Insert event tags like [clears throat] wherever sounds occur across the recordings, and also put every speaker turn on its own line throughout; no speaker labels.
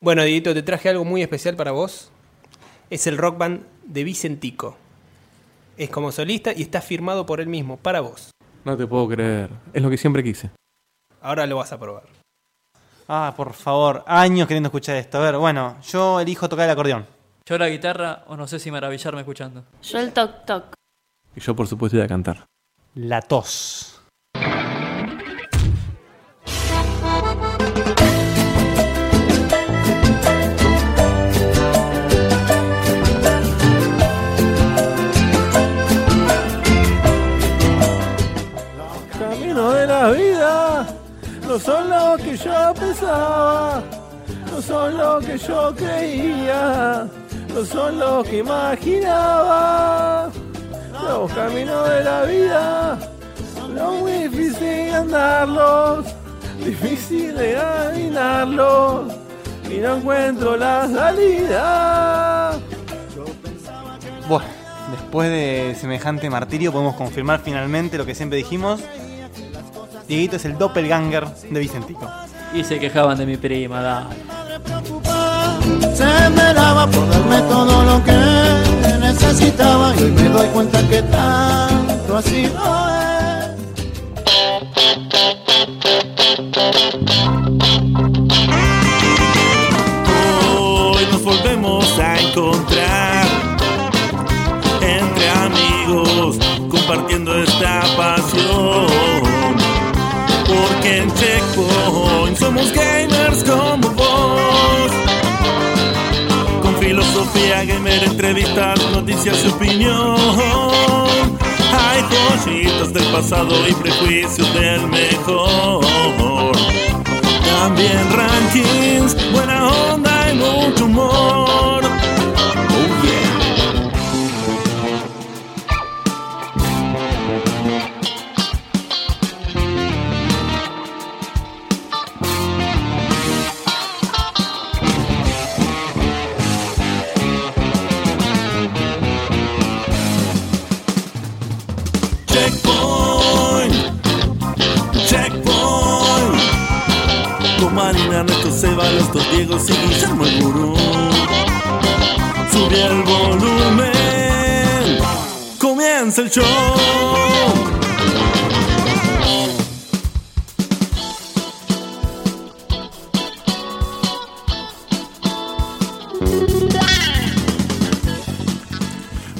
Bueno, Dieguito, te traje algo muy especial para vos. Es el rock band de Vicentico. Es como solista y está firmado por él mismo, para vos.
No te puedo creer. Es lo que siempre quise.
Ahora lo vas a probar.
Ah, por favor, años queriendo escuchar esto. A ver, bueno, yo elijo tocar el acordeón.
Yo la guitarra, o no sé si maravillarme escuchando.
Yo el toc toc.
Y yo, por supuesto, iba a cantar.
La tos.
Camino de la vida no son lo que yo pensaba, no son lo que yo creía, no son lo que imaginaba. Los caminos de la vida son muy difícil andarlos, difícil de caminarlos y no encuentro la salida.
Bueno, después de semejante martirio podemos confirmar finalmente lo que siempre dijimos. Dieguito es el doppelganger de Vicentico.
Y se quejaban de mi prima, da.
Se me daba por darme todo lo que necesitaba y hoy me doy cuenta que tanto ha sido él.
Hoy nos volvemos a encontrar entre amigos compartiendo esta pasión. Porque en Checkpoint somos gamers como vos. Con filosofía gamer, entrevistas, noticias y opinión. Hay joyitas del pasado y prejuicios del mejor. También rankings, buena onda y mucho humor. Oh yeah. Checkpoint, checkpoint. Con Marina, Neto, Seba, los dos Diegos y Guillermo el gurú. Sube el volumen, comienza el show.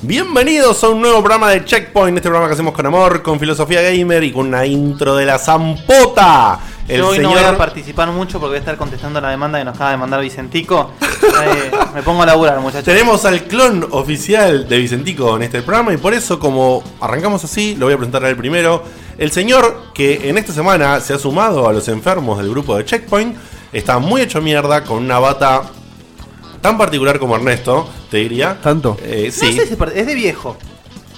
Bienvenidos a un nuevo programa de Checkpoint, este programa que hacemos con amor, con filosofía gamer y con una intro de la zampota. El
Yo hoy
señor
no voy a participar mucho porque voy a estar contestando la demanda que nos acaba de mandar Vicentico. Eh, me pongo a laburar, muchachos.
Tenemos al clon oficial de Vicentico en este programa y por eso, como arrancamos así, lo voy a presentar al primero. El señor que en esta semana se ha sumado a los enfermos del grupo de Checkpoint está muy hecho mierda con una bata tan particular como Ernesto, te diría.
¿Tanto?
Eh,
No
sí.
sé si par- es de viejo.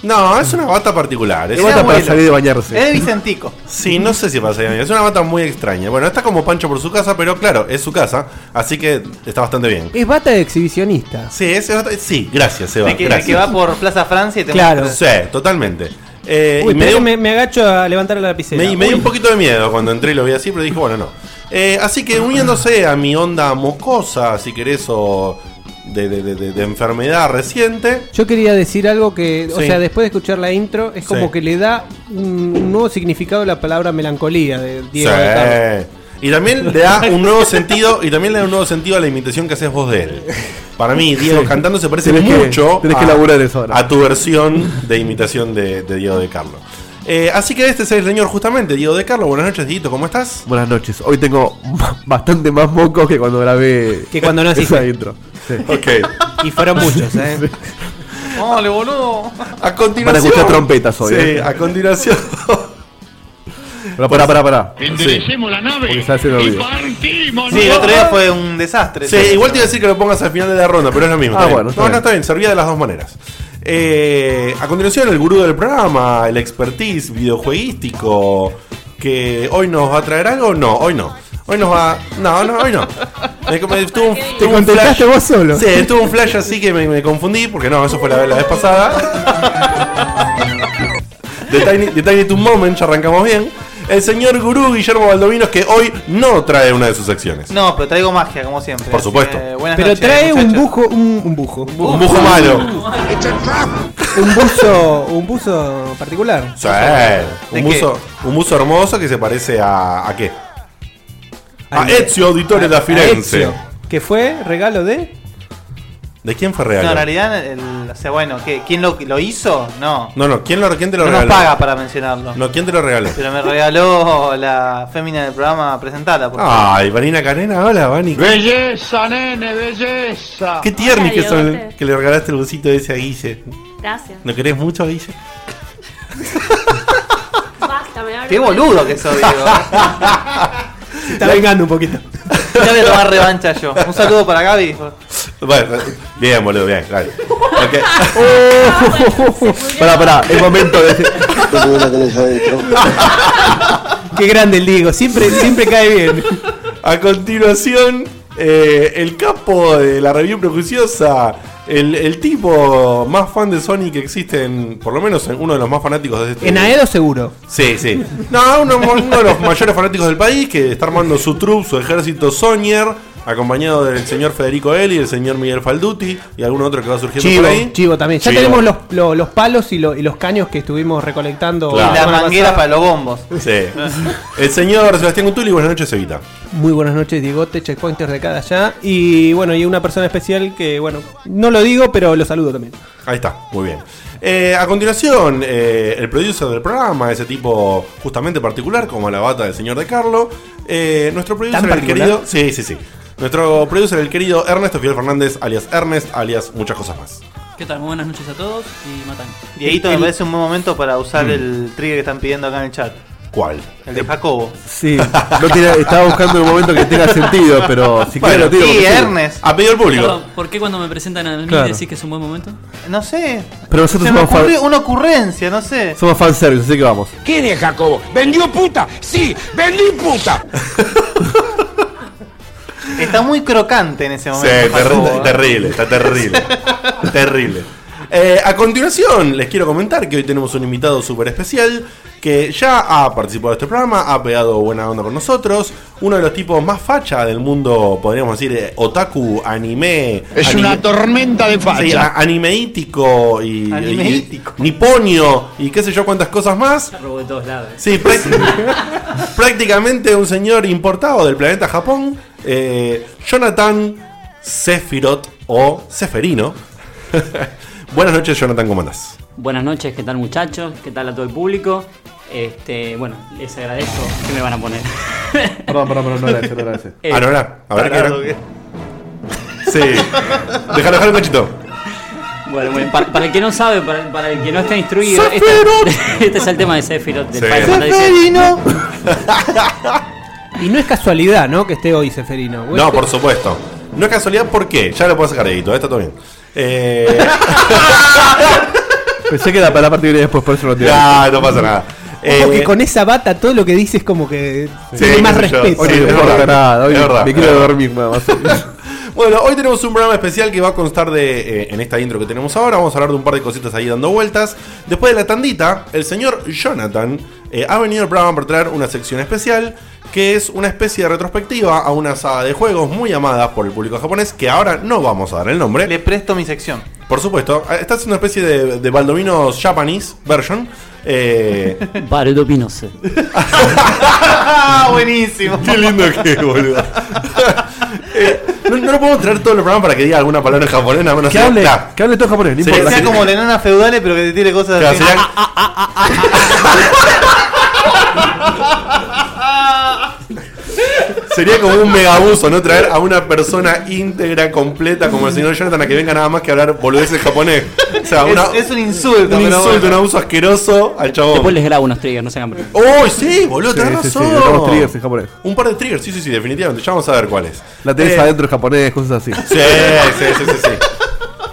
No, es una bata particular. Es
Es bata para
abuelo.
salir de
Es de
bañarse.
Vicentico.
Sí, no sé si pasa bien. Es una bata muy extraña. Bueno, está como Pancho por su casa, pero claro, es su casa, así que está bastante bien.
Es bata de exhibicionista.
Sí, es- sí, gracias, Seba.
De que, de
gracias.
que va por Plaza Francia y te
Claro.
muestra-
Sí, totalmente. Eh,
Uy,
y me
pero
dio-
me, me agacho a levantar la lapicera.
me, me dio un poquito de miedo cuando entré y lo vi así, pero dije, bueno, no. Eh, así que uniéndose a mi onda mocosa, si querés, o de, de- de- de- de enfermedad reciente.
Yo quería decir algo que, o
Sí.
sea, después de escuchar la intro, es como
Sí.
que le da un, un nuevo significado a la palabra melancolía de Diego.
Sí.
Alcaro.
Y también le da
[laughs]
un nuevo sentido, y también le da un nuevo sentido a la imitación que haces vos de él. Para mí, Diego cantando se parece
Tenés que-
mucho
tenés que laburar eso ahora.
a tu versión de imitación de, de Diego de Carlo. Eh, así que este es el señor justamente, Diego de Carlo. Buenas noches, Dieguito, ¿cómo estás?
Buenas noches. Hoy tengo ba- bastante más mocos que cuando grabé
Que cuando naciste.
[laughs] esa intro. Sí.
Ok.
Y
[laughs]
fueron muchos, ¿eh?
¡Ole, boludo!
A continuación.
Van a escuchar trompetas hoy,
Sí,
eh.
a continuación.
Pero pará, pará, pará.
Enderecemos
la nave
Porque ya se
[laughs]
me y olvidó.
partimos.
Sí, el otro día fue un desastre.
Sí, igual te iba a decir que lo pongas al final de la ronda, pero es lo mismo.
Ah,
está bien.
bueno, está
No, no,
bien.
está bien, servía de las dos maneras. Eh, a continuación, el gurú del programa, el expertise videojueguístico, que hoy nos va a traer algo. No, hoy no. Hoy nos va. No, no, hoy no.
[laughs]
Me, me- tuvo un,
Te
tuvo un flash.
contestaste vos solo.
Sí, tuve un flash así que me, me confundí, porque no, eso fue la, la vez pasada. De Tiny, de Tiny Toon Moment, ya arrancamos bien. el señor gurú Guillermo Baldovinos, que hoy no trae una de sus secciones.
No, pero traigo magia, como siempre.
Por
así
supuesto.
que buenas
Pero
noches,
trae un
muchachos.
bujo, un, un bujo.
Un bujo malo.
Un buzo, un buzo particular.
Sí.
¿De
Un buzo, un buzo hermoso que se parece a. ¿A qué? A
Al-
Ezio Auditore da Firenze.
A Ezio, Que fue regalo de.
¿De quién fue
No, en
real?
realidad, el- o sea, bueno, ¿qué? ¿quién lo, lo hizo? No.
No, no, ¿quién, lo, quién te lo
No nos
regaló?
paga para mencionarlo.
No, ¿quién te lo regaló?
Pero me regaló la fémina del programa presentada. Por favor.
Ay, Vanina Canena, hola, Vani.
Belleza, nene, belleza.
Qué tierni
Hola,
que son
Diegote.
que le regalaste el busito ese a Guille.
Gracias.
¿Lo querés mucho, Guille? [laughs]
Basta, me hablo.
Qué boludo que soy,
[laughs]
Diego.
Se está vengando un poquito.
Ya voy a tomar revancha yo. Un saludo para Gaby.
Bueno, bien, boludo, bien, dale. Ok. Oh.
Pará, pará, es momento de.
Qué grande el Diego, siempre, siempre cae bien.
A continuación, eh, el capo de la review prejuiciosa, el, el tipo más fan de Sony que existe, en, por lo menos en uno de los más fanáticos de este.
En Aedo seguro.
Sí, sí. No, uno, uno de los mayores fanáticos del país que está armando su troupe, su ejército Sonier, acompañado del señor Federico Eli, el señor Miguel Falduti y algún otro que va surgiendo
Chivo,
por ahí.
chivo también. Ya
Chivo.
tenemos los, lo- los palos y, lo- y los caños que estuvimos recolectando.
Claro.
la
Las
semana
mangueras
pasada.
para los bombos.
Sí. El señor Sebastián Gutuli, buenas noches, Evita.
Muy buenas noches, Diegote, checkpointers de cada allá. Y bueno, y una persona especial que, bueno, no lo digo, pero lo saludo también.
Ahí está, muy bien. Eh, a continuación, eh, el producer del programa, ese tipo justamente particular, como la bata del señor De Carlo. eh, nuestro producer, el
particular?
querido. Sí, sí, sí. Nuestro producer, el querido Ernesto Fidel Fernández, alias Ernest, alias muchas cosas más.
¿Qué tal? Muy buenas noches a todos y matan.
Dieguito, me parece un buen momento para usar el trigger que están pidiendo acá en el chat.
Mm. ¿Cuál?
El de Jacobo.
Sí, no tiene- estaba buscando el momento que tenga sentido, pero si quieres
Bueno,
lo tiro.
Sí,
porque sí.
Ernest.
A pedido del público.
Perdón, ¿por qué cuando me presentan a mí
Claro.
decís que es un buen momento?
No sé.
Pero nosotros
Se me
somos, fan,
ocurrió una ocurrencia, no sé.
somos fanservice, así que vamos.
¿Quién es Jacobo? ¿Vendió puta? Sí, vendí puta.
Está muy crocante en ese
Sí,
momento. Jacobo,
terri-
¿eh?
terrible, está
[laughs]
terrible. terrible. Eh, a continuación, les quiero comentar que hoy tenemos un invitado súper especial que ya ha participado de este programa, ha pegado buena onda con nosotros. Uno de los tipos más facha del mundo, podríamos decir, eh, otaku, anime.
Es
anime-
una tormenta de
sí,
facha.
a- animeítico y,
Animeítico.
y- niponio y qué sé yo cuántas cosas más.
Robo de todos lados.
Sí, práct- [laughs] prácticamente un señor importado del planeta Japón, eh, Jonathan Sefirot o Seferino. [laughs] Buenas noches, Jonathan, ¿cómo andás?
Buenas noches, ¿qué tal muchachos? ¿Qué tal a todo el público? Este, bueno, les agradezco que me van a
[laughs]
poner.
Perdón, perdón, perdón, no era ese, no era ese.
Eh,
ah, no, era. A ver qué era.
Tarado que-
Sí. Déjalo, déjalo, cachito.
Bueno, muy bien. Para, para el que no sabe, para, para el que no está instruido, este, este [laughs] es el tema de Sephiroth del
Sí.
Final Fantasy.
[laughs] Y no es casualidad, ¿no? Que esté hoy Seferino.
No, por supuesto. No es casualidad, ¿por qué? Ya lo puedo sacar, Edito, está todo bien. Eh,
Pensé que era para la parte que viene después, por eso lo tiré.
ya, no pasa nada.
Porque
Eh,
con esa bata todo lo que dices como que tiene
qué
más
sé yo.
respeto.
Hoy
Sí,
no
es
importa
verdad.
nada, hoy
Es verdad,
me
es
quiero
verdad.
dormir nada más.
[laughs] Bueno, hoy tenemos un programa especial que va a constar de, eh, en esta intro que tenemos ahora, vamos a hablar de un par de cositas ahí dando vueltas. Después de la tandita, el señor Jonathan eh, ha venido al programa para traer una sección especial que es una especie de retrospectiva a una saga de juegos muy amada por el público japonés que ahora no vamos a dar el nombre.
Le presto mi sección.
Por supuesto, eh, esta es una especie de, de Baldominos Japanese version. eh,
Bardo Pinose.
¡Ah, [laughs] buenísimo!
Qué lindo que es, boludo. Eh, no, no lo podemos traer todo el programa para que diga alguna palabra en japonés, nada menos
Que
sea-
hable,
Claro.
que hable todo japonés, no
Sí,
Que
importa.
sea como la enana feudales, pero que te tire cosas
Claro,
así.
sería- Sería como un megabuso, ¿no? Traer a una persona íntegra, completa, como el señor Jonathan, a que venga nada más que hablar boludeces japonés. O sea, una-
es, es un insulto,
un
pero
insulto, un
bueno.
abuso asqueroso al
Después
chabón.
les grabo unos triggers, no se hagan problema.
¡Oh, sí, boludo!
Sí,
tenés
sí, sí,
razón.
le damos triggers en japonés.
Un par de triggers, sí, sí, sí, definitivamente. Ya vamos a ver cuáles.
La tenés
Eh,
adentro en japonés, cosas así.
Sí, sí, sí, sí, sí.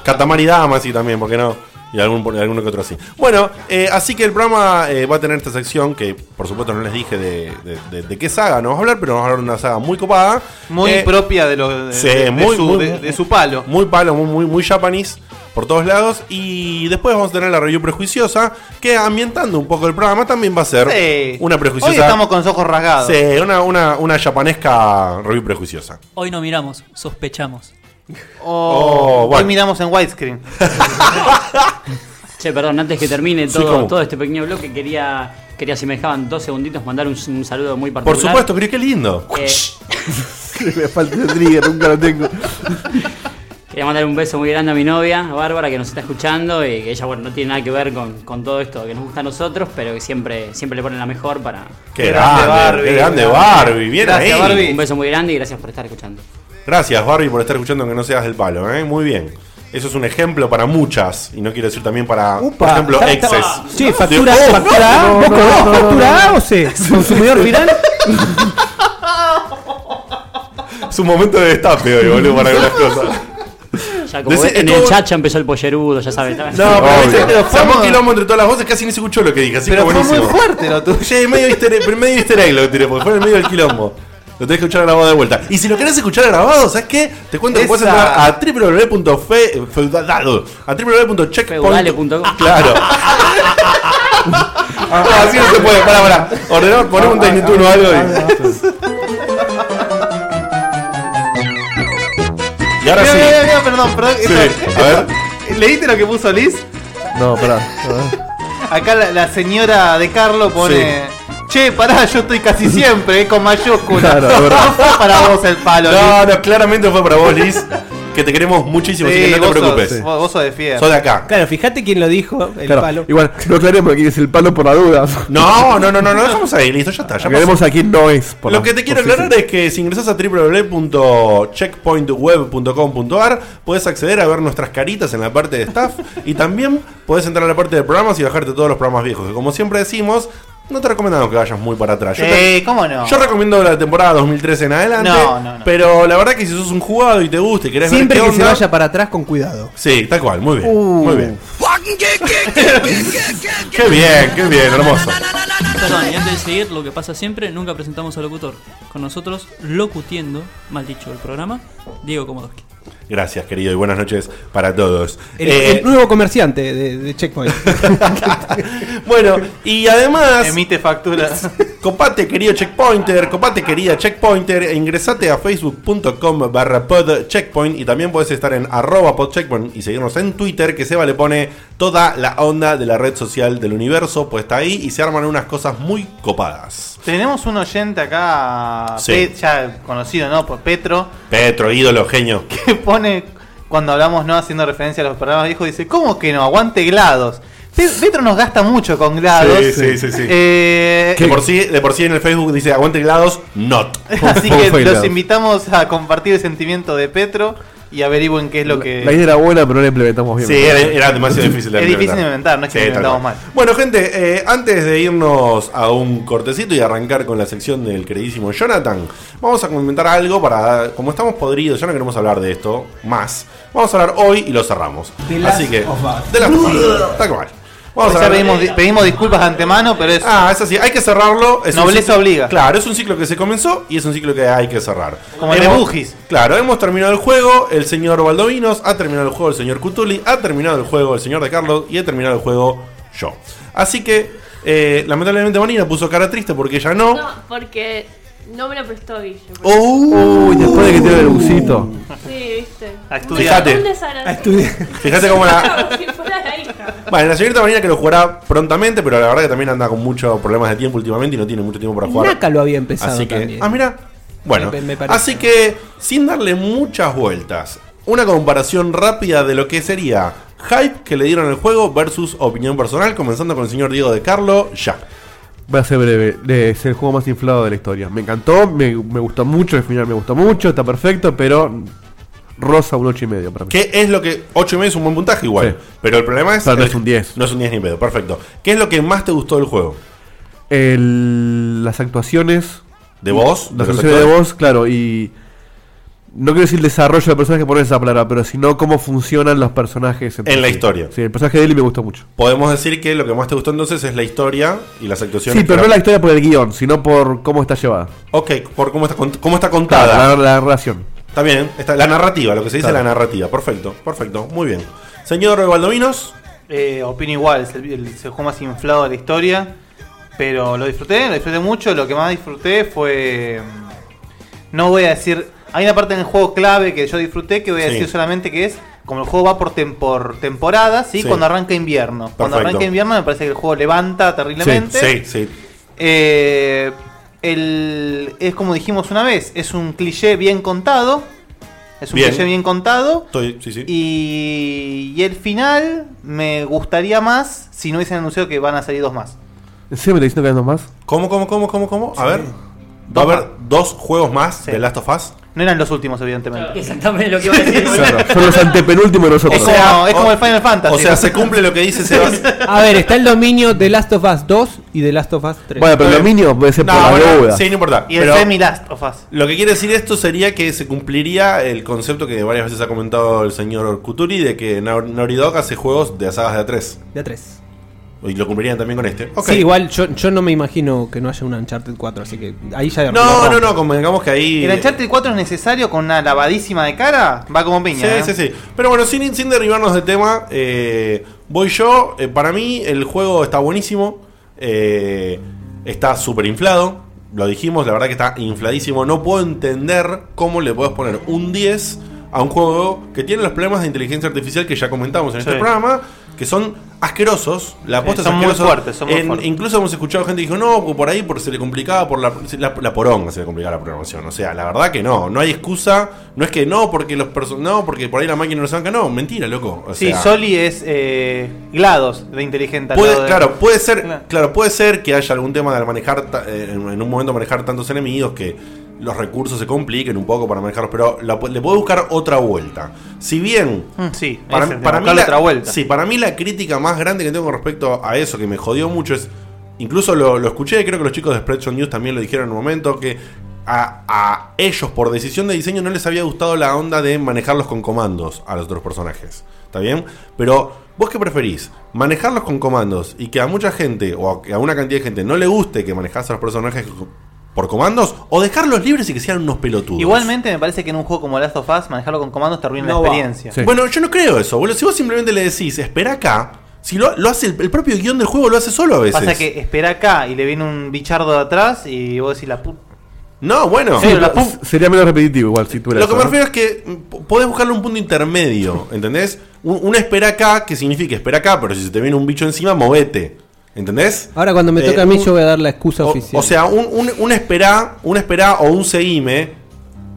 Katamari Dama, sí, también, ¿por qué no? Y algún, alguno que otro así. Bueno, eh, así que el programa eh, va a tener esta sección que, por supuesto, no les dije de, de- de- de qué saga nos vamos a hablar, pero vamos a hablar de una saga muy copada.
Muy
Eh,
propia de, los de,
Sí,
de- de
muy,
su,
muy-
de- de su palo.
Muy palo, muy, muy, muy japonés. por todos lados. Y después vamos a tener la review prejuiciosa, que ambientando un poco el programa también va a ser
Sí.
una prejuiciosa.
Hoy estamos con los ojos rasgados.
Sí, una, una, una japonesca review prejuiciosa.
Hoy no miramos,
[laughs]
sospechamos.
Oh, Hoy miramos en widescreen.
Che, perdón, antes que termine
Sí,
todo,
¿cómo?
todo este pequeño bloque, quería, quería, si me dejaban dos segunditos, mandar un, un saludo muy
Por
particular.
supuesto, creo
[laughs]
que lindo.
Eh,
Me falta el trigger, nunca lo tengo.
Quería mandar un beso muy grande a mi novia, a Bárbara, que nos está escuchando y que ella, bueno, no tiene nada que ver con, con todo esto que nos gusta a nosotros, pero que siempre, siempre le ponen la mejor para...
Qué grande, qué grande Barbie, bien ahí.
Un beso muy grande y gracias por estar escuchando.
Gracias, Barbie, por estar escuchando que no seas del palo, ¿eh? Muy bien. Eso es un ejemplo para muchas, y no quiero decir también para, por ejemplo,
Está- está-
exes.
Che, factura,
De- ¡Oh!
factura A,
No,
vos
no,
con-
no, no,
factura A
no.
o C, consumidor
[laughs]
final.
Es un momento de destape hoy, boludo, para [laughs] algunas cosas.
Ya como
Decí-
en
estuvo-
el chat ya empezó el pollerudo, ya sabes. No,
Obvio. Se armó quilombo entre todas las voces, casi ni se escuchó lo que dije, así
Pero
que
fue muy
buenísimo.
fuerte
lo
tuyo. medio easter, egg- medio easter egg lo tiré, porque fue en el medio del quilombo. Lo tenés que escuchar grabado de vuelta. Y si lo querés escuchar grabado, ¿sabes qué? Te cuento que puedes
Esa.
entrar a www.fe... feudal- A www.checkpoint...
[laughs]
Claro. Ah, así no se puede, pará, pará. Ordenador, poné
Ah,
un Tecnituno o algo y... Y ahora
Mira,
sí.
mira, mira, perdón, perdón.
Sí,
Esto-
a
[laughs]
ver.
¿Leíste lo que puso Liz?
No, pará.
Acá la, la señora de Carlo pone. Che, pará, yo estoy casi siempre, eh, con mayúscula.
Claro, es verdad.
No [laughs] fue para vos el palo,
No,
Liz.
no, claramente fue para vos, Liz. Que te queremos muchísimo,
Sí,
así que no te
vos sos-
preocupes.
vos- vos sos de fiel.
Sos de acá.
Claro, fíjate quién lo dijo, el
Claro,
palo.
Igual, no aclaremos quién es el palo por la duda.
No, no, no, no, no, dejamos ahí, listo, ya está. Ya
Aclaremos
pasó.
a quién no es. por
Lo
la-
que te quiero
por si-
aclarar es que si ingresas a www.checkpointweb.com.ar puedes acceder a ver nuestras caritas en la parte
[laughs]
de staff y también puedes entrar a la parte de programas y bajarte todos los programas viejos, que como siempre decimos, no te recomendamos que vayas muy para atrás. Yo te-
Eh, ¿cómo no?
Yo recomiendo la temporada 2013 en adelante.
No, no, no.
Pero la verdad que si sos un jugado y te gusta y querés
Siempre
ver qué
que se
onda-
vaya para atrás con cuidado.
Sí, tal cual, muy bien.
Uh.
Muy bien. qué bien, qué bien, hermoso.
Perdón, y antes de seguir, lo que pasa siempre, nunca presentamos al locutor. Con nosotros, locutiendo, mal dicho, el programa, Diego Komodowski.
Gracias, querido, y buenas noches para todos.
El,
Eh,
el nuevo comerciante de, de
[laughs]
Checkpoint.
Bueno, y además.
Emite factura.
[laughs] Copate, querido checkpointer, copate, querida checkpointer, e ingresate a facebook.com barra podcheckpoint y también puedes estar en arroba podcheckpoint y seguirnos en Twitter, que Seba le pone toda la onda de la red social del universo puesta ahí y se arman unas cosas muy copadas.
Tenemos un oyente acá,
Sí.
Pe- ya conocido, ¿no? Por Petro,
Petro, ídolo, genio.
que pone, cuando hablamos, ¿no? Haciendo referencia a los programas viejos, dice, ¿cómo que no? Aguante GLaDOS. Pe- Petro nos gasta mucho con GLaDOS.
Sí, sí, sí, sí.
Eh,
Que por sí, de por sí en el Facebook dice aguante glados, not.
[laughs] Así que los invitamos a compartir el sentimiento de Petro y averigüen qué es lo que...
La idea era buena, pero no la implementamos bien.
Sí, era, era demasiado difícil de
Es difícil de inventar,
implementar.
no es que
Sí,
lo
tal
inventamos
cual.
mal.
Bueno, gente, eh, antes de irnos a un cortecito y arrancar con la sección del queridísimo Jonathan, vamos a comentar algo para. Como estamos podridos, ya no queremos hablar de esto más. Vamos a hablar hoy y lo cerramos. Así que. De las Tal cual. Vamos
Ya
a ver.
pedimos, di- pedimos disculpas de antemano, pero es...
Ah, es así, hay que cerrarlo. Es un
Nobleza
ciclo-
obliga.
Claro, es un ciclo que se comenzó y es un ciclo que hay que cerrar.
Como el de
Hemos-
Bugis.
Claro, hemos terminado el juego, el señor Baldovinos, ha terminado el juego el señor Cutuli, ha terminado el juego el señor De Carlos y ha terminado el juego yo. Así que, eh, lamentablemente, Marina puso cara triste porque ella no. Oh.
No, porque no me lo prestó Guillo.
Uy, después de que tiene el busito.
Sí, viste.
A estudiar.
Un
Fíjate.
desagradable.
A estudiar. Fíjate cómo
[laughs]
la-
Como si fuera la hija.
Bueno, la señorita Marina que lo jugará prontamente, pero la verdad que también anda con muchos problemas de tiempo últimamente y no tiene mucho tiempo para jugar.
Naka lo había empezado
Así que-
también.
Ah, mira. Bueno,
Me- me parece.
así que sin darle muchas vueltas, una comparación rápida de lo que sería hype que le dieron al juego versus opinión personal, comenzando con el señor Diego de Carlo, ya.
Voy a ser breve. Es el juego más inflado de la historia. Me encantó, me, me gustó mucho. El final me gustó mucho, está perfecto, pero rosa un 8 y medio para mí.
¿Qué es lo que 8 y medio es un buen puntaje igual? Pero el problema es
Tal vez
el-
un 10.
No es un 10 ni pedo, perfecto. ¿Qué es lo que más te gustó del juego?
El- las actuaciones.
¿De voz? ¿De
Las
los
actuaciones de
actores?
voz, claro, y. No quiero decir desarrollo de personajes por esa palabra, pero sino cómo funcionan los personajes. entre
En la
sí.
historia.
Sí, el personaje de Eli me gustó mucho.
Podemos decir que lo que más te gustó entonces es la historia y las actuaciones.
Sí, pero no
que-
la historia por el guión, sino por cómo está llevada.
Ok, por cómo está, cont- cómo está contada.
Claro, la, la relación.
Está bien, está, la narrativa, lo que se dice la narrativa. Perfecto, perfecto, muy bien. Señor Valdominos.
Eh, opino igual, es el, el- es el juego más inflado de la historia. Pero lo disfruté, lo disfruté mucho. Lo que más disfruté fue. mm, No voy a decir. Hay una parte en el juego clave que yo disfruté que voy a
Sí.
decir solamente que es. Como el juego va por, tem- por temporadas, ¿sí?
Sí.
cuando arranca invierno. Cuando
Perfecto.
arranca invierno me parece que el juego levanta terriblemente.
Sí, sí, sí.
Eh, el- es como dijimos una vez, es un cliché bien contado. Es un
Bien.
cliché bien contado.
Estoy, sí, sí.
Y, y el final me gustaría más si no hubiesen anunciado que van a salir dos más.
¿En serio me está diciendo que hay dos
[laughs]
más?
¿Cómo, cómo, cómo, cómo, cómo? A ver. ¿Va a haber dos juegos más de Last of Us?
No eran los últimos, evidentemente.
Exactamente lo que iba a decir.
[laughs] Son los antepenúltimos de nosotros.
Es como- es como
o-
el Final Fantasy.
O sea, se cumple lo
[laughs]
que dice Sebastián.
A ver, está el dominio de Last of Us 2 y de Last of Us 3.
Bueno, pero el dominio puede ser
No,
por la
bueno,
deuda.
sí, no importa.
Y el
Pero
semi-last of us.
Lo que quiere decir esto sería que se cumpliría el concepto que varias veces ha comentado el señor Kuturi de que Nau- Naughty Dog hace juegos de sagas de A3.
De A3.
Y lo cumplirían también con este. Ok.
Sí, igual yo, yo no me imagino que no haya un Uncharted 4, así que ahí ya...
No, no, no, convengamos que ahí.
¿El Uncharted 4 es necesario con una lavadísima de cara? Va como piña.
Sí,
¿eh?
sí, sí. Pero bueno, sin, sin derribarnos del tema, eh, voy yo. Eh, para mí, el juego está buenísimo. Eh, está súper inflado. Lo dijimos, la verdad que está infladísimo. No puedo entender cómo le puedes poner un 10 a un juego que tiene los problemas de inteligencia artificial que ya comentamos en este
Sí.
programa, que son asquerosos. La
Sí,
apuesta es
son muy
asquerosa.
fuertes, son muy
En-
fuertes.
Incluso hemos escuchado gente que dijo, no, pues, por ahí por, se le complicaba por la, la, la poronga, se le complicaba la programación. O sea, la verdad que no, no hay excusa. No es que no, porque los perso- no, porque por ahí la máquina no se banca. No, mentira, loco. O
Sí,
sea,
Soli es eh, GLaDOS de inteligente. al
puede-
lado de-
claro, puede ser, claro, puede ser que haya algún tema de manejar ta- eh, en en un momento manejar tantos enemigos que los recursos se compliquen un poco para manejarlos, pero la pu- le puedo buscar otra vuelta. Si bien
Mm, Sí,
para,
ese, de
para mí
buscarle
la,
otra vuelta.
sí, para mí la crítica más grande que tengo con respecto a eso, que me jodió mucho, es. Incluso lo, lo escuché, creo que los chicos de Spreadshot News también lo dijeron en un momento, que a, a ellos, por decisión de diseño, no les había gustado la onda de manejarlos con comandos a los otros personajes. ¿Está bien? Pero, ¿vos qué preferís? ¿Manejarlos con comandos y que a mucha gente o a, que a una cantidad de gente no le guste que manejás a los personajes por comandos? ¿O dejarlos libres y que sean unos pelotudos?
Igualmente me parece que en un juego como Last of Us manejarlo con comandos te arruina
No
la
va.
experiencia.
Bueno, yo no creo eso, boludo. Si vos simplemente le decís, espera acá, si lo, lo hace el, el propio guión del juego, lo hace solo a veces.
Pasa que espera acá y le viene un bichardo de atrás y vos decís la puta.
No, bueno.
Sí, pero sería menos repetitivo igual si tú
Lo que me refiero es que mm, p- podés buscarle un punto intermedio, ¿entendés? Un, un espera acá, que significa espera acá, pero si se te viene un bicho encima, movete. ¿Entendés?
Ahora cuando me
Eh,
toca a mí
un-
yo voy a dar la excusa oficial.
O sea, un, un, un esperá, un esperá o un seguime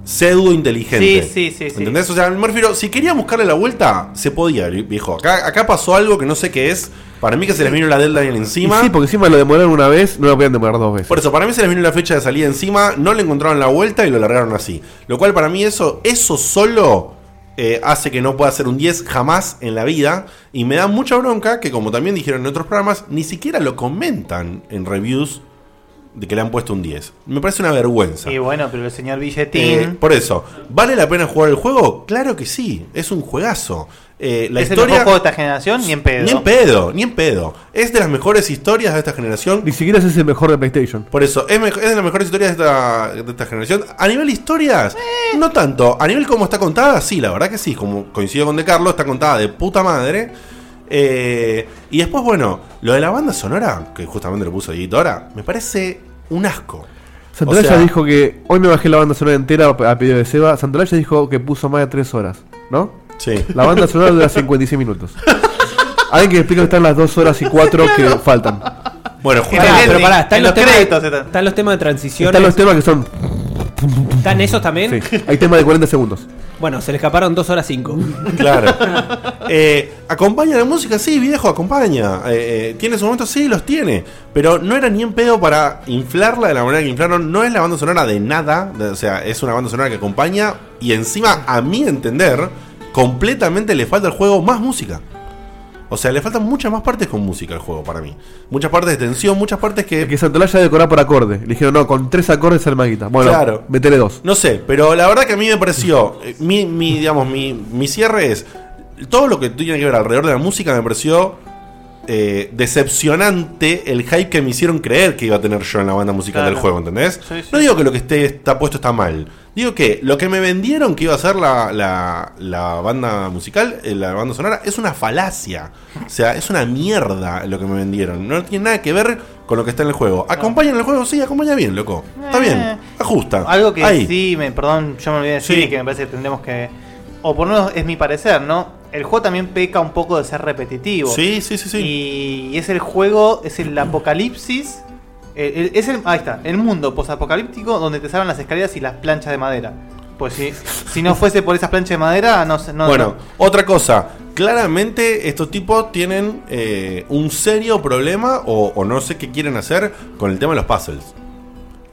pseudo inteligente.
Sí, sí, sí, sí.
¿Entendés? O sea, me refiero, si quería buscarle la vuelta, se podía, viejo. Acá, acá pasó algo que no sé qué es. Para mí que se les vino la deadline encima.
Y sí, porque encima lo demoraron una vez, no lo podían demorar dos veces.
Por eso, para mí se les vino la fecha de salida encima, no le encontraron la vuelta y lo largaron así. Lo cual para mí eso, eso solo eh, hace que no pueda ser un 10 jamás en la vida. Y me da mucha bronca que, como también dijeron en otros programas, ni siquiera lo comentan en reviews de que le han puesto un 10. Me parece una vergüenza.
Y bueno, pero el señor Billetín.
Eh, por eso, ¿vale la pena jugar el juego? Claro que sí, es un juegazo. Eh, la
¿Es el
historia...
mejor juego de esta generación? Ni en pedo.
Ni en pedo, ni en pedo. Es de las mejores historias de esta generación.
Ni siquiera ese es el mejor de PlayStation.
Por eso, es, mej- es de las mejores historias de esta, de esta generación. A nivel historias, no tanto. A nivel como está contada, sí, la verdad que sí. Como coincido con De Carlos, está contada de puta madre. Eh, y después, bueno, lo de la banda sonora, que justamente lo puso Dieguito ahora, me parece un asco.
Santolaya
O sea-
dijo que hoy me bajé la banda sonora entera a pedido de Seba. Santolaya dijo que puso más de 3 horas, ¿no?
Sí.
La banda sonora dura 56 minutos. Alguien que me explique dónde están las 2 horas y 4 que faltan.
Bueno,
Pará, pero pará, están
En
los,
los
temas,
créditos
están. los temas de transición.
Están los temas que son.
¿Están esos también?
Sí, hay temas de 40 segundos.
Bueno, se le escaparon 2 horas
[laughs]
5.
[laughs] Claro. Eh, acompaña la música, sí, viejo, acompaña. Eh, eh, tiene sus momentos, sí, los tiene. Pero no era ni en pedo para inflarla de la manera que inflaron. No es la banda sonora de nada. de- o sea, es una banda sonora que acompaña. Y encima, a mi entender, completamente le falta al juego más música. O sea, le faltan muchas más partes con música al juego para mí. Muchas partes de tensión, muchas partes que.
Que Santolaya decoraba por acorde. Le dijeron, no, con 3 acordes sale más guita. Bueno,
Claro.
metele 2.
No sé, pero la verdad que a mí me pareció. eh, Mi, mi, digamos, mi, mi cierre es. Todo lo que tiene que ver alrededor de la música me pareció eh, decepcionante el hype que me hicieron creer que iba a tener yo en la banda musical
Claro.
del juego, ¿entendés?
Sí, sí.
No digo que lo que esté, está puesto está mal. Digo que lo que me vendieron que iba a ser la, la- la banda musical, eh, la banda sonora, es una falacia. O sea, es una mierda lo que me vendieron. No tiene nada que ver con lo que está en el juego. Acompaña en el juego, sí, acompaña bien, loco. Está
Eh.
bien, ajusta.
Algo que
Ahí.
sí, me, perdón, yo me olvidé de decir y que me parece que tendremos que. O por lo menos es mi parecer, ¿no? El juego también peca un poco de ser repetitivo.
Sí, sí, sí, sí.
Y es el juego, es el apocalipsis. el- el- es el, ahí está, el mundo posapocalíptico donde te salvan las escaleras y las planchas de madera. Pues si, si no fuese por esas planchas de madera, no sé. No,
bueno, otra cosa. Claramente estos tipos tienen eh, un serio problema o, o no sé qué quieren hacer con el tema de los puzzles.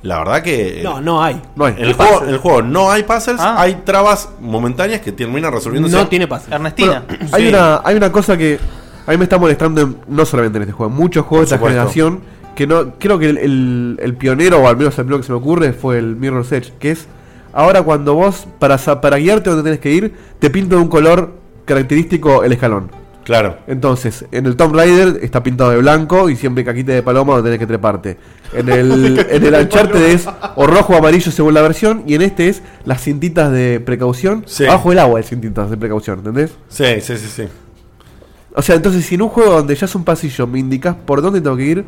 La verdad que...
No, no hay.
No hay. En el,
No hay
juego,
puzzles.
en el juego no hay puzzles,
Ah.
hay trabas momentáneas que terminan resolviéndose.
No tiene puzzles.
Ernestina.
Hay, una, hay una cosa que a mí me está molestando, en- no solamente en este juego, en muchos juegos de
Por
esta
supuesto.
generación, que no creo que el, el- el pionero, o al menos el primero que se me ocurre, fue el Mirror's Edge, que es ahora cuando vos, para, sa- para guiarte donde tenés que ir, te pinto de un color característico el escalón.
Claro.
Entonces, en el Tomb Raider está pintado de blanco y siempre caquita de paloma donde tenés que treparte. En
[laughs]
el, en el Uncharted es o rojo o amarillo según la versión, y en este es las cintitas de precaución. Bajo el agua hay cintitas de precaución, ¿entendés?
Sí, sí, sí, sí.
O sea, entonces si en un juego donde ya es un pasillo me indicas por dónde tengo que ir,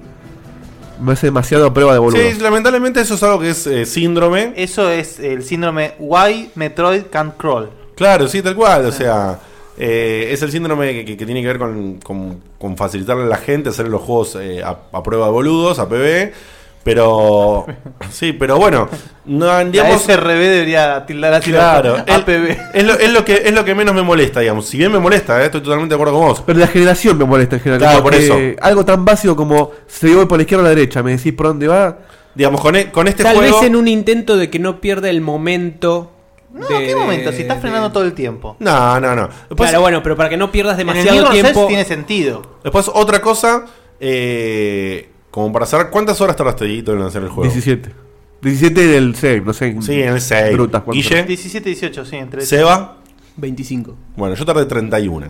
me hace demasiado prueba de boludo.
Sí, lamentablemente eso es algo que es eh, síndrome.
Eso es el síndrome Why Metroid Can't Crawl.
Claro, sí, tal cual. O sea, eh, es el síndrome que, que- que tiene que ver con, con- con facilitarle a la gente hacer los juegos eh, a, a prueba de boludos, a PB.
[laughs]
Pero. Sí, pero bueno. No,
La
digamos,
SRB debería tildar a
Claro,
tildar APB.
es, lo, es lo que, es lo que menos me molesta, digamos. Si bien me molesta, eh, estoy totalmente de acuerdo con vos.
Pero la generación me molesta en general.
Claro,
como
por
que Algo tan básico como se dio por la izquierda o la derecha, me decís por dónde va.
Digamos, con, e, con este
Este
Tal
Tal
vez
vez en un intento de que no pierda el momento. No,
¿Qué momento? Si estás frenando todo el tiempo.
No, no, no.
claro, bueno, pero para que no pierdas
En el
demasiado
Mirror's Edge
tiempo.
tiene sentido.
Después, otra cosa. eh, como para saber, ¿cuántas horas tardaste Dieguito, en lanzar el juego?
17. 17 en el save, no sé.
Sí, en el save.
Brutas, ¿cuánto?
Guille.
17, 18, sí, entre
Seba.
25.
Bueno, yo tardé 31.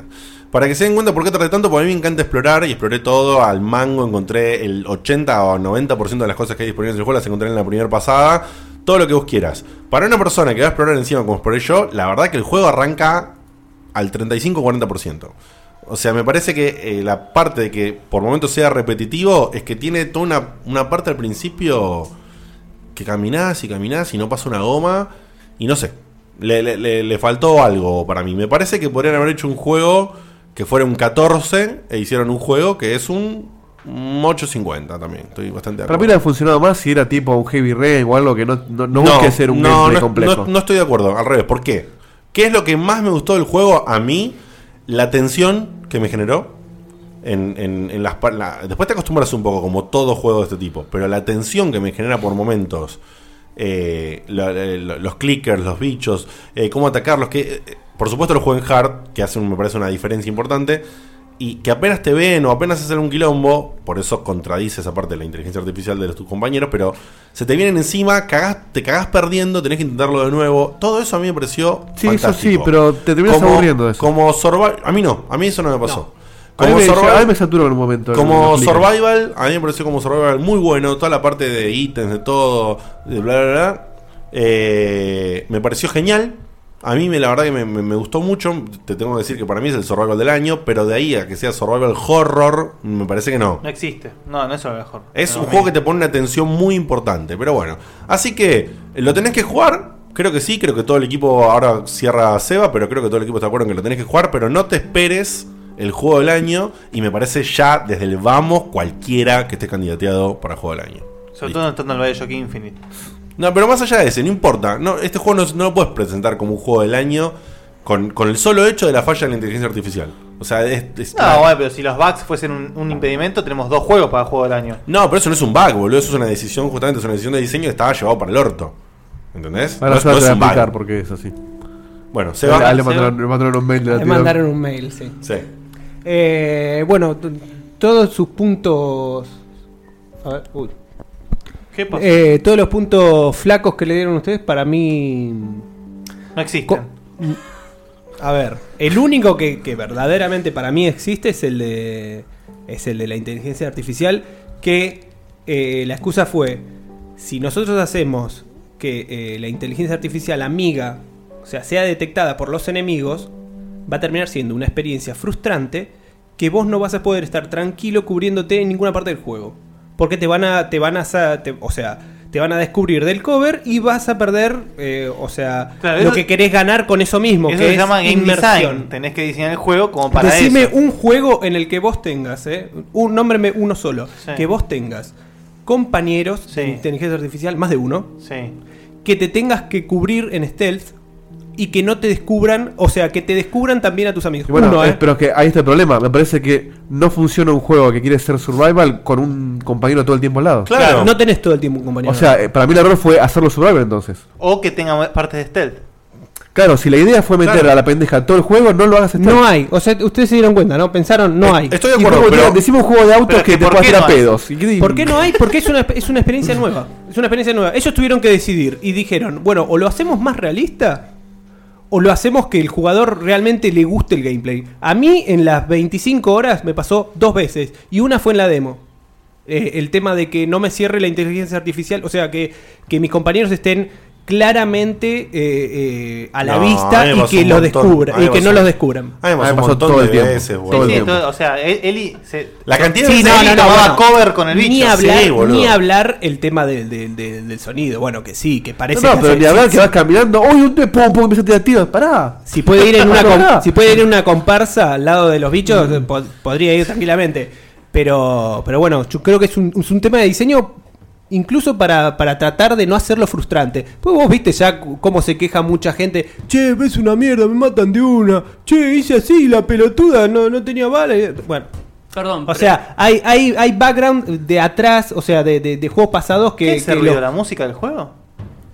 Para que se den cuenta por qué tardé tanto, porque a mí me encanta explorar y exploré todo al mango. Encontré el 80 o 90% de las cosas que hay disponibles en el juego, las encontré en la primera pasada. Todo lo que vos quieras. Para una persona que va a explorar encima como exploré yo, la verdad que el juego arranca al 35-40%. O sea, me parece que eh, la parte de que por momentos sea repetitivo es que tiene toda una, una parte al principio que caminás y caminás y no pasa una goma y no sé. Le, le- le- le faltó algo para mí. Me parece que podrían haber hecho un juego que fuera un 14 e hicieron un juego que es un 850 también. Estoy bastante de
Para
acuerdo.
mí hubiera funcionado más si era tipo un Heavy Rain o algo que no, no, no busque ser un gameplay
no,
complejo.
no- no estoy de acuerdo, al revés. ¿Por qué? ¿Qué es lo que más me gustó del juego a mí? La tensión que me generó. En, en- en las, par- la- después te acostumbras un poco, como todo juego de este tipo, pero la tensión que me genera por momentos, eh, la- la- la- los clickers, los bichos, eh, cómo atacarlos, que eh, eh, por supuesto lo juego en hard, que hace, un- me parece una diferencia importante, y que apenas te ven o apenas hacen un quilombo, por eso contradice esa parte de la inteligencia artificial de los, tus compañeros, pero se te vienen encima, cagás- te cagás perdiendo, tenés que intentarlo de nuevo. Todo eso a mí me pareció
Sí, eso
fantástico.
sí, pero te terminas
Como-
aburriendo de eso.
Como survival, a mí no, a mí eso no me pasó.
A mí
Como
me-
survival-
a mí me saturó en un momento.
como
los clickers.
Survival, a mí me pareció como Survival muy bueno, toda la parte de ítems, de todo, de bla, bla, bla. Eh, me pareció genial. A mí me, la verdad que me, me- me gustó mucho. Te tengo que decir que para mí es el Survival del año, pero de ahí a que sea Survival Horror, me parece que no.
No existe. No, no es lo mejor.
Es
No,
un
no.
juego que te pone una tensión muy importante, pero bueno. Así que, eh, ¿lo tenés que jugar? Creo que sí, creo que todo el equipo ahora cierra Seba, pero creo que todo el equipo está de acuerdo en que lo tenés que jugar, pero no te esperes el juego del año y me parece ya desde el vamos cualquiera que esté candidateado para juego del año.
Sobre todo no estando en el Bioshock Infinite.
No, pero más allá de ese, no importa. No, este juego no, no lo puedes presentar como un juego del año con, con el solo hecho de la falla en la inteligencia artificial. O sea, es, es-
No, bueno, pero si los bugs fuesen un, un impedimento, tenemos dos juegos para juego del año.
No, pero eso no es un bug, boludo. Eso es una decisión, justamente es una decisión de diseño que estaba llevado para el orto. ¿Entendés?
Ahora
no, es-
se la
no
te
es
voy a
un bug.
explicar porque es así.
Bueno,
se va. Le mandaron, le mandaron un mail. de la
Le
tía.
mandaron un mail, sí.
Sí.
Eh, bueno, t- todos sus puntos. A ver, uy.
¿Qué pasó?
Eh, todos los puntos flacos que le dieron ustedes, para mí.
No existen.
A ver, el único que, que verdaderamente para mí existe es el de. Es el de la inteligencia artificial. Que eh, la excusa fue. Si nosotros hacemos que eh, la inteligencia artificial amiga, o sea, sea detectada por los enemigos, va a terminar siendo una experiencia frustrante que vos no vas a poder estar tranquilo cubriéndote en ninguna parte del juego. Porque te van a, te van a, sa- te- o sea, te van a descubrir del cover y vas a perder, eh, o sea,
Claro,
lo
eso-
que querés ganar con eso mismo,
Eso
que
se
es
llama game
inmersión.
design. Tenés que diseñar el juego como para
Decime
eso.
un juego en el que vos tengas, ¿eh? un nómbreme uno solo,
Sí.
que vos tengas compañeros de inteligencia artificial, más de uno, que te tengas que cubrir en stealth y que no te descubran, o sea, que te descubran también a tus amigos.
Y bueno,
uno,
eh,
¿eh?
pero es que ahí está el problema. Me parece que no funciona un juego que quiere ser survival con un compañero todo el tiempo al lado.
No tenés todo el tiempo un compañero.
O sea, eh, para mí el error fue hacerlo survival entonces.
O que tenga partes de stealth.
Claro, si la idea fue meter
Claro.
a la pendeja todo el juego, no lo hagas Eh,
no hay, o sea, ustedes se dieron cuenta, ¿no? Pensaron, no hay.
estoy de acuerdo, pero- decimos un juego de autos que te puedas tirar pedos.
¿Por qué no hay? Porque es una, es una experiencia nueva. Es una experiencia nueva. Ellos tuvieron que decidir y dijeron, bueno, o lo hacemos más realista o lo hacemos que el jugador realmente le guste el gameplay. A mí en las 25 horas me pasó dos veces y una fue en la demo. Eh, el tema de que no me cierre la inteligencia artificial, o sea, que, que mis compañeros estén claramente eh, eh, a la
No, a
vista
mí me
y
pasó
que,
un
los
montón.
descubran,
A mí
y
me
que
pasó-
no los descubran.
A mí me pasó un montón de veces, boludo. Todo
Sí,
el
sí,
tiempo.
todo- o sea, él- Eli se-
La cantidad
Sí,
de veces
no,
Eli
no, no,
tomaba
bueno.
cover con el bicho.
Ni hablar,
Sí, boludo.
ni hablar el tema del, del- del- del sonido. Bueno, que sí, que parece
No,
que
pero
hace-
ni hablar
sí,
que vas caminando. ¡Uy, un te pum, pum! Empieza a tirar tiros. ¡Pará!
Si puede
[laughs]
ir en una com-
Pará.
si puede ir en una comparsa al lado de los bichos, po- podría ir tranquilamente. Pero, pero bueno, yo creo que es un, es un tema de diseño incluso para, para tratar de no hacerlo frustrante. Pues vos viste ya cu- cómo se queja mucha gente. Che, ves una mierda, me matan de una. Che, hice así, la pelotuda, no, no tenía bala. Bueno.
Perdón.
O sea, hay, hay, hay background de atrás, o sea, de, de- de juegos pasados que...
¿Qué es el
eh, que
ruido?
lo-
¿La música del juego?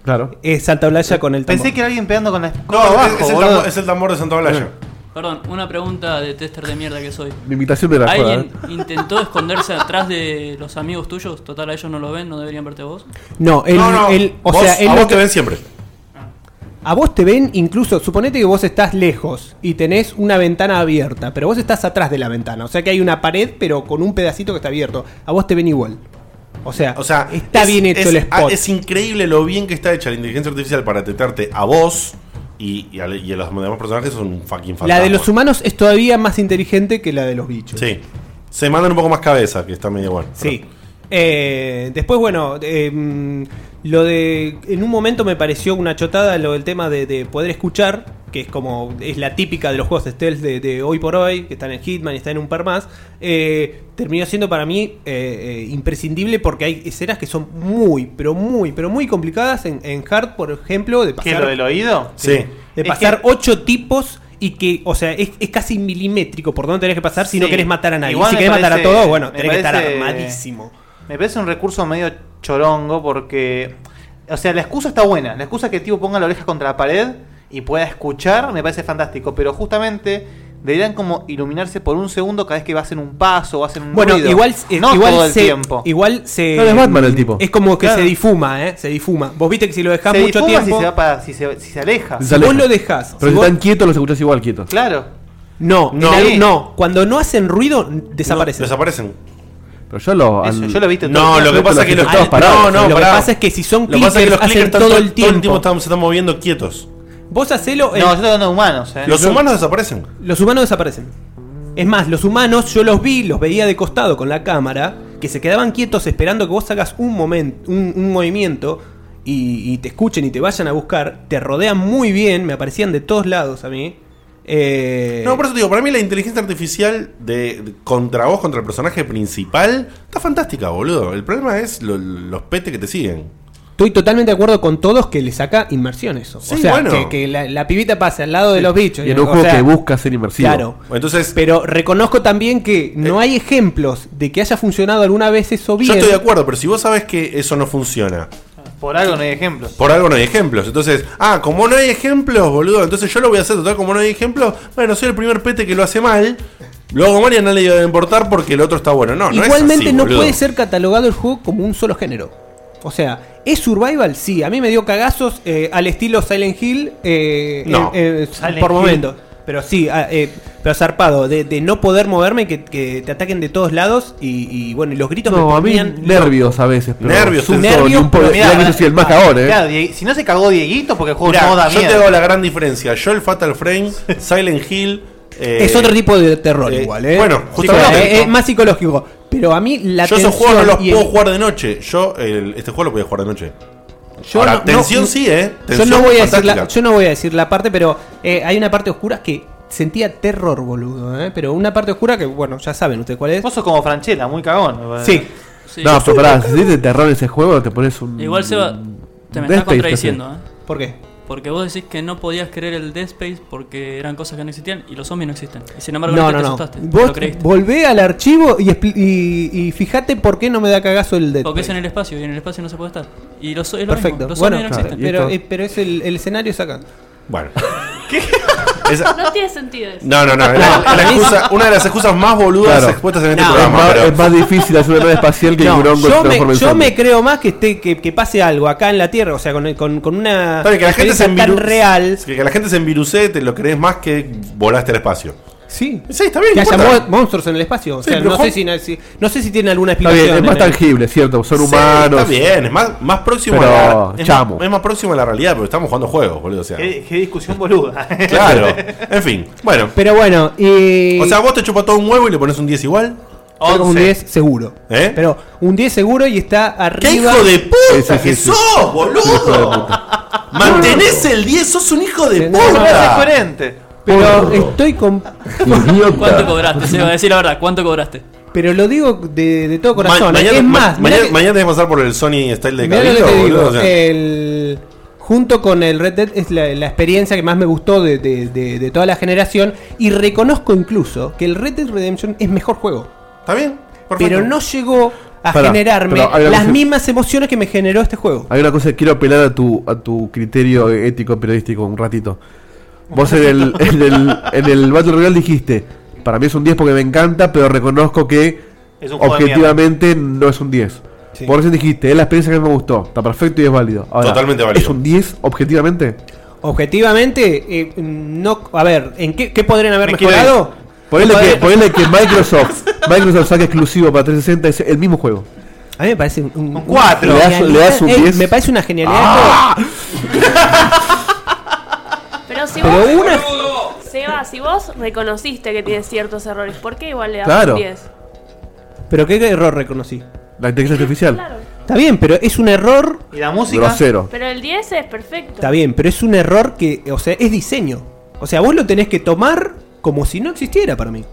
Claro.
Es Santa Blaya con el tambor.
Pensé que era alguien pegando con la
No,
escoba abajo,
es, es el
boludo.
tambor, es el tambor de Santa Blaya.
Eh.
Perdón, una pregunta de tester de mierda que soy.
Mi imitación de la
¿Alguien
eh.
joda,
intentó esconderse atrás de los amigos tuyos? Total, a ellos no lo ven, no deberían verte vos.
No, él,
No, no,
él- o
Vos-
sea, él
a
lo
vos
que-
te ven siempre.
A vos te ven incluso, suponete que vos estás lejos y tenés una ventana abierta, pero vos estás atrás de la ventana, o sea que hay una pared pero con un pedacito que está abierto. A vos te ven igual. O sea,
O sea,
está
es-
bien hecho
es,
el spot.
ah, Es increíble lo bien que está hecha la inteligencia artificial para detectarte a vos y, y a, y a los demás personajes son un fucking fantasma.
la de los humanos es todavía más inteligente que la de los bichos.
Sí. Se mandan un poco más cabeza, que está medio bueno.
Sí. Eh, después, bueno, eh, mm, lo de. En un momento me pareció una chotada lo del tema de, de poder escuchar, que es como. Es la típica de los juegos stealth de, de hoy por hoy, que están en Hitman y están en un par más. Eh, terminó siendo para mí eh, eh, imprescindible porque hay escenas que son muy, pero muy, pero muy complicadas en, en Hard, por ejemplo, de
¿Qué,
pasar.
lo del oído?
Sí.
De
Es
pasar ocho tipos. Y que, o sea, es, es casi milimétrico por dónde tenés que pasar si no
Sí.
querés matar a nadie.
Igual
si
me
querés matar a
parece-
todos, bueno,
me
tenés que estar
parece-
armadísimo.
Me parece un recurso medio chorongo porque. O sea, la excusa está buena. La excusa que el tipo ponga la oreja contra la pared y pueda escuchar me parece fantástico. Pero justamente deberían como iluminarse por un segundo cada vez que va a hacer un paso o hacen un
Bueno,
ruido.
igual, eh,
no
igual
todo el
se,
tiempo.
Igual se.
No, es Batman
el tipo.
Es como que
Claro.
se difuma, ¿eh? Se difuma. Vos viste que si lo dejás
se
mucho
difuma
tiempo.
Si se, va para- si se- si se aleja.
Si vos lo dejás.
Pero
si
si
vos-
están quietos, los escuchás igual quietos.
Claro.
No, en
No.
algún- no. Cuando no hacen ruido, desaparecen.
desaparecen.
Pero yo lo.
Eso,
al-
yo lo he visto
No, todo el lo que tiempo. pasa es que los-
escuchabas
no,
parados.
no,
lo que
pará.
pasa es que si son
Lo que pasa es que
clickers,
los clickers
hacen
están
todo
todo-
el
todo el
tiempo.
tiempo están- se están moviendo quietos.
Vos hacelo.
No, yo estoy hablando de humanos. ¿eh?
Los humanos desaparecen.
Los humanos desaparecen. Es más, los humanos yo los vi, los veía de costado con la cámara, que se quedaban quietos esperando que vos hagas un, momento, un, un movimiento y, y te escuchen y te vayan a buscar. Te rodean muy bien, me aparecían de todos lados a mí. Eh,
No, por eso te digo, para mí la inteligencia artificial de, de- contra vos, contra el personaje principal, está fantástica, boludo. El problema es lo- los petes que te siguen.
Estoy totalmente de acuerdo con todos que le saca inmersión eso.
Sí,
o sea,
bueno.
que, que la, la pibita pase al lado de los bichos.
Y en un
o
juego
sea,
que busca ser inmersivo.
Claro.
Entonces,
pero reconozco también que no
Eh.
hay ejemplos de que haya funcionado alguna vez eso bien.
Yo estoy de acuerdo, pero si vos sabes que eso no funciona,
Por algo no hay ejemplos.
por algo no hay ejemplos. Entonces, ah, como no hay ejemplos, boludo, entonces yo lo voy a hacer, total, como no hay ejemplos, bueno, soy el primer pete que lo hace mal, luego María no le iba a importar porque el otro está bueno. No, no es
Igualmente
así,
no
boludo.
puede ser catalogado el juego como un solo género. O sea, ¿es survival? Sí, a mí me dio cagazos eh, al estilo Silent Hill eh,
No.
eh, eh,
Silent
por
Hill.
momentos. Pero sí, ah, eh, pero zarpado, de, de no poder moverme, que, que te ataquen de todos lados y, y bueno, y los gritos
No,
me
a mí
ponían-
nervios a veces. Pero
Nervios,
susto,
nervios,
ni un poco-
pero mirá,
mirá que yo soy el más
Ah,
cagón, eh.
Claro, Die- si no se cagó Dieguito, porque el juego
Mirá,
no da
yo
miedo.
te hago la gran diferencia. Yo el
[laughs]
Fatal Frame, Silent Hill. eh,
es otro tipo de terror
eh,
igual, ¿eh?
Bueno,
Sí,
justamente.
eh, eh, más psicológico. Pero a mí la
yo
tensión
esos juegos no los
y el-
puedo jugar de noche. Yo, el- este juego lo podía jugar de noche.
Yo
Ahora,
no-
tensión
no-
sí, ¿eh?
Yo
Tensión
no, voy a decir
fantástica.
la, yo no voy a decir la parte, pero eh, hay una parte oscura que sentía terror, boludo, ¿eh? Pero una parte oscura que, bueno, ya saben ustedes cuál es.
Vos sos como Franchella, muy cagón.
Sí.
No, pero pará, si te terror en ese juego, te pones un.
Igual Seba, te me
Dead
estás
Space,
contradiciendo, ¿eh?
casi.
¿Por qué?
Porque vos decís que no podías creer el Dead Space porque eran cosas que no existían y los zombies no existen. Y sin embargo,
No,
nunca
no,
te
no.
asustaste.
Vos
lo creíste.
volvé al archivo y, expli- y, y fíjate por qué no me da cagazo el Dead
Porque
Space.
es en el espacio y en el espacio no se puede estar. Y los, es lo
Perfecto.
mismo, los
bueno,
zombies no existen.
pero, eh, pero es el, el escenario es acá.
Bueno.
No tiene sentido eso.
No, no, no. la- la excusa- una de las excusas más boludas
Claro.
expuestas en este
No.
programa.
Es más-
pero-
es más difícil hacer una nave espacial que
No,
un hongo se
yo,
transforme
me,
en
yo
zombie.
me creo más que esté que, que pase algo acá en la Tierra, o sea, con, con, con una
Está bien, que la gente se
experiencia tan
enviru-
real.
Que, que la gente se envirucee, te lo crees más que volaste al espacio.
Sí.
Sí, está bien.
Que
no
haya
importa.
mo- monstruos en el espacio. O
Sí,
sea,
pero
no,
Juan-
sé si, si- no sé si tiene alguna
Está
explicación.
bien, es más
en el-
tangible, ¿cierto? Son
Sí,
humanos.
Está bien, es más, más próximo
Pero,
a la, es
chamo.
más- es más próximo a la realidad, porque estamos jugando juegos, boludo.
[laughs]
O sea,
Qué, qué discusión boluda.
claro. En fin, bueno.
Pero bueno, y.
O sea, vos te chupas todo un huevo y le pones un 10 igual.
Yo creo que un 10 seguro.
¿Eh?
Pero un 10 seguro y está arriba.
¡Qué hijo de puta
Sí, sí,
que
sí.
sos, boludo! Mantenés el 10, sos un hijo de puta.
Pero estoy con.
¿Cuánto cobraste,
[laughs]
Seba? Decir la verdad, ¿cuánto cobraste?
Pero lo digo de, de todo
Ma-
corazón. ¿eh?
mañana,
es
ma-
más, mirá
mañana,
que-
mañana tenés que pasar por el Sony Style de
mirá lo que
Carlito,
te
boludo.
digo. eh.
o sea.
el- junto con el Red Dead es la, la experiencia que más me gustó de, de- de- de toda la generación. Y reconozco incluso que el Red Dead Redemption es mejor juego.
Está bien,
Pero no llegó a
Pará,
generarme
pero hay una
las
cosa-
mismas emociones que me generó este juego.
Hay una cosa que quiero apelar a tu, a tu criterio ético periodístico un ratito. Vos
[laughs]
en el, en el, en el Battle Royale dijiste, para mí es un 10 porque me encanta, pero reconozco que
Es un juego de
objetivamente no es un 10.
Sí.
Por eso dijiste, es la experiencia que me gustó, está perfecto y es válido. Ahora,
Totalmente válido.
¿Es un 10 objetivamente?
Objetivamente, eh, no. A ver, ¿en qué, qué podrían haber
Me quiero
mejorado?
Ponele
¿Qué
que,
podrían-
ponele que Microsoft, Microsoft saque exclusivo para 360 es el mismo juego.
A mí me parece un, un-
cuatro.
una
Le das- le das un ¡Ah!
genialidad. Ey,
10.
Me parece una genialidad.
Pero si
Pero
vos.
una-
Seba, si vos reconociste que tienes ciertos errores, ¿por qué igual le das
Claro.
un 10?
Pero qué error reconocí.
La inteligencia artificial.
Está bien, pero es un error.
¿Y la
música? Grosero.
Pero el 10 es perfecto.
Está bien, pero es un error que, o sea, es diseño. O sea, vos lo tenés que tomar como si no existiera para mí.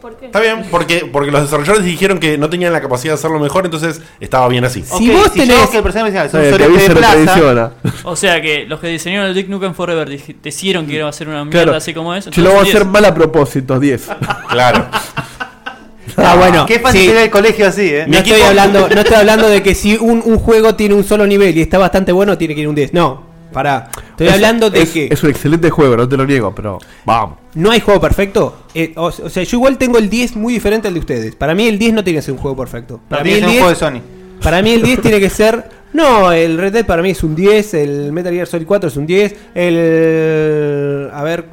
¿Por qué?
Está
[laughs]
bien, porque, porque los desarrolladores dijeron que no tenían la capacidad de hacerlo mejor, entonces estaba bien así.
Ok, si yo hago que el personaje me diga, es
Eh,
un sorete de plaza,
O sea que los que diseñaron el Dick Nukem Forever dij- decidieron que iba a ser una mierda
Claro.
así como es.
Yo lo voy a
entonces
hacer mal a propósito, 10.
Claro.
Ah, bueno.
[laughs] Qué fácil
sí.
era el colegio así, eh.
No estoy, hablando, no estoy hablando de que si un, un juego tiene un solo nivel y está bastante bueno, tiene que ir un 10. No, pará. Estoy
Es-
hablando de
es-
que
Es un excelente juego, no te lo niego, pero vamos.
no hay juego perfecto. Eh, o, o sea, yo igual tengo el 10 muy diferente al de ustedes. Para mí el 10 no tiene que ser un juego perfecto. Para mí
tiene
el
que ser un
10
juego de
Para mí el
[laughs]
10 tiene que ser. No, el Red Dead para mí es un 10, el Metal Gear Solid 4 es un 10, el. A ver.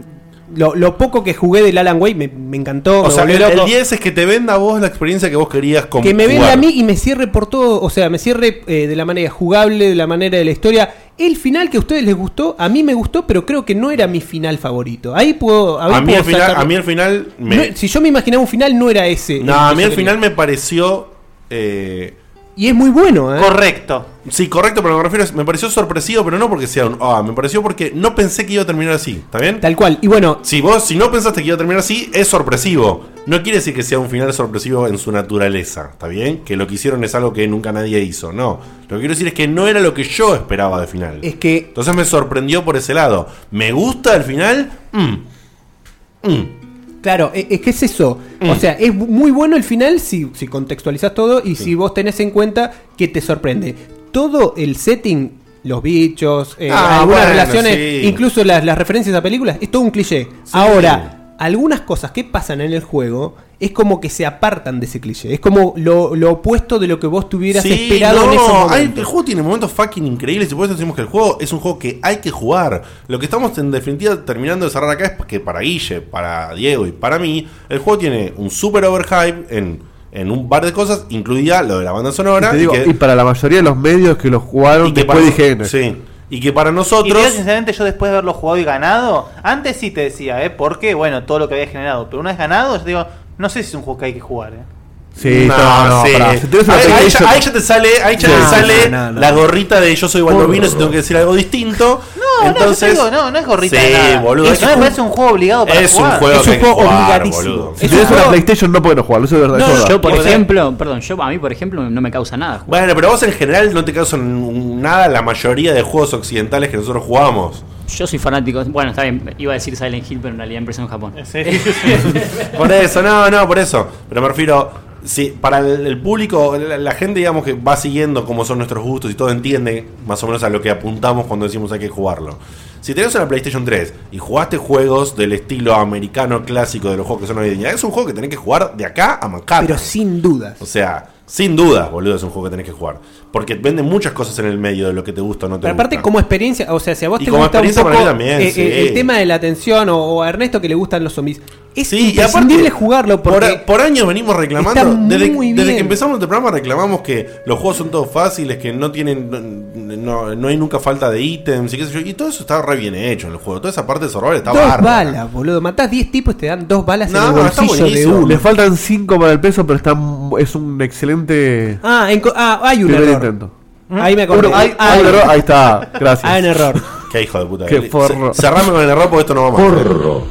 Lo, lo poco que jugué del Alan Wake me, me encantó.
O
me
sea,
volvió
el, el
loco.
10 es que te venda a vos la experiencia que vos querías con
que me
jugar.
venda a mí y me cierre por todo. O sea, me cierre eh, de la manera jugable, de la manera de la historia. El final que a ustedes les gustó, a mí me gustó, pero creo que no era mi final favorito. Ahí puedo. ahí
A mí,
puedo
al final,
sacar-
a mí al final me,
No, si yo me imaginaba un final, no era ese. el
No, a
que
mí
yo
al final
quería.
me pareció. eh,
Y es muy bueno, ¿eh?
Correcto.
Sí, correcto, pero me refiero. es- Me pareció sorpresivo, pero no porque sea un. Ah, me pareció porque no pensé que iba a terminar así, ¿está bien?
Tal cual. Y bueno.
Si vos, si no pensaste que iba a terminar así, es sorpresivo. No quiere decir que sea un final sorpresivo en su naturaleza, ¿está bien? Que lo que hicieron es algo que nunca nadie hizo, no. Lo que quiero decir es que no era lo que yo esperaba de final.
Es que
Entonces me sorprendió por ese lado. ¿Me gusta el final? Mm. Mm.
Claro, e- es que es eso.
Mm.
O sea, es bu- muy bueno el final si, si contextualizas todo y si vos tenés en cuenta que te sorprende. Todo el setting, los bichos, eh,
Ah,
algunas
bueno,
relaciones,
sí.
incluso las, las referencias a películas, es todo un cliché. Ahora, algunas cosas que pasan en el juego es como que se apartan de ese cliché. Es como lo, lo opuesto de lo que vos tuvieras
Sí,
esperado
no,
en ese momento.
hay- el juego tiene momentos fucking increíbles y por eso decimos que el juego es un juego que hay que jugar. Lo que estamos en definitiva terminando de cerrar acá es que para Guille, para Diego y para mí, el juego tiene un super overhype en, en un par de cosas, incluida lo de la banda
Y,
sonora.
te digo,
que-
y para la mayoría de los medios que lo jugaron
y que
después
para-
dije
Sí. Y que para
Y te digo,
nosotros.
sinceramente, yo después de haberlo jugado y ganado, antes sí te decía, ¿eh? Porque, bueno, todo lo que había generado. Pero una vez ganado, yo digo, no sé si es un juego que hay que jugar, ¿eh?
Sí,
No,
no, no,
sí.
pará. Si tenés una
Ahí- ahí
PlayStation-
ya- ahí ya te sale, ahí ya
Sí.
te sale
No, no, no.
la gorrita de yo soy Baldovino si tengo que decir algo distinto.
No, no,
Entonces,
yo te digo, no, no es gorrita
Sí,
de nada.
boludo,
No
es
me
un-
parece un juego obligado para
es un
jugar.
juego Es un que-
"Ah, juego
jugar,
obligadísimo.
boludo.
Si tenés
Es un
una
juego-
PlayStation no pueden jugarlo, eso es verdad. eso es
yo,
verdad.
por ejemplo, perdón, yo a mí, por ejemplo, no me causa nada.
Bueno, pero vos en general no te causan nada la mayoría de juegos occidentales que nosotros jugamos.
Yo soy fanático. Bueno, está bien, iba a decir Silent Hill, pero en realidad empecé en Japón.
[laughs] Por eso, no, no, por eso. Pero me refiero, si para el, el público, la, la gente digamos que va siguiendo cómo son nuestros gustos y todo entiende más o menos a lo que apuntamos cuando decimos hay que jugarlo. Si tenés una PlayStation 3 y jugaste juegos del estilo americano clásico de los juegos que son hoy en día, es un juego que tenés que jugar de acá a Manhattan. Pero
sin dudas.
O sea, sin dudas, boludo, es un juego que tenés que jugar. Porque vende muchas cosas en el medio de lo que te gusta o no te
Pero
gusta.
aparte, como experiencia, o sea, si a vos
Y
te
como
gusta un
experiencia para
poco,
mí también,
eh,
sí.
eh, el tema de la atención o, o a Ernesto que le gustan los zombies, es
Sí, y aparte,
imprescindible jugarlo porque
Por, por años venimos
Está
reclamando.
muy
Desde,
bien.
desde que empezamos este programa reclamamos que los juegos son todos fáciles, que no tienen. No, no- no hay nunca falta de ítems y qué sé yo. Y todo eso está re bien hecho en el juego. Toda esa parte de survival está
dos
bárbara.
balas, boludo. Matás 10 tipos y te dan dos balas en
No,
el
está
bolsillo de
buenísimo.
uno.
Le faltan 5 para el peso, pero está, es un excelente
Ah, en co- ah, hay un
primer
error.
intento.
Mm. Ahí me acordé.
Uno-
Hay-
hay un error,
[laughs]
ahí está, gracias.
Hay un error.
[laughs] Qué hijo de puta.
Qué
Le-
forro.
ce- Cerrame con el error porque esto no va más.
Forro.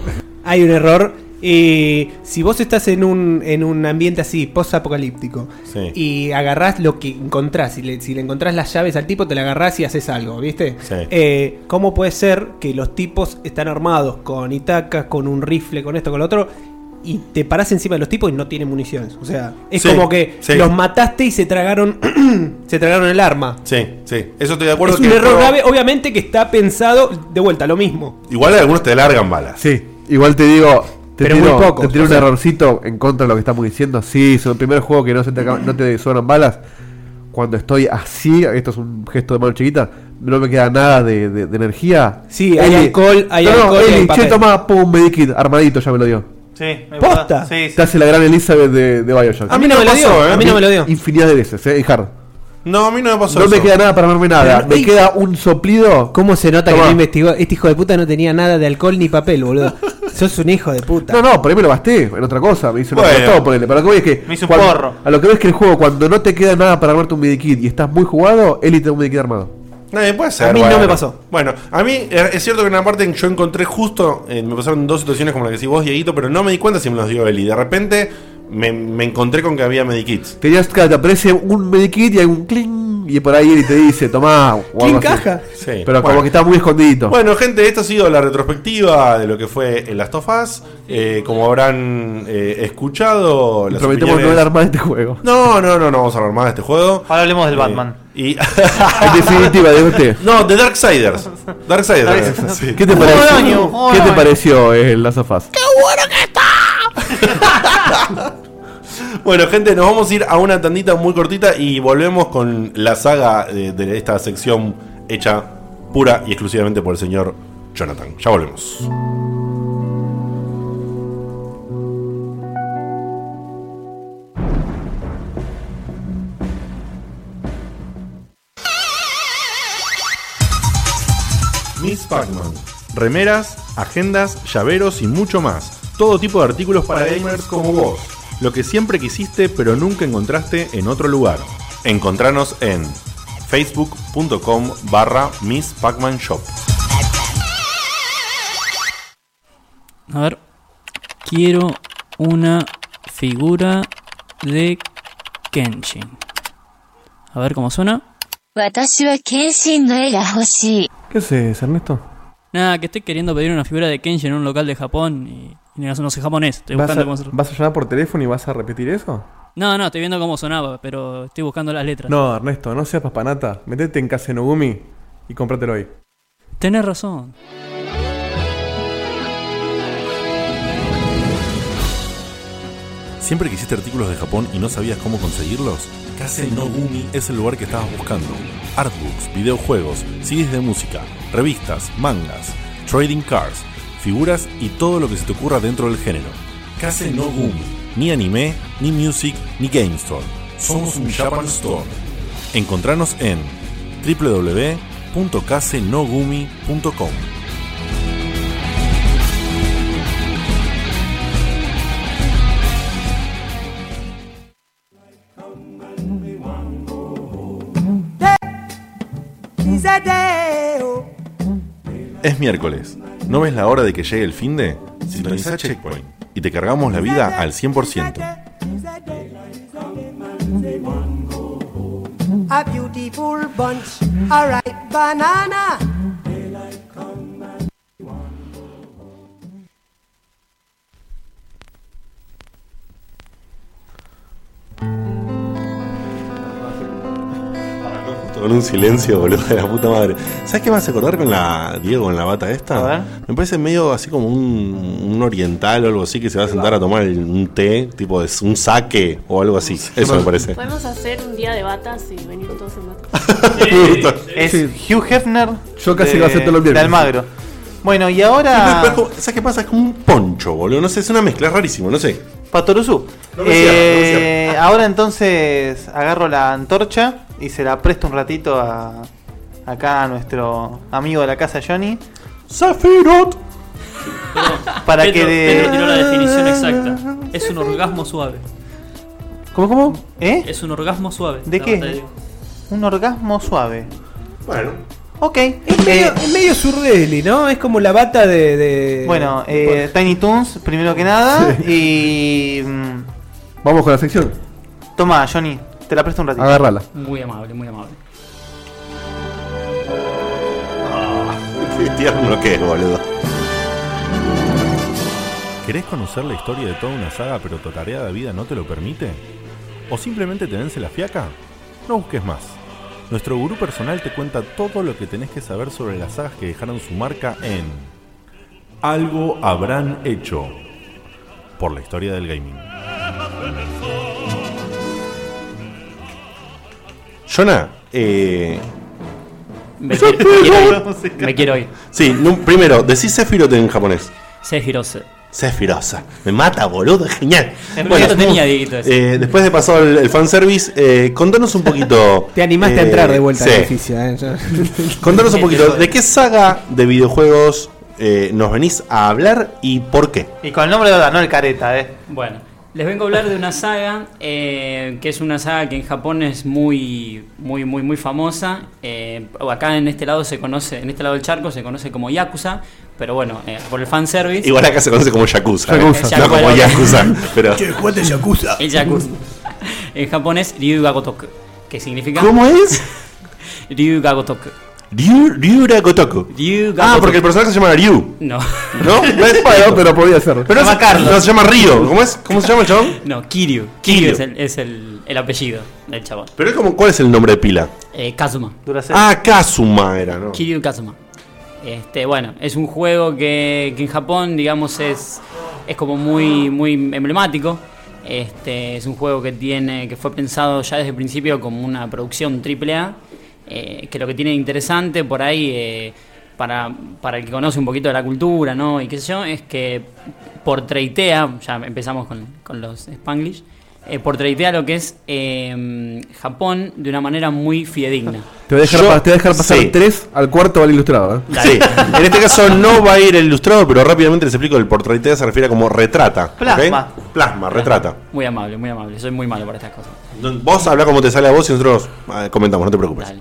Hay un error. Eh, si vos estás en un, en un ambiente así, post-apocalíptico,
Sí.
y agarrás lo que encontrás, si le, si le encontrás las llaves al tipo, te la agarrás y haces algo, ¿viste?
Sí.
Eh, ¿Cómo puede ser que los tipos están armados con itacas, con un rifle, con esto, con lo otro, y te parás encima de los tipos y no tienen municiones? O sea, es
Sí,
como que
sí.
los mataste y se tragaron, [clears throat] se tragaron el arma.
Sí, sí. Eso estoy de acuerdo.
es un
que el
error
juego-
grave, obviamente que está pensado de vuelta, lo mismo.
Igual algunos te largan balas.
Sí, igual te digo, te
Pero
tiro,
muy pocos,
te tiro
o
un
sea.
errorcito en contra de lo que estamos diciendo. Sí, es el primer juego que no, se te, acaba- no te sobran balas. Cuando estoy así, esto es un gesto de mano chiquita, no me queda nada de, de- de energía.
Sí, hay alcohol, hay alcohol y hay
Eli, che,
papel.
toma, pum, un medikit, armadito ya me lo dio.
Sí, me
Posta.
Sí,
Te hace la gran Elizabeth de, de Bioshock.
A mí no me lo dio, a mí no me lo dio.
Infinidad de veces, eh, en hard.
No, a mí no me pasó
No
eso.
me queda nada para armarme nada.
Pero,
Me
ey.
queda un soplido.
¿Cómo se nota que
Tomá.
no investigó? Este hijo de puta no tenía nada de alcohol ni papel,
[laughs]
boludo. Sos un hijo de puta.
No, no, por ahí me lo gasté en otra cosa. Me hizo
Bueno.
un todo, ponele. Pero lo que voy es que.
Me hizo un
cuando-
porro.
A lo que ves que el juego, cuando no te queda nada para armarte un medikit y estás muy jugado, Eli te da un medikit armado.
Nadie Eh, puede ser.
A mí no
bueno.
me pasó.
Bueno, a mí eh, es cierto que en una parte yo encontré justo, eh, me pasaron dos situaciones como la que decís vos, Dieguito, pero no me di cuenta si me los dio Eli. De repente me, me encontré con que había medikits.
Tenías que te aparece un medikit y hay un cling. Y por ahí Eli te dice, tomá. o algo así.
Sí.
Pero
bueno.
como que está muy escondidito.
Bueno, gente, esta ha sido la retrospectiva de lo que fue el Last of Us. Eh, como habrán eh, escuchado,
Y
las
prometemos no
opiniones-
hablar más de este juego.
No, no, no, no vamos a hablar más de este juego. Ahora hablemos del Batman.
[laughs]
Y... en
definitiva, de usted.
No, de Darksiders. Darksiders. sí.
¿Qué te pareció? ¿Qué te pareció eh, el Last of Us?
[laughs] Bueno, gente, nos vamos a ir a una tandita muy cortita y volvemos con la saga eh, de, esta sección hecha pura y exclusivamente por el señor Jonathan. Ya volvemos. Miss Pac-Man. Remeras, agendas, llaveros y mucho más. Todo tipo de artículos para gamers como vos. Lo que siempre quisiste pero nunca encontraste en otro lugar. Encontranos en facebook.com barra Miss Pac-Man Shop.
A ver. Quiero una figura de Kenshin. A ver cómo suena.
私は謙信の絵が欲しい。
¿Qué haces, Ernesto?
Nada, que estoy queriendo pedir una figura de Kenshin en un local de Japón y, y no, sé- no sé japonés. Estoy
¿Vas
buscando
a,
cómo se-
vas a llamar por teléfono y vas a repetir eso?
No, no, estoy viendo cómo sonaba, pero estoy buscando las letras.
No, Ernesto, no seas papanata. Metete en Casenogumi y cómpratelo hoy.
Tenés razón.
Siempre que hiciste artículos de Japón y no sabías cómo conseguirlos, Kase no Gumi es el lugar que estabas buscando. Artbooks, videojuegos, CDs de música, revistas, mangas, trading cards, figuras y todo lo que se te ocurra dentro del género. Kase no Gumi, ni anime, ni music, ni game store. Somos un Japan Store. Encontranos en www.casenogumi.com.
oh,
Es miércoles. ¿No ves la hora de que llegue el fin de? Sintoniza Checkpoint y te cargamos la vida al 100%.
A beautiful bunch, a ripe banana.
Con un silencio, boludo, de la puta madre. ¿Sabes qué me hace acordar con la Diego en la bata esta? Me parece medio así como un, un oriental o algo así que se va a sentar a tomar el- un té, tipo de un saque o algo así. Eso
[laughs]
me parece.
Podemos hacer un día de batas y venir todos en batas.
Es Hugh Hefner.
Yo casi
de-
lo acepto los viernes.
De Almagro. Bueno, y ahora.
¿Sabes qué pasa? Es como un poncho, boludo. No sé, es una mezcla, es rarísimo, no sé.
Patoruzú.
No me cierra, no me
Eh, ahora entonces agarro la antorcha y se la presto un ratito a, acá a nuestro amigo de la casa Johnny.
Zafirot.
Para
Pedro-
que le-
Pedro tiró la definición exacta. Es un orgasmo suave.
¿Cómo, cómo? ¿Eh?
Es un orgasmo suave.
¿De
la
qué?
bata Diego.
Un orgasmo suave.
Bueno.
Ok.
Es medio, es medio surreal, ¿no? Es como la bata de. de-
Bueno, eh, Tiny Toons, primero que nada. Y. mm,
Vamos con la sección.
Toma, Johnny, te la presto un ratito.
Agárrala.
Muy amable, muy amable.
Qué tierno que es, boludo. ¿Querés conocer la historia de toda una saga pero tu tarea de vida no te lo permite? ¿O simplemente te vence la fiaca? No busques más. Nuestro gurú personal te cuenta todo lo que tenés que saber sobre las sagas que dejaron su marca en Algo habrán hecho por la historia del gaming. Jonah, eh...
Me quiero- me quiero ir. Me quiero ir.
Sí, no, primero, decís Sephiroth en japonés.
Sephiroth.
Sephiroth. Me mata, boludo, es genial.
En realidad lo tenía, Dieguito, ese.
eh, después de pasado el, el fanservice, eh, contanos un poquito.
[laughs] Te animaste a
eh,
entrar de vuelta
sí.
al edificio, ¿eh? Yo-
[laughs] Contanos un poquito de qué saga de videojuegos eh, nos venís a hablar y por qué.
Y con el nombre de verdad, no el careta, eh.
Bueno, les vengo a hablar de una saga eh, que es una saga que en Japón es muy, muy, muy, muy famosa. Eh, acá en este lado se conoce, en este lado del charco se conoce como Yakuza, pero bueno, eh, por el fanservice.
Igual acá se conoce como Yakuza. ¿eh?
Yakuza.
No como
Yakuza.
Yakuza. pero...
de Yakuza. El Yakuza. En japonés, Ryu Gagotoku. ¿Qué significa? [laughs]
¿Cómo es?
Ryu Gagotoku.
Ryu, Ryura Gotoku.
Ryu
Ah,
Gagotoku.
porque el personaje se llama Ryu.
No. [laughs]
¿No? ¿Ves? Bueno, pero podía ser. Pero
Se llama
es-
Carlos.
No, se llama Ryo. ¿Cómo, es? ¿Cómo se llama el chabón?
No, Kiryu. Kiryu, es, el, es el- el apellido del chabón.
Pero es como, ¿cuál es el nombre de pila?
Eh, Kazuma.
Ah, Kazuma era, ¿no?
Kiryu Kazuma. Este, bueno, es un juego que, que en Japón, digamos, es, es como muy, muy emblemático. Este, es un juego que tiene, que fue pensado ya desde el principio como una producción triple A. eh, que lo que tiene de interesante por ahí, eh, para, para el que conoce un poquito de la cultura, ¿no? Y qué sé yo, es que por treitea, ya empezamos con, con los Spanglish, eh, por treitea lo que es eh, Japón de una manera muy fidedigna.
Te voy a dejar,
Yo-
pa- te voy a dejar pasar
sí.
tres, al cuarto va el ilustrado. ¿eh?
Sí. [laughs] En este caso no va a ir el ilustrado, pero rápidamente les explico. El portraitea se refiere a como retrata.
Plasma.
¿ok? Plasma, retrata.
Muy amable, muy amable. Soy muy malo para estas cosas.
Vos habla como te sale a vos y nosotros ah, comentamos, no te preocupes.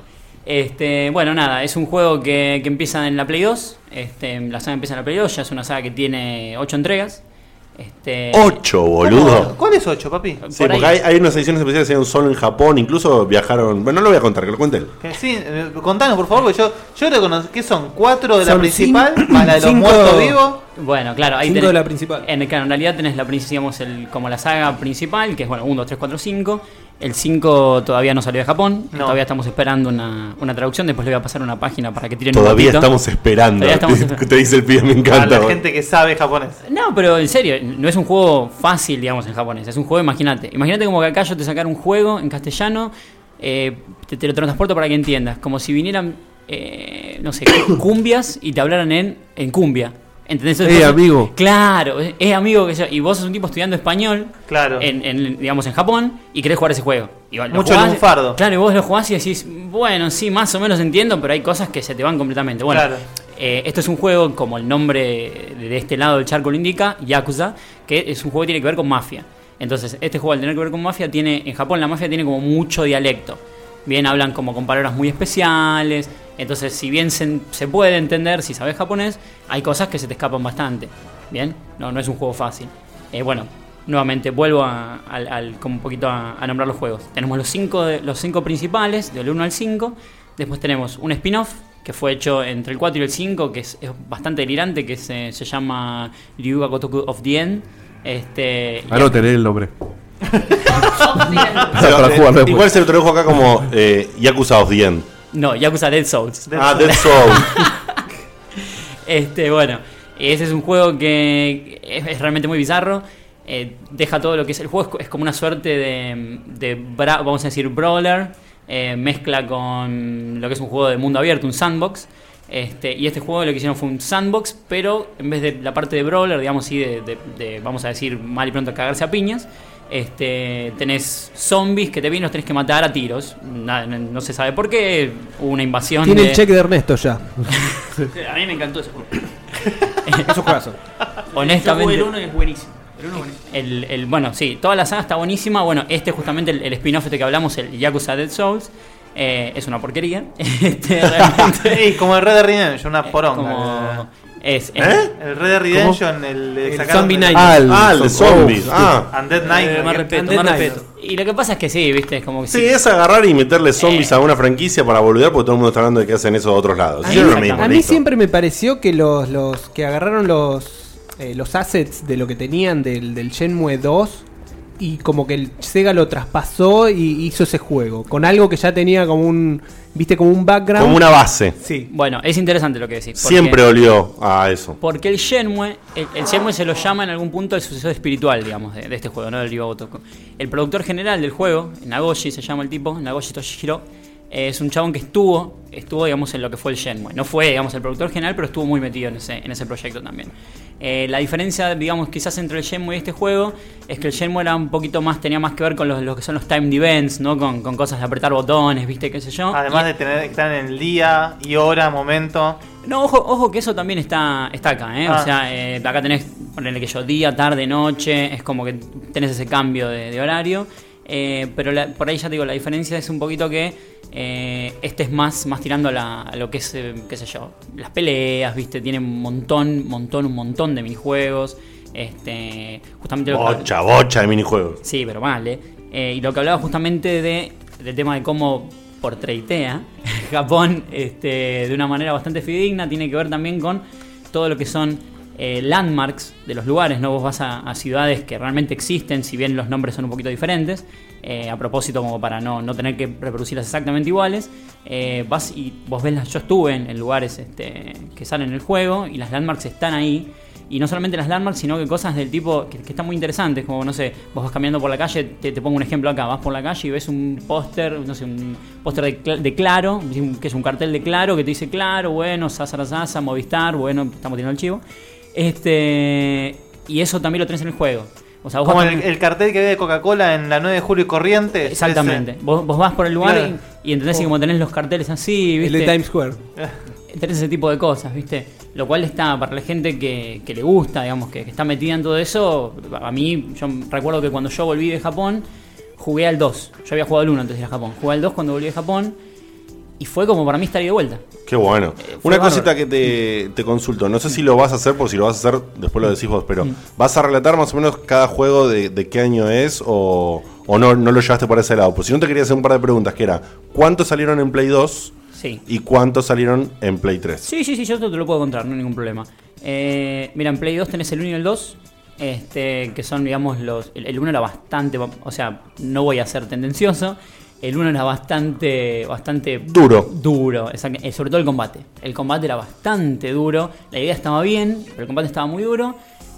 Este, bueno, nada, es un juego que, que empieza en la Play 2. Este, la saga empieza en la Play 2, ya es una saga que tiene 8 entregas. Este,
Ocho, boludo.
¿Cuál es 8, papi?
Sí, porque hay, hay unas ediciones especiales que hicieron solo en Japón, incluso viajaron. Bueno, no lo voy a contar, que lo cuente él.
Que Sí, eh, contanos por favor, que yo, yo creo que son cuatro de la
Son
principal,
cinco-
más la de los
cinco-
muertos vivos,
Bueno, claro, ahí
Cinco
tenés-
de la principal.
En, claro, en realidad tenés la, prin- digamos, el, como la saga principal, que es bueno, 1, 2, 3, 4, 5. El 5 todavía no salió de Japón. Todavía estamos esperando una, una traducción. Después le voy a pasar una página para que tiren un
Todavía
ratito.
estamos esperando.
Todavía estamos esperando.
[laughs] Te dice el pibe, me
Para
encanta.
la
boludo.
gente que sabe japonés.
No, pero en serio, no es un juego fácil, digamos, en japonés. Es un juego, imagínate. Imagínate como que acá yo te sacara un juego en castellano, eh, te teletransporto para que entiendas. Como si vinieran, eh, no sé, [coughs] cumbias y te hablaran en, en cumbia. ¿Entendés?
Eh,
Entonces,
amigo.
Claro, es amigo que yo. Y vos sos un tipo estudiando español, claro. en, en, digamos, en Japón, y querés jugar ese juego. Y vos lo
Mucho
jugás-
lunfardo.
Claro, y vos lo jugás y decís, bueno, sí, más o menos entiendo, pero hay cosas que se te van completamente. Bueno,
Claro.
eh, esto es un juego, como el nombre de este lado del charco lo indica, Yakuza, que es un juego que tiene que ver con mafia. Entonces, este juego al tener que ver con mafia, tiene en Japón la mafia tiene como mucho dialecto. Bien, hablan como con palabras muy especiales. Entonces, si bien se, se puede entender, si sabes japonés, hay cosas que se te escapan bastante. Bien, no, no es un juego fácil. Eh, bueno, nuevamente vuelvo a, al- al- como un poquito a, a nombrar los juegos. Tenemos los cinco, de- los cinco principales, del 1 al 5. Después tenemos un spin-off que fue hecho entre el 4 y el 5, que es, es bastante delirante, que se, se llama Ryuga Gotoku of the End. Este, y-
Anoten eh, el nombre.
[laughs] Pero,
para
eh,
jugar después.
Igual se lo tradujo acá como eh, Yakuza of the End.
No, Yakuza Dead Souls.
Ah, Dead Souls.
[laughs] este, bueno, ese es un juego que es, es realmente muy bizarro. eh, deja todo lo que es el juego, es co- es, como una suerte de, de bra- vamos a decir, brawler. eh, mezcla con lo que es un juego de mundo abierto, un sandbox. Este, y este juego lo que hicieron fue un sandbox, pero en vez de la parte de brawler, digamos, sí, de, de- de, vamos a decir, mal y pronto cagarse a piñas, este, tenés zombies que te vienen, los tenés que matar a tiros. Nada, no, no se sabe por qué, hubo una invasión.
Tiene el
de-
check de Ernesto ya.
[laughs] a mí me encantó ese juego. [laughs]
Es un juegazo.
Honestamente.
Yo jugué el uno y es buenísimo. El uno es buenísimo.
El, el- bueno, sí, toda la saga está buenísima. Bueno, este justamente, el, el spin-off este que hablamos, el Yakuza Dead Souls, eh, es una porquería. [laughs] Este, realmente, Eh,
Ey, como el Red Dead Redemption, una poronga.
como- es, es-
¿Eh? El Red Dead Redemption, el,
El
sacaron
Zombie
de-
Night. Ah, el-
Ah, el de zombies. Ah.
And Dead Night.
Eh, más respeto,
Undead
más
Knight.
respeto. Y lo que pasa es que sí, viste, es como que
Sí, es agarrar y meterle zombies a una franquicia para volver porque todo el mundo está hablando de que hacen eso de otros lados.
A
[laughs] Yo
mí,
lo mismo,
a mí
listo.
siempre me pareció que los, los que agarraron los, eh, los assets de lo que tenían del, del Shenmue 2 y como que el Sega lo traspasó y hizo ese juego. Con algo que ya tenía como un, viste, como un background.
Como una base.
Sí.
Bueno, es interesante lo que decís. porque-
Siempre olió a eso.
Porque el Shenmue, el, el Shenmue se lo llama en algún punto el sucesor espiritual, digamos, de, de este juego, ¿no? Del Ryuga Gotoku. El productor general del juego, Nagoshi se llama el tipo, Nagoshi Toshihiro, eh, es un chabón que estuvo, estuvo, digamos, en lo que fue el Shenmue. No fue, digamos, el productor general, pero estuvo muy metido en ese, en ese proyecto también. Eh, la diferencia, digamos, quizás entre el Shenmue y este juego es que el Shenmue era un poquito más, tenía más que ver con los, lo que son los timed events, ¿no? Con, con cosas de apretar botones, ¿viste? ¿Qué sé yo?
Además de tener, estar en el día y hora, momento.
No, ojo, ojo que eso también está, está acá, ¿eh?
Ah.
O sea, eh, acá tenés, ponele que yo, día, tarde, noche, es como que tenés ese cambio de, de horario. Eh, pero la- por ahí ya te digo, la diferencia es un poquito que eh, este es más, más tirando a, la- a lo que es, eh, qué sé yo, las peleas, ¿viste? Tiene un montón, montón, un montón de minijuegos. Este, justamente lo que-
Bocha, bocha de minijuegos.
Sí, pero vale. Eh, y lo que hablaba justamente de, del tema de cómo por treitea [laughs] Japón este, de una manera bastante fidedigna tiene que ver también con todo lo que son eh, landmarks de los lugares, ¿no? Vos vas a, a ciudades que realmente existen, si bien los nombres son un poquito diferentes, eh, a propósito como para no, no tener que reproducirlas exactamente iguales, eh, vas y vos ves las, yo estuve en, en lugares este, que salen en el juego y las landmarks están ahí, y no solamente las landmarks, sino que cosas del tipo que, que están muy interesantes, como no sé, vos vas caminando por la calle, te, te pongo un ejemplo acá, vas por la calle y ves un póster, no sé, un póster de, Cla- de Claro, que es un cartel de Claro que te dice Claro, bueno, Sasa Sasa, Movistar, bueno, estamos tirando el chivo. Este, y eso también lo tenés en el juego. O sea, vos
Como
vas
el,
cami-
el cartel que había de Coca-Cola en la 9 de julio y Corrientes.
Exactamente.
ese.
Vos, vos vas por el lugar
Claro.
y, y entendés y como tenés los carteles así,
El
¿viste?
de Times
[laughs]
Square.
Tenés ese tipo de cosas, ¿viste? Lo cual está para la gente que, que le gusta, digamos, que, que está metida en todo eso. A mí, yo recuerdo que cuando yo volví de Japón, jugué al 2. Yo había jugado al 1 antes de ir a Japón. Jugué al 2 cuando volví de Japón y fue como para mí estar ahí de vuelta.
Qué bueno.
Eh, fue
Una
bárbaro.
cosita que te, te consulto. No sé si lo vas a hacer, por si lo vas a hacer, después lo decís vos, pero ¿vas a relatar más o menos cada juego de, de qué año es o, o no, no lo llevaste por ese lado? Pues si no te quería hacer un par de preguntas, que era, ¿cuántos salieron en Play 2
Sí.
y cuántos salieron en Play 3?
Sí, sí, sí, yo te te lo puedo contar, no hay ningún problema. Eh, mira, en Play 2 tenés el 1 y el 2. Este, que son, digamos, los. El, el 1 era bastante. O sea, no voy a ser tendencioso. El 1 era bastante. bastante
Duro.
Duro. exact- eh, sobre todo el combate. El combate era bastante duro. La idea estaba bien, pero el combate estaba muy duro.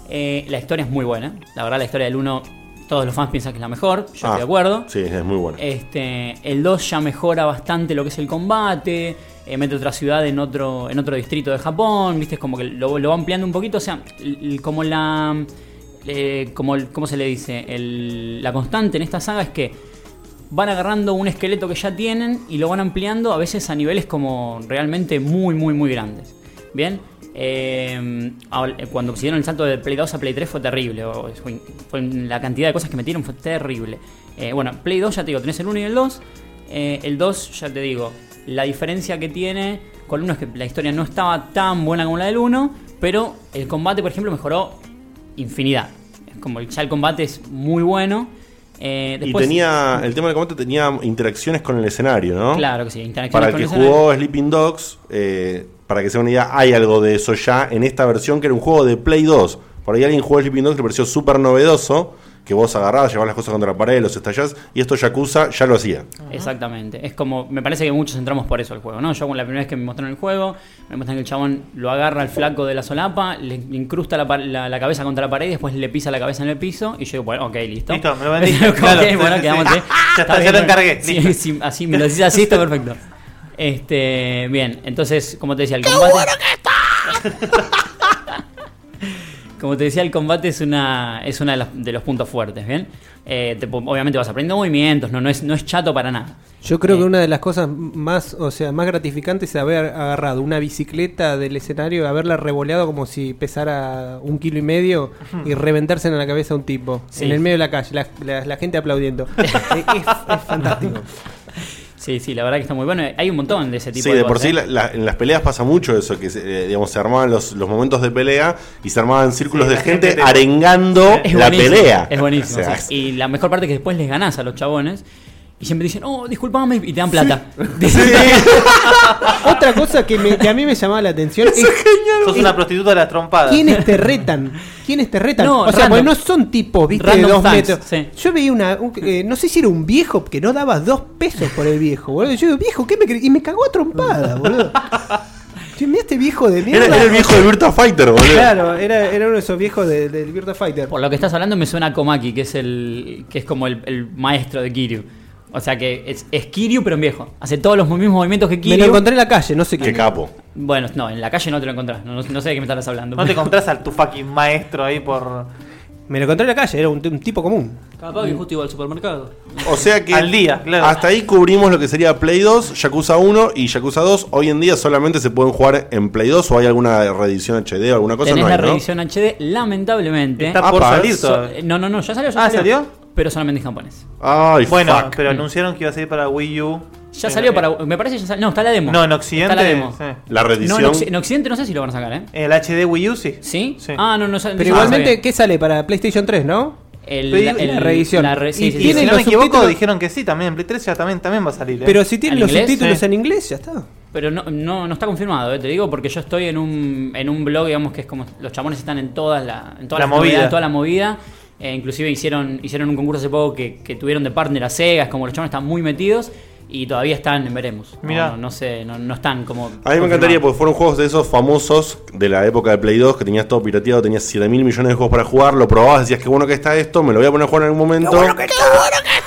Eh, la historia es muy buena. La verdad, la historia del 1. Todos los fans piensan que es la mejor. Yo
Ah,
estoy de acuerdo.
Sí, es muy bueno.
Este, el 2 ya mejora bastante lo que es el combate, eh, mete otra ciudad en otro, en otro distrito de Japón, viste, es como que lo, lo va ampliando un poquito, o sea, l- l- como la... eh, como, el- ¿Cómo se le dice? El- la constante en esta saga es que van agarrando un esqueleto que ya tienen y lo van ampliando a veces a niveles como realmente muy, muy, muy grandes. Bien. Eh, ahora, eh, cuando hicieron el salto de Play 2 a Play 3 fue terrible. o- Fue, fue la cantidad de cosas que metieron fue terrible. Eh, bueno, Play 2 ya te digo, tenés el 1 y el 2. Eh, el 2 ya te digo, la diferencia que tiene con el 1 es que la historia no estaba tan buena como la del 1, pero el combate, por ejemplo, mejoró infinidad. Es Como el- ya el combate es muy bueno. Eh,
Y
después-
tenía, el tema del combate tenía interacciones con el escenario, ¿no?
Claro que sí, interacciones
Para el
con
que
el escenario.
jugó Sleeping Dogs, eh, para que se una idea, hay algo de eso ya en esta versión que era un juego de Play 2. Por ahí alguien jugó Sleeping Dogs, le pareció súper novedoso, que vos agarrabas, llevabas las cosas contra la pared, los estallás, y esto Yakuza ya lo hacía.
Exactamente. Es como, me parece que muchos entramos por eso al juego, ¿no? Yo con la primera vez que me mostraron el juego, me muestran que el chabón lo agarra al flaco de la solapa, le incrusta la, pa- la- la cabeza contra la pared y después le pisa la cabeza en el piso y yo digo, bueno, ok, listo.
Listo,
[laughs]
me lo vendiste,
Como
claro.
que,
Sí,
bueno,
sí,
quedamos
sí.
de-
[laughs] Ya está,
bien,
ya lo
bueno.
encargué,
Sí,
listo.
sí, así me lo decís así, está perfecto. Este, bien, entonces, como te decía, el combate... [laughs] Como te decía, el combate es una es una de, las- de los puntos fuertes, ¿bien? Eh, te po- obviamente vas aprendiendo movimientos, no, no, es, no es chato para nada.
Yo creo
Eh.
que una de las cosas más, o sea, más gratificantes es haber agarrado una bicicleta del escenario, haberla revoleado como si pesara un kilo y medio y reventarse en la cabeza a un tipo
Sí.
en el
[laughs]
medio de la calle, la, la- la gente
[laughs]
aplaudiendo. Eh, es, es fantástico.
Sí, sí, la verdad que está muy bueno. Hay un montón de ¿eh? ese tipo
Sí, de por sí la- la- en las peleas pasa mucho eso, que se, eh, digamos, se armaban los, los momentos de pelea y se armaban círculos de gente, arengando la pelea.
Es buenísimo.
O sea,
sí. Y la mejor parte es que después les ganás a los chabones y siempre dicen, oh, disculpame, y te dan plata.
Ah, Otra cosa que, me- que a mí me llamaba la
[laughs]
atención es este
Sos una prostituta de las
[laughs]
trompadas.
¿Quiénes te retan? ¿Quiénes te retan?
No,
o sea,
random.
porque no son tipos, viste, de
Random
dos
fans,
metros. Yo veía una. un- eh, no sé si era un viejo que no daba dos pesos por el viejo, boludo. Yo digo, viejo, ¿qué me cre-?" Y me cagó a trompada,
[laughs]
boludo. Che, mirá este viejo de mierda.
era, era el viejo de Virtua Fighter, boludo.
Claro, era, era uno de esos viejos de- del Virtua Fighter.
Por lo que estás hablando me suena a Komaki, que es el que es como el, el maestro de Kiryu. O sea que es, es Kiryu pero en viejo. Hace todos los mismos movimientos que
Me
Kiryu.
lo encontré en la calle, no sé qué.
Qué capo.
Bueno, no, en la calle no te lo encontrás. No, no- no sé de qué me estás hablando. [laughs]
No te encontrás al tu fucking maestro ahí por.
Me lo encontré en la calle, era un, un tipo común.
Capaz que justo iba al supermercado.
O sea que
Al día, claro.
hasta ahí cubrimos lo que sería Play 2, Yakuza 1 y Yakuza 2. Hoy en día solamente se pueden jugar en Play 2 o hay alguna reedición HD o alguna cosa.
Tenés
no
la
hay, ¿no?
reedición HD, lamentablemente.
Está Ah, por pa, salir todavía.
no, no, no, ya salió, ya
Ah, ¿salió?
Pero solamente en japonés.
Ay,
Bueno,
fuck.
pero
Mm.
anunciaron que iba a salir para Wii U.
Ya salió para. Me parece que ya salió. No, está la demo.
No, en Occidente,
Está la demo.
sí.
La reedición.
No, en, Occ- en Occidente no sé si lo van a sacar, ¿eh?
El HD Wii U sí.
¿Sí? Ah, no, no sale.
Pero igualmente, ¿qué sale? Para PlayStation 3, ¿no?
El,
la,
Pero digo-
reedición.
y, y si
tienen
no me
los
equivoco,
subtítulos-
dijeron que sí también. En Play 3 ya también, también va a salir. ¿eh?
Pero si tienen los subtítulos
Sí.
en inglés, ya está.
Pero no, no, no está confirmado, eh, te digo, porque yo estoy en un, en un blog, digamos, que es como los chabones están en toda la, en toda
La
la, movida.
movida.
toda la movida. Eh, inclusive hicieron, hicieron un concurso hace poco que, que tuvieron de partner a Sega, es como los chabones están muy metidos y todavía están en veremos. No,
Mirá.
No, no sé, no, no están como...
A mí me encantaría porque fueron juegos de esos famosos de la época de Play 2 que tenías todo pirateado, tenías 7 mil millones de juegos para jugar, lo probabas, decías qué bueno que está esto, me lo voy a poner a jugar en algún momento.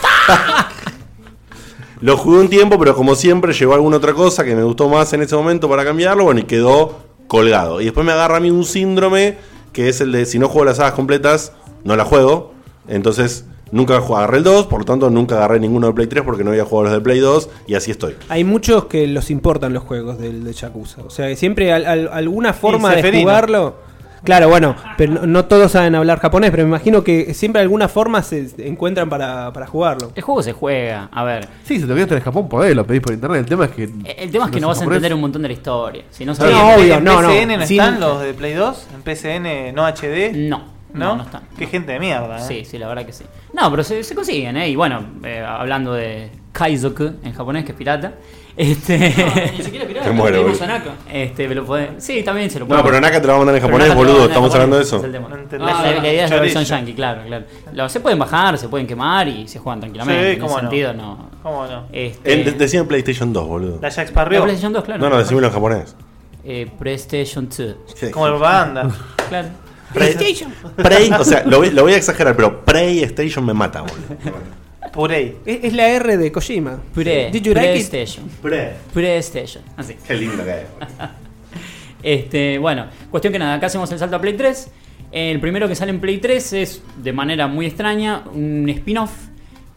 [laughs] Lo jugué un tiempo, pero como siempre llegó alguna otra cosa que me gustó más en ese momento para cambiarlo, bueno, y quedó colgado. Y después me agarra a mí un síndrome que es el de si no juego las sagas completas, no la juego. Entonces nunca ju- agarré el 2, por lo tanto nunca agarré ninguno de Play 3 porque no había jugado los de Play 2 y así estoy.
Hay muchos que los importan los juegos del de Yakuza. O sea, que siempre al- al- alguna forma de
Seferino.
jugarlo. Claro, bueno, pero no, no todos saben hablar japonés, pero me imagino que siempre alguna forma se encuentran para, para jugarlo.
El juego se juega, a ver.
Sí, si te lo quieres en Japón, podés, lo pedís por internet. El tema es que.
El tema es que no, vas a entender un montón de la historia. Si no sabes-
Oye, ¿En PSN no están los de Play 2? ¿En PSN no HD?
No.
¿No?
No, no están.
Qué gente de mierda, ¿eh?
Sí, sí, la verdad que sí. No, pero se, se consiguen, ¿eh? Y bueno, eh, hablando de Kaizoku en japonés, que es pirata. [laughs] Este,
ni siquiera es
[laughs]
pirata,
Me muero,
tenemos
boludo.
a Naka.
Este, me lo puede- Sí, también se lo
No,
puede.
pero Naka te lo va a mandar en
Pero
japonés,
Naka te lo
boludo,
va a mandar en
estamos
japonés,
hablando de
ese es el
eso.
tema.
No
Ah,
entendés
la, la idea es la
la
versión
chorilla.
yankee, claro, claro. Lo- se pueden bajar, se pueden quemar y se juegan tranquilamente.
Sí,
en
cómo
ese
no.
sentido, no.
¿Cómo no?
Este,
Eh, de- Decían PlayStation 2, boludo.
La Jack Sparrow.
La PlayStation 2, claro.
No, no, decímelo en japonés.
eh, PlayStation 2.
Como el
[laughs]
banda.
Claro.
[laughs] PlayStation.
Prey, o sea, lo voy, lo voy a exagerar, pero PlayStation me mata, boludo.
Purei.
Es, es la R de Kojima.
Pre,
Did you like it?
PlayStation.
Pre.
PlayStation. Así.
Qué lindo que es.
[laughs] Este, bueno, cuestión que nada, acá hacemos el salto a Play 3. El primero que sale en Play 3 es, de manera muy extraña, un spin-off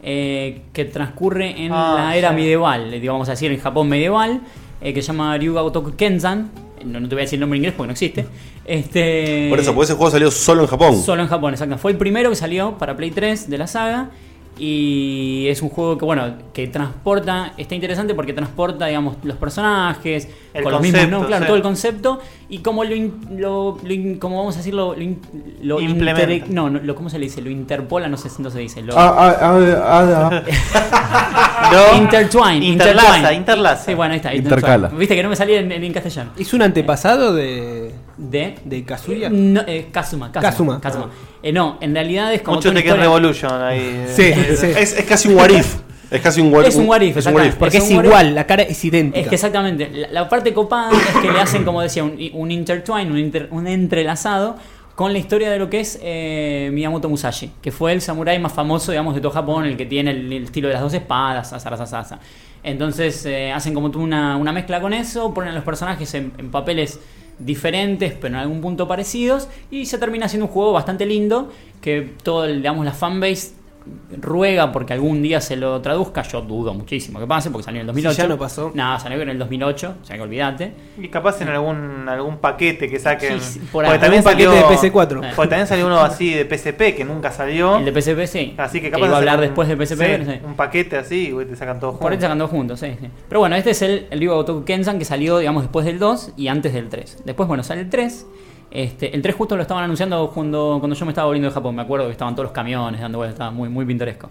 eh, que transcurre en
Ah,
la era
sí.
medieval, eh, digamos así, en el Japón medieval, eh, que se llama Ryuga Otoku Kenzan. No, no te voy a decir el nombre en inglés porque no existe. Este,
Por eso, porque ese juego salió solo en Japón.
Solo en Japón, exacto. Fue el primero que salió para Play 3 de la saga. Y es un juego que, bueno, que transporta, está interesante porque transporta, digamos, los personajes,
El
con los
concepto,
mismos, ¿no? Claro,
sí.
todo el concepto. Y como lo, in- lo- lo in- como vamos a decirlo, lo, in- lo
Implementa.
inter- no, no, lo, ¿cómo se le dice? Lo interpola, no sé si no se dice. Lo,
Ah, ah,
[laughs]
ah, ah,
no. Intertwine.
Interlaza,
intertwine.
interlaza.
Sí, bueno, ahí está.
Intercala.
intertwine. Viste que no me salía en, en- en castellano.
¿Es un antepasado de.
de.
de Kazuya?
No, eh, Kazuma, Kazuma.
Kazuma.
Kazuma. Eh, no, en realidad es como.
Mucho
toda una
te queda
historia-
Revolution ahí. eh.
Es, es casi un what if. Es casi un what
Es un what if,
Es un what if.
exactamente. Porque es igual,
la cara es idéntica.
Es que exactamente, la, la parte copada es que le hacen, como decía, un, un intertwine, un, inter- un entrelazado con la historia de lo que es eh, Miyamoto Musashi, que fue el samurái más famoso, digamos, de todo Japón, el que tiene el, el estilo de las dos espadas, sasa, sasa, sasa. Entonces eh, hacen como una, una mezcla con eso, ponen a los personajes en, en papeles diferentes, pero en algún punto parecidos, y se termina haciendo un juego bastante lindo, que todo, el, digamos, la fanbase ruega porque algún día se lo traduzca, yo dudo muchísimo que pase, porque salió en el 2008.
ya no pasó.
Nada, salió en el 2008, o sea que olvídate. Eh,
Y capaz en algún algún paquete que saquen.
Sí, sí, por
porque
ahí.
también
Algún
salió
paquete de PS4.
Porque también salió uno así de PSP que nunca salió.
El de PSP sí.
Así que
Que
capaz
iba a hablar
sacan-
después de PSP,
sí,
no sé.
Un paquete así, güey, te sacan todos
Por ahí
juntos.
sacan dos juntos, sí, sí. Pero bueno, este es el, el Ryuga Gotoku Kensan que salió, digamos, después del 2 y antes del 3. Después, bueno, sale el 3. Este, el 3 justo lo estaban anunciando cuando, cuando yo me estaba volviendo de Japón. Me acuerdo que estaban todos los camiones dando vueltas, estaba muy, muy pintoresco.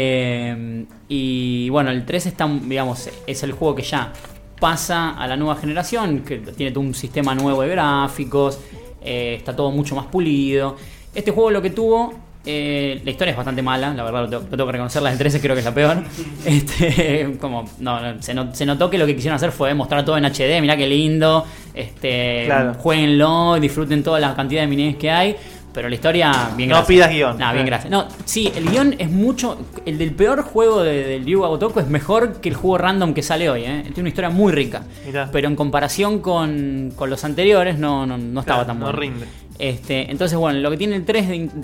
Eh, y bueno, el 3 está, digamos, es el juego que ya pasa a la nueva generación, que tiene todo un sistema nuevo de gráficos, eh, está todo mucho más pulido. Este juego lo que tuvo, eh, la historia es bastante mala, la verdad lo tengo, lo tengo que reconocer, la del 13 creo que es la
[laughs]
peor. Este, [laughs] como, no, no, se, not- se notó que lo que quisieron hacer fue mostrar todo en HD, mirá qué lindo, este,
Claro.
jueguenlo, disfruten toda la cantidad de minis que hay. Pero la historia, bien
No
gracias.
pidas guión.
Nah, bien gracias. No, sí, el guión es mucho. El del peor juego de- del Ryuga Gotoku es mejor que el juego random que sale hoy, ¿eh? Tiene una historia muy rica.
Mirá.
Pero en comparación con, con los anteriores, no, no, no estaba
Claro,
tan
no
bueno.
rinde.
Este, entonces, bueno, lo que tiene el 3 de, de,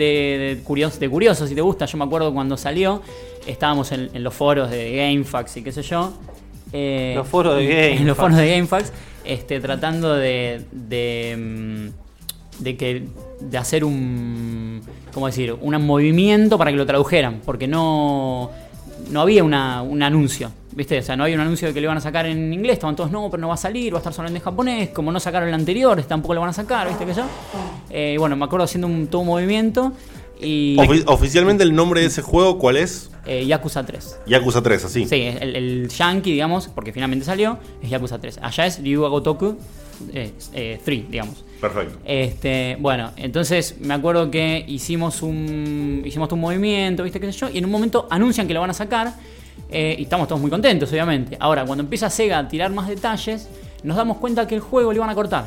de curioso, de curioso, si te gusta, yo me acuerdo cuando salió, estábamos en, en los foros de GameFAQs y qué sé yo. eh,
Los foros de
y-
Gamefax.
En los foros de GameFAQs, este, tratando de, de, mm, de que de hacer un cómo decir un movimiento para que lo tradujeran porque no no había una- un anuncio viste o sea no había un anuncio de que lo iban a sacar en inglés estaban todos no pero no va a salir va a estar solamente en japonés como no sacaron el anterior tampoco lo van a sacar viste que yo Eh, y bueno me acuerdo haciendo un, todo un movimiento y
Ofi- oficialmente el nombre de ese juego, ¿cuál es?
eh, Yakuza 3
Yakuza 3, así.
Sí, el, el yankee, digamos, porque finalmente salió, es Yakuza 3. Allá es Ryuga Gotoku eh, eh, 3, digamos.
Perfecto.
Este, bueno, entonces me acuerdo que hicimos un hicimos todo un movimiento, ¿viste qué sé yo? Y en un momento anuncian que lo van a sacar eh, y estamos todos muy contentos, obviamente. Ahora, cuando empieza Sega a tirar más detalles, nos damos cuenta que el juego le iban a cortar.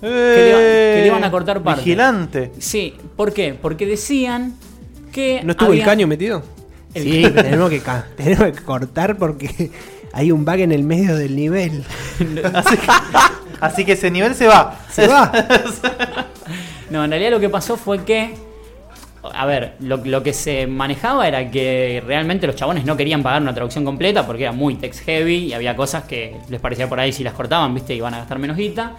Que le, iba- que le iban a cortar parte.
Vigilante.
Sí, ¿por qué? Porque decían que
¿No estuvo el
había-
caño metido?
El
sí,
caño.
pero tenemos que, ca- tenemos que cortar porque hay un bug en el medio del nivel.
Así que, así que ese nivel se va.
[laughs]
Se va.
No, en realidad lo que pasó fue que. A ver, lo, lo que se manejaba era que realmente los chabones no querían pagar una traducción completa porque era muy text heavy y había cosas que les parecía por ahí si las cortaban, viste, iban a gastar menos guita.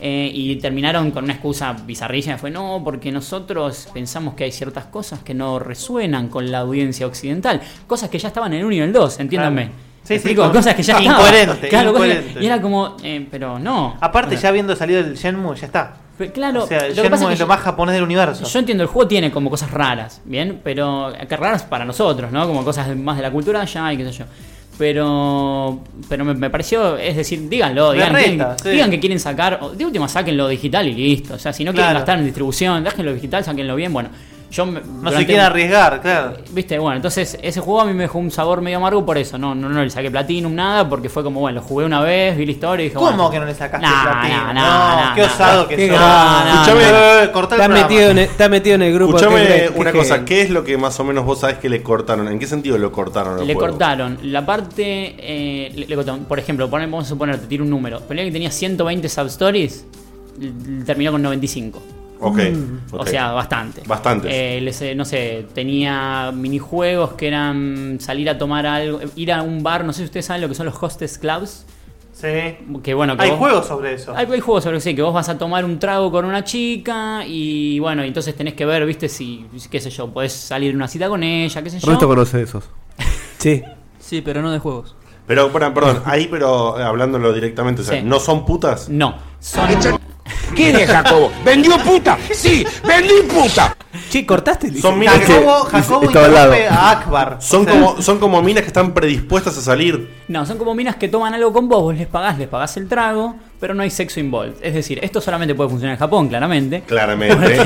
Eh, y terminaron con una excusa bizarrilla que fue, no, porque nosotros pensamos que hay ciertas cosas que no resuenan con la audiencia occidental. Cosas que ya estaban en el 1 y en el 2, entiéndanme.
Claro.
¿Me
Sí, sí,
explico?
con-
cosas que ya estaban. [laughs]
[laughs] incoherente,
Claro, cosas-
incoherente.
y era como, eh, pero no.
Aparte,
O sea,
ya habiendo salido el Shenmue, ya está.
Pero claro,
O sea,
lo que
Shenmue
pasa que
es lo más japonés del universo.
Yo entiendo, el juego tiene como cosas raras, ¿bien? Pero que raras para nosotros, ¿no? Como cosas más de la cultura ya y qué sé yo. Pero pero me, me pareció, es decir, díganlo,
Me
digan,
reta,
quieren-
sí.
digan que quieren sacar, o de última sáquenlo digital y listo. O sea, si no quieren
Claro.
gastar en distribución, déjenlo digital, sáquenlo bien, bueno. Yo no
se quieren arriesgar, claro.
Viste, bueno, entonces ese juego a mí me dejó un sabor medio amargo por eso. No, no, no le saqué Platinum, nada, porque fue como, bueno, lo jugué una vez, vi la historia y dije,
¿Cómo
bueno,
que no le sacaste
nah,
Platinum?
nah, nah,
No, qué
nah,
osado
nah.
que
Qué
sos.
gra-
No,
Escuchame,
no, no,
eh, cortá el
Está
programa.
metido, en el, está metido en el grupo. [laughs] ¿qué
Escuchame eh,
creen?
una
¿Qué
cosa,
creen?
¿qué es lo que más o menos vos sabés que le cortaron? ¿En qué sentido lo cortaron? al
Le
juego?
cortaron la parte. eh, le, le cortaron. Por ejemplo, pone- vamos a suponer, te tiro un número. Pelea que tenía 120 substories, l- l- terminó con 95.
Ok,
Mm.
O
ok.
sea, bastante.
Bastantes.
Eh, les, eh, no sé, tenía minijuegos que eran salir a tomar algo, eh, ir a un bar. No sé si ustedes saben lo que son los hostess clubs.
Sí.
Que bueno, que
Hay
vos- Ah,
juegos sobre eso.
Hay, hay juegos sobre sí, que vos vas a tomar un trago con una chica y bueno, y entonces tenés que ver, viste, si, qué sé yo, podés salir en una cita con ella, qué sé yo.
Ernesto conoce esos.
Sí.
Sí, pero no de juegos.
Pero, perdón,
[laughs]
perdón, ahí pero eh, hablándolo directamente, o sea,
Sí.
¿no son putas?
No, son...
¿Quién es
[laughs]
Jacobo? ¿Vendió puta? Sí, vendí puta.
Che, cortaste el
Son minas
Jacobo,
que-
Jacobo
estaba al lado.
interrumpe a Akbar.
Son,
O sea,
como, son como minas que están predispuestas a salir.
No, son como minas que toman algo con vos, vos les pagás, les pagás el trago, pero no hay sexo involved. Es decir, esto solamente puede funcionar en Japón, claramente. [laughs]
Claramente.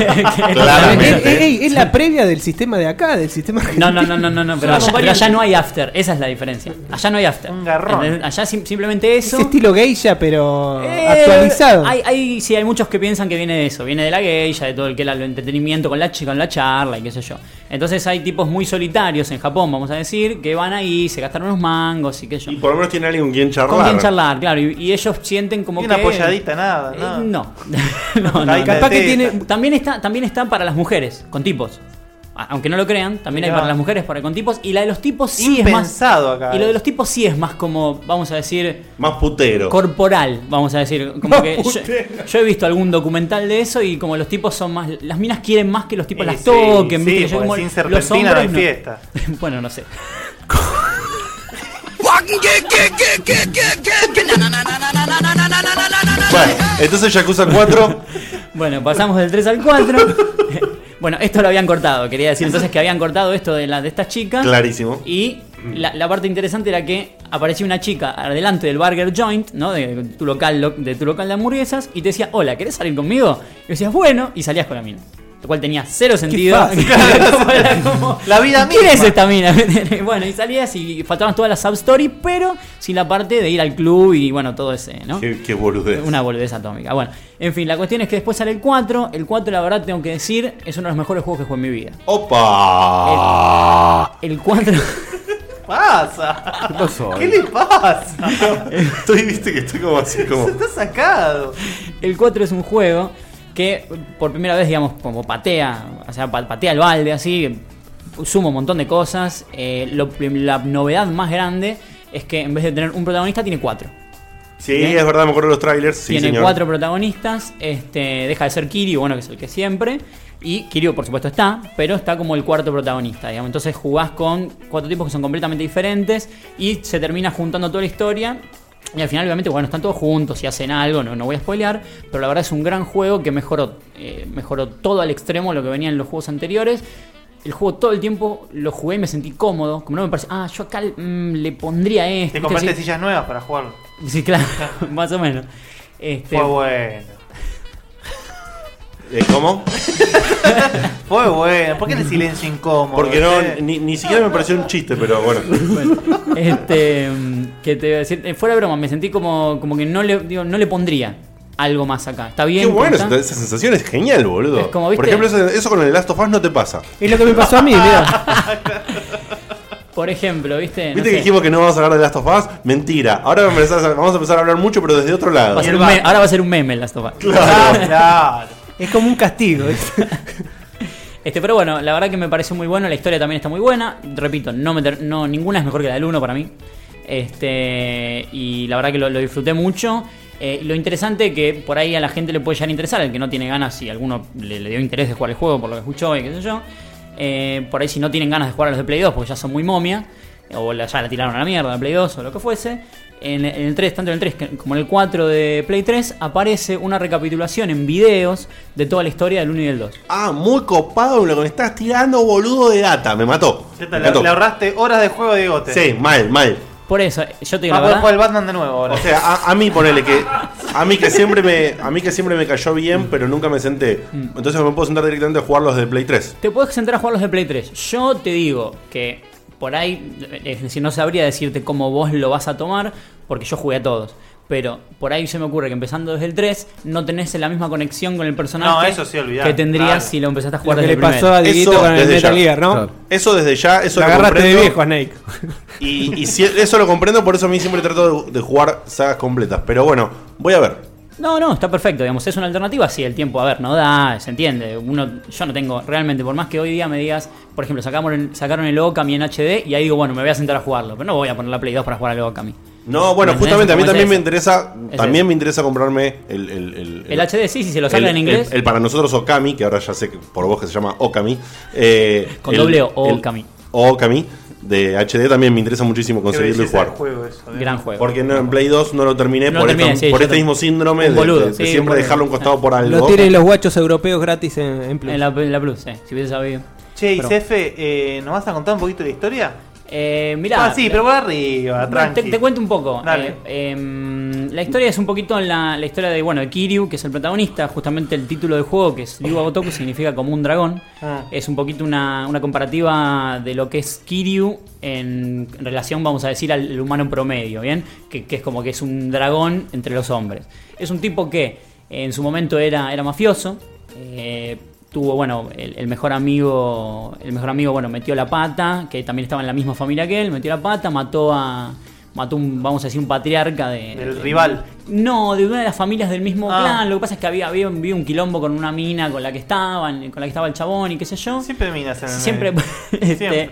Ey, ey, es la previa del sistema de acá, del sistema
No, no, no, no, no, no, pero allá,
Somos
pero
varios.
allá no hay after, esa es la diferencia. Allá no hay after. ¿Entendés? Allá sim- simplemente eso.
Es estilo geisha, pero
Eh,
actualizado.
Hay, hay, sí, hay muchos que piensan que viene de eso, viene de la geisha, de todo el que era el entretenimiento con la chica, con la charla y qué sé yo. Entonces hay tipos muy solitarios en Japón, vamos a decir, que van ahí, se gastan unos mangos y qué sé yo.
Por lo menos tiene alguien con quien charlar.
Con quien charlar, claro, y, y ellos sienten como
Y
que...
una apoyadita, nada, nada.
Eh, no. [laughs] no, no,
Ahí
no.
capaz que tiene-
También está, también está para las mujeres, con tipos. A- Aunque no lo crean, también hay
Mirá.
para las mujeres, para con tipos. Y la de los tipos sí
Impensado
es más.
acá. eh.
Y lo de los tipos sí es más como, vamos a decir,
Más putero.
corporal, vamos a decir. Como
Más
que yo,
putero.
yo he visto algún documental de eso y como los tipos son más. Las minas quieren más que los tipos
Y
las
sí,
toquen.
sí,
¿viste? Yo
porque
como
sin
los
serpentina no hay
hombres
fiesta.
[laughs] bueno, no sé.
Bueno, entonces Yakuza 4.
Bueno, pasamos del 3 al 4. bueno, esto lo habían cortado. Quería decir entonces que habían cortado esto de, la, de estas chicas.
Clarísimo.
Y la, la parte interesante era que aparecía una chica adelante del Burger Joint, ¿no? De tu local, lo- de, tu local de hamburguesas, y te decía, hola, ¿querés salir conmigo? Y decías, bueno, y salías con la mina. Lo cual tenía cero sentido. [laughs]
fácil. [laughs]
Era como,
La vida
¿Quién
misma.
es esta mina? [laughs] bueno, y salías y faltaban todas las substories, pero sin la parte de ir al club y bueno, todo ese, ¿no?
Qué, qué boludez.
Una boludez atómica. Bueno, en fin, la cuestión es que después sale el 4. El 4, la verdad, tengo que decir, es uno de los mejores juegos que jugué en mi vida.
¡Opa!
El
[laughs]
4.
¿Qué pasa?
¿Qué pasó?
¿Qué le pasa?
Estoy,
[laughs]
viste que estoy como así, como.
Está sacado.
El 4 es un juego que por primera vez, digamos, como patea, o sea, pa- patea el balde, así, suma un montón de cosas. Eh, lo prim- la novedad más grande es que en vez de tener un protagonista, tiene cuatro.
Sí, es verdad, me acuerdo de los trailers. Sí,
tiene
señor.
cuatro protagonistas, este, deja de ser Kiryu, bueno, que es el que siempre. Y Kiryu, por supuesto, está, pero está como el cuarto protagonista, digamos. Entonces jugás con cuatro tipos que son completamente diferentes y se termina juntando toda la historia. Y al final, obviamente, bueno, están todos juntos y hacen algo, no, no voy a spoilear, pero la verdad es un gran juego que mejoró, eh, mejoró todo al extremo lo que venía en los juegos anteriores. El juego todo el tiempo lo jugué y me sentí cómodo, como no me parece, ah, yo acá mm, le pondría esto.
Te
¿viste?
compraste
Sí.
sillas nuevas para jugarlo.
Sí, claro, [laughs] más o menos. Este,
Fue bueno.
Eh, ¿Cómo?
Fue bueno. ¿Por qué el silencio incómodo?
Porque no,
che?
ni, ni siquiera me pareció un chiste, pero bueno.
este, mm, que te iba a decir, Eh, fuera de broma, me sentí como, como que no le, digo, no le pondría algo más acá. Está bien.
Qué bueno,
está-
esa, esa sensación es genial, boludo.
Es como,
Por
¿viste?
ejemplo, eso, eso con el Last of Us no te pasa.
Es lo que me pasó a mí, mira.
[laughs] Por ejemplo, viste. No
Viste que
sé.
dijimos que no vamos a hablar de Last of Us, mentira. Ahora vamos a empezar a, vamos a, empezar a hablar mucho, pero desde otro lado.
Va a ser un me- Eh, ahora va a ser un meme las topas.
Es como un castigo.
[laughs] Este, pero bueno, la verdad que me pareció muy bueno, la historia también está muy buena. Repito, no me ter- no, ninguna es mejor que la del 1 para mí. Este, y la verdad que lo, lo disfruté mucho. Eh, lo interesante que por ahí a la gente le puede llegar a interesar, el que no tiene ganas, si alguno le, le dio interés de jugar el juego por lo que escuchó y qué sé yo. Eh, por ahí si no tienen ganas de jugar a los de Play 2 porque ya son muy momia, o la- ya la tiraron a la mierda, la Play 2 o lo que fuese. en, en el 3, tanto en el 3 que- como en el 4 de Play 3, aparece una recapitulación en videos de toda la historia del 1 y del 2.
Ah, muy copado lo que me estás tirando, boludo de data. Me mató.
Ya está,
Me
Le,
encantó.
le ahorraste horas de juego de gote.
Sí, mal, mal.
Por eso, yo te digo
Va
la verdad.
a poder jugar Ah, el Batman de nuevo ahora.
O sea, a, a
[laughs]
mí ponele que a mí que siempre me a mí que siempre me cayó bien, pero nunca me senté.
Mm.
Entonces me puedo sentar directamente a jugar los de Play 3.
Te puedes sentar a jugar los de Play 3. Yo te digo que por ahí, es decir, no sabría decirte cómo vos lo vas a tomar, porque yo jugué a todos. Pero por ahí se me ocurre que empezando desde el 3 no tenés la misma conexión con el personaje
No, eso sí, olvidá.
que tendrías
Claro.
si lo empezaste a jugar
Lo que
desde
le
el
pasó
primero.
a Dieguito
con el Metal Gear, ¿no? Eso desde ya, eso
Lo
lo
agarraste de
comprendo.
viejo, Snake.
Y, y si- eso lo comprendo, por eso a mí siempre trato de, de jugar sagas completas. Pero bueno, voy a ver.
No, no, está perfecto, digamos, es una alternativa, sí, el tiempo, a ver, no da, se entiende. Uno, yo no tengo, realmente, por más que hoy día me digas, por ejemplo, sacamos el- sacaron el Okami en HD y ahí digo, bueno, me voy a sentar a jugarlo, pero no voy a poner la Play 2 para jugar al Okami.
No, bueno,
¿Me entendés?
justamente a mí
Como es
también me
eso.
interesa.
Es
También me interesa comprarme el. El,
El HD, sí, sí, se lo sacan
el-
en inglés.
El, el para nosotros Okami, que ahora ya sé que por vos que se llama Okami. eh,
Con
el-
doble O,
el-
Okami.
Okami de HD también me interesa muchísimo conseguirlo y
belleza de
jugar.
juego eso, ¿eh?
Gran juego.
Porque no, en Play 2 no lo terminé
No
por,
lo terminé,
esta-
sí,
por
yo
este
tam-
mismo síndrome
un
de-
boludo,
de, de
sí, un
siempre
boludo.
dejarlo a un costado por algo.
Lo tienen los guachos europeos gratis en, en Plus.
En la, en la Plus, eh, si hubiese sabido.
Che, y
Pero-
Cefe, eh, ¿nos vas a contar un poquito de la historia?
Eh, mirá,
Ah, sí,
la-
pero por arriba,
Bueno, te,
tranqui.
te cuento un poco.
Dale.
Eh, em, la historia es un poquito en la, la historia de, bueno, de Kiryu, que es el protagonista, justamente el título del juego, que es Ryu Gotoku, significa como un dragón.
Ah.
Es un poquito una, una comparativa de lo que es Kiryu en relación, vamos a decir, al humano promedio, ¿bien? Que, que es como que es un dragón entre los hombres. Es un tipo que en su momento era, era mafioso. eh, tuvo, bueno, el, el mejor amigo. El mejor amigo, bueno, metió la pata, que también estaba en la misma familia que él, metió la pata, mató a. Mató un, vamos a decir, un patriarca de,
Del rival.
No, de una de las familias del mismo
Ah.
clan. Lo que pasa es que había, había, un- había un quilombo con una mina con la que estaban, con la que estaba el chabón y qué sé yo.
Siempre minas en el
Siempre.
medio.
[laughs] este,
Siempre.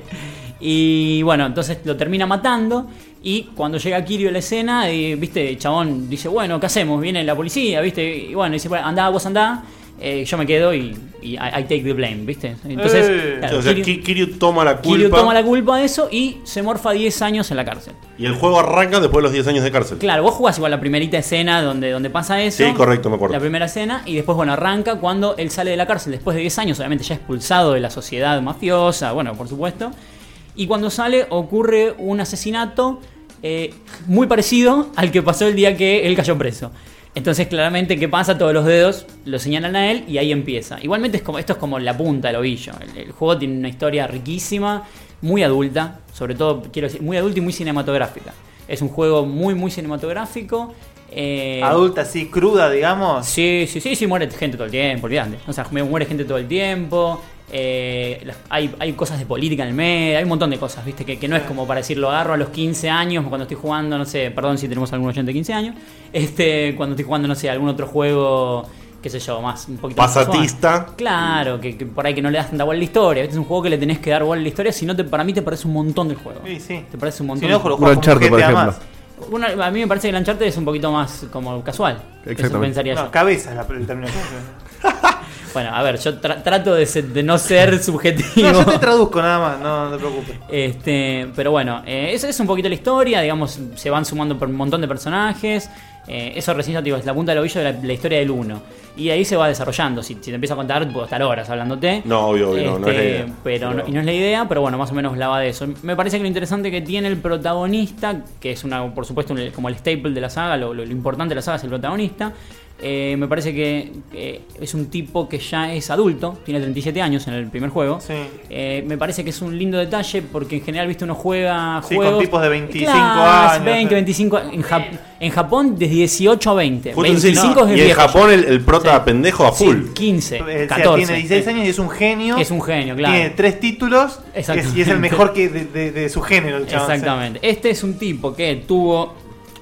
y bueno, entonces lo termina matando. Y cuando llega Kirio a la escena, y, viste, el chabón dice, bueno, ¿qué hacemos? Viene la policía, viste, y bueno, dice, bueno, andá, vos andá, eh, yo me quedo y, y I, I take the blame, viste. Entonces,
Eh,
claro,
o sea,
Kiryu-
Ki- Kiryu toma la culpa.
Kiryu toma la culpa de eso y se morfa 10 años en la cárcel.
Y el juego arranca después de los 10 años de cárcel.
Claro, vos jugás igual la primerita escena donde, donde pasa eso.
Sí, correcto, me acuerdo.
La primera escena y después, bueno, arranca cuando él sale de la cárcel después de 10 años, obviamente ya expulsado de la sociedad mafiosa, bueno, por supuesto. Y cuando sale ocurre un asesinato eh, muy parecido al que pasó el día que él cayó preso. Entonces, claramente, ¿qué pasa? Todos los dedos lo señalan a él y ahí empieza. Igualmente, es como, esto es como la punta del ovillo. El, el juego tiene una historia riquísima, muy adulta, sobre todo, quiero decir, muy adulta y muy cinematográfica. Es un juego muy, muy cinematográfico. eh,
Adulta así, cruda, digamos.
Sí, sí, sí, sí, muere gente todo el tiempo, olvidante. O sea, mu- muere gente todo el tiempo. eh, las- hay, hay cosas de política en el medio, hay un montón de cosas, ¿viste? Que, que no es como para decir lo agarro a los 15 años cuando estoy jugando, no sé, perdón si tenemos algún oyente de 15 años. Este, cuando estoy jugando, no sé, algún otro juego, qué sé yo, más, un poquito más casual.
Pasatista.
Claro, que, que por ahí que no le das tanta bola a la historia. ¿viste? Es un juego que le tenés que dar bola a la historia, si no, te, para mí te parece un montón del juego.
Sí, sí.
Te parece un montón.
Si no, lo
del
juego
juego.
Un Uncharted, por ejemplo.
Bueno, a mí me parece que el Uncharted es un poquito más como casual. Eso
Exactamente.
pensaría yo.
No, cabeza es la, el término.
[laughs] Bueno, a ver, yo tra- trato de, se- de no ser subjetivo.
no, yo te traduzco nada más, no, no te preocupes.
Este, pero bueno, eh, esa es un poquito la historia, digamos, se van sumando por un montón de personajes. eh, eso recién ya te digo, es la punta del ovillo de la, la historia del uno. Y ahí se va desarrollando. Si, si te empiezo a contar, puedo estar horas hablándote.
No, obvio, obvio, no, no es la
Este,
idea.
Pero, no- y no es la idea, pero bueno, más o menos la va de eso. Me parece que lo interesante que tiene el protagonista, que es una, por supuesto, un- como el staple de la saga, lo, lo- lo importante de la saga es el protagonista. eh, me parece que eh, es un tipo que ya es adulto, tiene 37 años en el primer juego. Eh, me parece que es un lindo detalle porque en general, viste, uno juega
Sí,
juegos-
con tipos de 25
Claro,
años,
20,
eh.
25. En, Jap- en Japón, de 18 a 20.
Justo decir,
25 es
y
de
en Japón el, el prota pendejo
[laughs]
a full.
15,
Eh, O sea,
14.
tiene 16 años y es un genio.
Es un genio, claro.
Tiene tres títulos que es- y es el
Exactamente.
mejor que de, de- de su género. el chabón,
Exactamente. Este es un tipo que tuvo.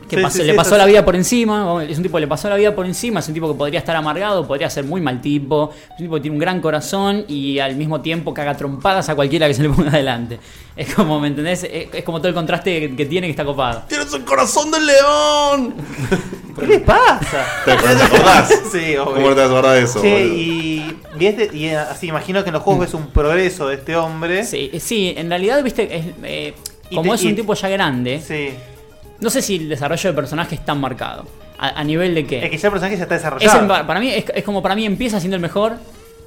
Que
Sí,
pasó-
sí,
le
sí,
pasó
está-
la vida por encima. Es un tipo que le pasó la vida por encima. Es un tipo que podría estar amargado, podría ser muy mal tipo. Es un tipo que tiene un gran corazón y al mismo tiempo caga trompadas a cualquiera que se le ponga [laughs] adelante. Es como, ¿me entendés? Es, es como todo el contraste que, que tiene que está copado.
¡Tienes un corazón de león!
¿Qué les pasa?
[laughs]
[laughs]
¿Te acordás?
sí, obvio.
¿Cómo no te vas a acordar de eso,
Che,
boludo?
y, y este- y, eh, así, imagino que en los juegos
Mm.
ves un progreso de este hombre.
Sí, sí en realidad, viste, es, eh,
Y
como
te-
es un
y-
tipo ya grande, No sé si el desarrollo de personaje es tan marcado. ¿A, a nivel de qué?
Es que ya el personaje ya está
Es
desarrollado.
en- para mí es, es como para mí empieza siendo el mejor,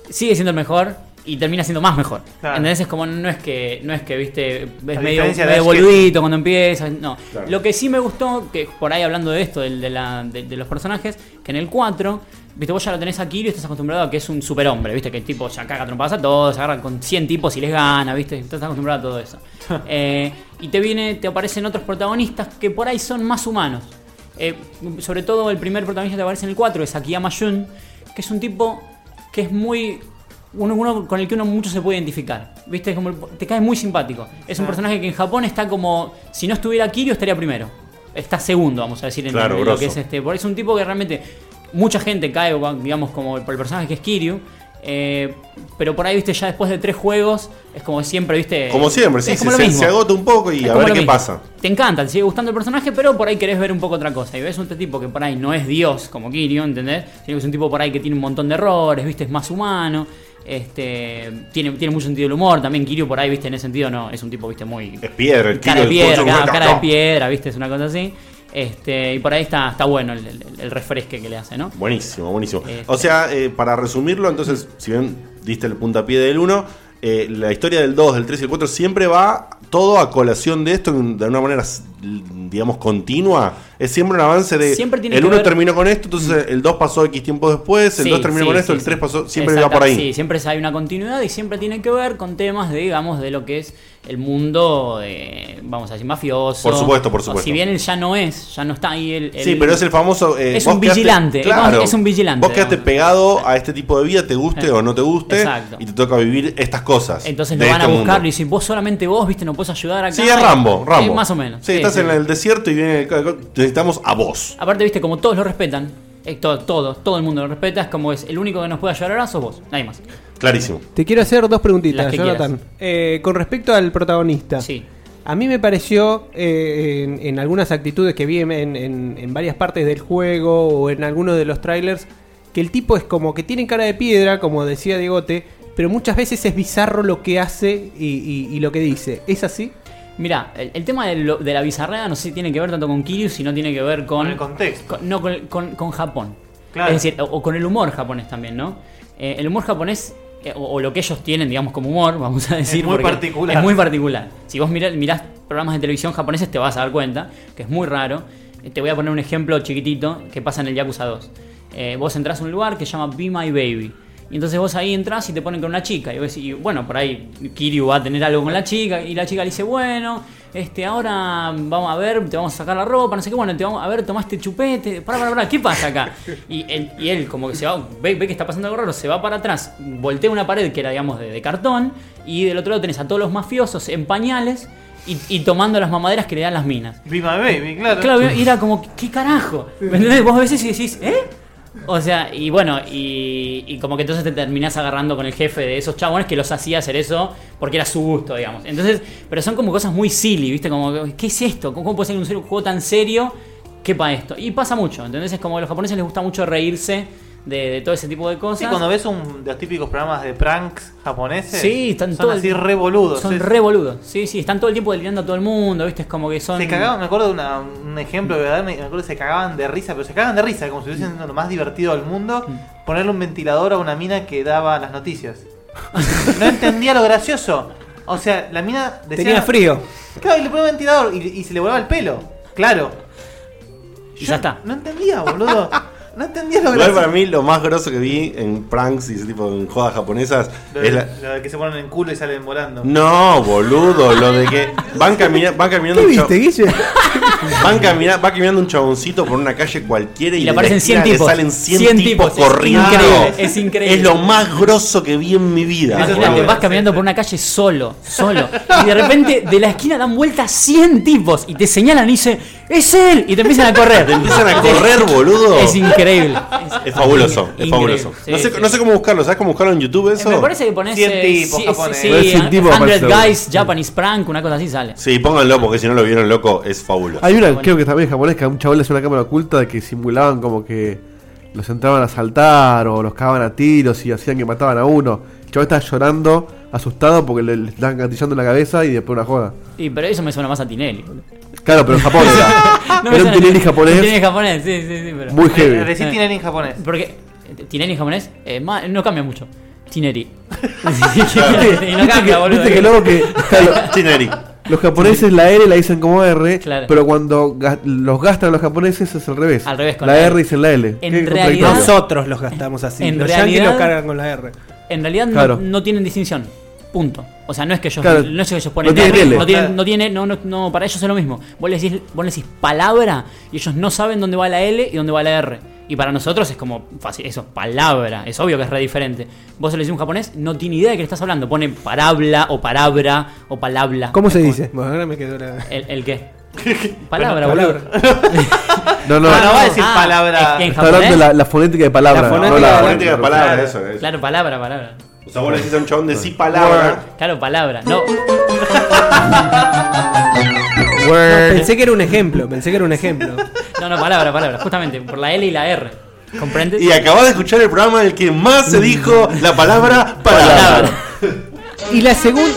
sigue siendo el mejor y termina siendo más mejor.
Claro.
Entonces es como no es que no es que viste es medio,
diferencia de
medio
Ash
boludito cuando empieza, no.
Claro.
Lo que sí me gustó que por ahí hablando de esto del- de, la- de- de los personajes que en el 4 Viste, vos ya lo tenés a Kiryu y estás acostumbrado a que es un superhombre, ¿viste? Que el tipo ya caga trompadas a todos, agarra con 100 tipos y les gana, ¿viste? Estás acostumbrado a todo eso. Eh, y te viene, te aparecen otros protagonistas que por ahí son más humanos. Eh, sobre todo el primer protagonista que aparece en el 4 es Akiyama Jun, que es un tipo que es muy. Uno, uno con el que uno mucho se puede identificar. ¿Viste? Es como el- te cae muy simpático. Es un
Ah.
personaje que en Japón está como. Si no estuviera Kiryu, estaría primero. Está segundo, vamos a decir, en,
Claro,
en lo
grosso.
que es este. Por eso es un tipo que realmente. Mucha gente cae, digamos, como por el personaje que es Kiryu. eh, pero por ahí, viste, ya después de tres juegos, es como siempre, viste.
Como siempre,
es
sí,
como
se-
lo
se-
mismo.
se agota un poco y
Es
a
como
ver
lo
qué
mismo.
pasa.
Te encanta, te sigue gustando el personaje, pero por ahí querés ver un poco otra cosa. Y ves un tipo que por ahí no es Dios como Kiryu, ¿entendés? Sino que es un tipo por ahí que tiene un montón de errores, viste, es más humano. Este, tiene, tiene mucho sentido del humor. También Kiryu por ahí, viste, en ese sentido no, es un tipo, viste, muy. Es
piedra, el
cara de
Kiryu, el
piedra,
pulso,
cara,
como-
cara de
no.
piedra, viste, es una cosa así. Este, y por ahí está, está bueno el, el, el refresque que le hace, ¿no?
Buenísimo, buenísimo.
Este.
O sea, eh, para resumirlo, entonces, si bien diste el puntapié del 1, eh, la historia del 2, del 3 y el 4 siempre va todo a colación de esto en- de una manera, s- l- digamos, continua. Es siempre un avance de.
Siempre tiene
el
que
1
ver- Mm.
terminó con esto, entonces el 2 pasó X tiempo después, Pues, el
Sí,
2 terminó
sí,
con esto,
sí,
el 3
sí.
pasó. Siempre
Exacta-
va por ahí.
Sí, siempre hay una continuidad y siempre tiene que ver con temas de, digamos, de lo que es el mundo, de, vamos a decir, mafioso.
Por supuesto, por
O
supuesto.
Si bien él ya no es, ya no está ahí el...
Sí, pero es el famoso. eh,
es
vos
un
quedaste-
vigilante,
claro.
es, es un vigilante.
Vos quedaste pegado a este tipo de vida, te guste
Eh.
o no te guste,
Exacto.
y te toca vivir estas cosas.
Entonces
de
lo van a
este
buscar
mundo.
y dicen, vos solamente vos, viste, no puedes ayudar acá.
Sí, es Rambo,
Eh,
Rambo.
más o menos.
Sí,
Sí,
estás
sí.
en el desierto y viene el... Necesitamos a vos.
Aparte, viste, como todos lo respetan, eh, todo, todo, todo el mundo lo respeta, es como es, el único que nos puede ayudar ahora sos vos, nadie más.
Clarísimo.
Te quiero hacer dos
Las
preguntitas,
que
Jonathan.
quieras.
Eh, con respecto al protagonista. A mí me pareció, eh, en, en algunas actitudes que vi en, en- en varias partes del juego o en algunos de los trailers, que el tipo es como que tiene cara de piedra, como decía Diegote, pero muchas veces es bizarro lo que hace y, y- y lo que dice. ¿Es así?
Mira, el, el tema de, lo- de la bizarreada no sé si tiene que ver tanto con Kiryu, sino tiene que ver con.
Con el contexto.
con- no, con, con- con Japón.
Claro.
Es decir, o, o con el humor japonés también, ¿no? Eh, el humor japonés, eh, o, o lo que ellos tienen, digamos, como humor, vamos a decir.
muy
porque
particular.
Es muy particular. Si vos mirás, mirás programas de televisión japoneses, te vas a dar cuenta que es muy raro. Eh, Te voy a poner un ejemplo chiquitito que pasa en el Yakuza 2. Eh, vos entrás a un lugar que se llama Be My Baby. Y entonces vos ahí entras y te ponen con una chica. Y, vos, decís, y bueno, por ahí Kiryu va a tener algo con la chica. Y la chica le dice, bueno, este, ahora vamos a ver, te vamos a sacar la ropa, no sé qué, bueno, te vamos a ver, tomaste chupete, pará, pará, pará, ¿qué pasa acá? Y él, y él como que se va, ve, ve que está pasando algo raro, se va para atrás, voltea una pared que era, digamos, de, de cartón, y del otro lado tenés a todos los mafiosos en pañales y, y tomando las mamaderas que le dan las minas.
Viva Baby, claro.
Claro, y era como, ¿qué carajo? ¿Me entendés? Vos a veces y decís, ¿eh? O sea, y bueno, y, y como que entonces te terminás agarrando con el jefe de esos chabones que los hacía hacer eso porque era su gusto, digamos. Entonces, pero son como cosas muy silly, ¿viste? Como, ¿qué es esto? ¿Cómo, cómo puede ser un ser- un juego tan serio que para esto? Y pasa mucho, ¿entendés? Es como que a los japoneses les gusta mucho reírse de, de todo ese tipo de cosas.
Sí, cuando ves un de los típicos programas de pranks japoneses,
Sí, están
son
todo el-
así re boludos.
Son
es-
re boludos. Sí, sí, están todo el tiempo delirando a todo el mundo, ¿viste? Es como que son.
se cagaban, me acuerdo de una- un ejemplo de verdad, me me acuerdo que se cagaban de risa, pero se cagaban de risa, como si estuviesen siendo lo más divertido del mundo,
Mm.
ponerle un ventilador a una mina que daba las noticias. [laughs] No entendía lo gracioso. O sea, la mina decía.
Tenía frío.
Claro, y le ponía un ventilador y, y se le volaba el pelo. Claro.
Y ya está.
No entendía, boludo. No entendía lo
Igual
gracioso.
para mí lo más grosso que vi en pranks y ese tipo de jodas japonesas
Lo,
es
de-
la...
lo de que se ponen en culo y salen volando.
No, boludo, lo de que van, camina- van caminando... un chab- [laughs] Van camina- va caminando un chaboncito por una calle cualquiera y,
Y le
de la
aparecen
esquina
100 tipos.
Le salen 100,
100
tipos,
tipos, es
corriendo.
increíble, es increíble.
Es lo más grosso que vi en mi vida.
Imagínate,
boludo.
vas caminando por una calle solo, solo. Y de repente de la esquina dan vuelta 100 tipos y te señalan y dicen, ¡es él! Y te empiezan a correr.
Te empiezan a correr, boludo.
Es increíble.
Es fabuloso, es
Increíble,
fabuloso.
sí,
no, sé,
sí. Eh,
no sé cómo buscarlo, ¿sabes cómo buscarlo en YouTube eso?
Me parece que pones
100
eh,
tipos
sí,
japoneses.
sí,
Pones
sí,
100 tipos,
100
aparece
guys, Japanese prank, una cosa así sale.
Sí, pónganlo porque si no lo vieron loco, es fabuloso.
Ah,
Hay una, creo que también es japonés, que a un chaval le hace una cámara oculta de que simulaban como que los entraban a saltar o los cagaban a tiros y hacían que mataban a uno. El chaval estaba llorando asustado porque le, le están gatillando en la cabeza y después una joda.
Y, pero eso me suena más a Tinelli. boludo.
Claro, pero en Japón era.
[laughs] No me
Era
suena
un Tinelli
Tinelli.
japonés.
Tinelli japonés, sí, sí, sí. Pero...
Muy heavy. Eh,
decí Tinelli en japonés.
Porque eh, Tinelli en japonés eh, ma- no cambia mucho.
[laughs]
Tineri. [laughs] y no
Viste
cambia,
que-
boludo.
Viste que
[laughs]
luego que. claro, Los japoneses la R la dicen como R,
Claro.
pero cuando ga- los gastan los japoneses es al revés.
Al revés, con
la
la
R dicen la L.
En
Qué
realidad-
contradictorio.
Nosotros los gastamos así.
En
los yanquis
realidad-
los cargan con la R.
En realidad no-
Claro.
no, tienen distinción. Punto. O sea, no es que ellos,
Claro.
no es que ellos ponen
No tienen
R,
L.
no tienen-
Claro.
no tiene, no, no, no, para ellos es lo mismo. Vos le decís, vos le decís palabra y ellos no saben dónde va la L y dónde va la R. Y para nosotros es como fácil, eso, palabra, es obvio que es re diferente. Vos se le decís a un japonés, no tiene idea de qué le estás hablando, pone parabla o palabra o palabla.
¿Cómo se dice? Bueno, ahora me quedó la.
¿El, el
[laughs]
qué? palabra,
Bueno,
boludo.
No, no.
Ah,
No, no va a
decir
ah,
palabra.
es que en
Está hablando de
japonés-
la, la fonética de palabra.
La
fonética-
no
la fonética de palabra,
Claro.
eso es.
Claro, palabra, palabra.
O sea, vos le decís a un chabón de sí palabra.
Claro, palabra. No, [laughs]
No, pensé que era un ejemplo, pensé que era un ejemplo.
no, no, palabra, palabra. Justamente, por la L y la R. ¿Comprendes?
Y acabas de escuchar el programa en el que más se dijo la palabra palabra.
Y la segunda.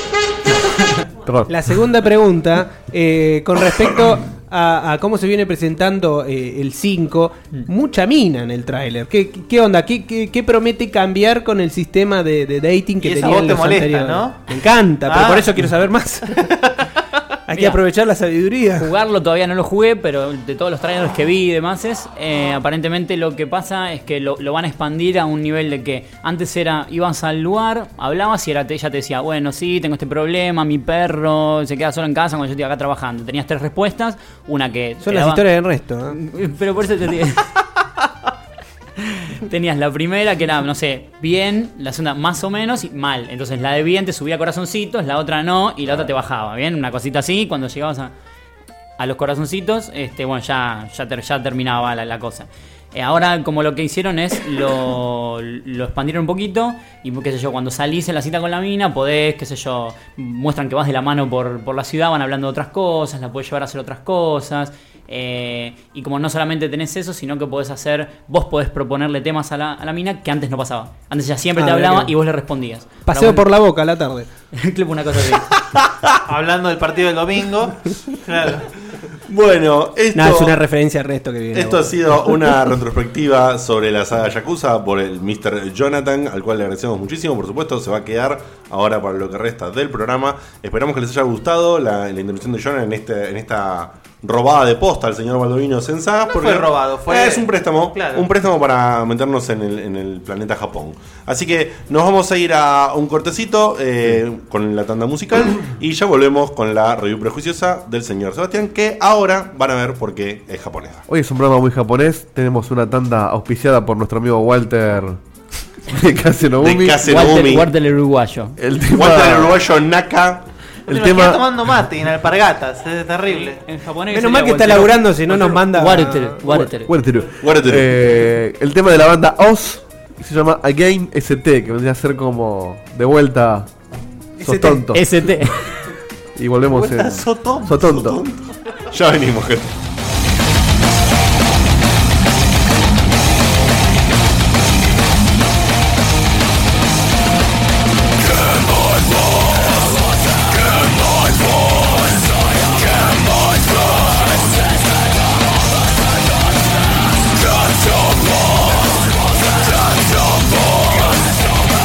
La segunda pregunta, eh, con respecto a, a cómo se viene presentando eh, el 5, mucha mina en el tráiler. ¿Qué, qué onda? ¿Qué, qué, qué promete cambiar con el sistema de, de dating que
Y esa
tenían
voz te
los
molesta,
anteriores?
¿no?
Me encanta, pero
Ah.
por eso quiero saber
[laughs]
más. Hay que
Mira.
aprovechar la sabiduría.
Jugarlo todavía no lo jugué, pero de todos los trailers que vi y demás es, eh, aparentemente lo que pasa es que lo, lo van a expandir a un nivel de que antes era, ibas al lugar, hablabas y era, te- ella te decía, bueno, sí, tengo este problema, mi perro se queda solo en casa cuando yo estoy acá trabajando. Tenías tres respuestas, una que... te
Son las
daba-
historias de Ernesto. ¿eh?
[laughs] Pero por eso te
[laughs]
digo. Tenías la primera que era, no sé, bien, la segunda más o menos y mal. Entonces la de bien te subía corazoncitos, la otra no y la otra te bajaba, ¿bien? Una cosita así, cuando llegabas a, a los corazoncitos, este, bueno, ya, ya, ter- ya terminaba la, la cosa. Eh, ahora como lo que hicieron es lo, lo expandieron un poquito y qué sé yo, cuando salís en la cita con la mina podés, qué sé yo, muestran que vas de la mano por, por la ciudad, van hablando de otras cosas, la podés llevar a hacer otras cosas. eh, y como no solamente tenés eso, sino que podés hacer, vos podés proponerle temas a la, a la mina que antes no pasaba. Antes ya siempre
Ah,
te
mirá
hablaba
que-
y vos le respondías.
Paseo
Ahora
por la boca a la
[laughs]
tarde.
vos- Claro, una cosa así.
[laughs]
Hablando del partido del
[laughs]
domingo. Claro.
Bueno, esto.
Nada, es una referencia a Ernesto que viene.
Esto ha
ahora.
sido
[laughs]
una [laughs] retrospectiva sobre la saga Yakuza por el Mr. Jonathan, al cual le agradecemos muchísimo, por supuesto, se va a quedar ahora para lo que resta del programa. Esperamos que les haya gustado la, la intervención de Jonathan en, este, en esta robada de posta al señor Baldovino Sensagas. porque
fue robado, fue-
Es un préstamo,
Claro.
un préstamo para meternos en el, en el planeta Japón. Así que nos vamos a ir a un cortecito eh, con la tanda musical y ya volvemos con la review prejuiciosa del señor Sebastián, que ahora van a ver por qué es japonés.
Hoy es un programa muy japonés. Tenemos una tanda auspiciada por nuestro amigo Walter [laughs] de Casenogumi.
De Casenogumi.
Walter, Walter el uruguayo.
El tema,
Walter el uruguayo Naka.
el
Me quedé
tema,
tomando mate en alpargatas, es terrible.
En japonés.
Menos mal que está laburando, si no nos manda.
Walter, Walter.
Walter, eh, el tema de la banda Oz se llama Again ST, que vendría a ser como de vuelta. Sos
ST.
tonto.
ST.
Y volvemos
Vuelta,
en.
sos tonto.
Sos tonto.
Ya venimos, gente.
光消えない人に溶け散った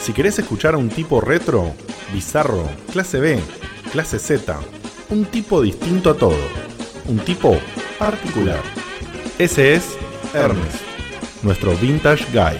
Si querés escuchar a un tipo retro, bizarro, clase B, clase Z, un tipo distinto a todo, un tipo particular. Ese es Ernest, nuestro vintage guy.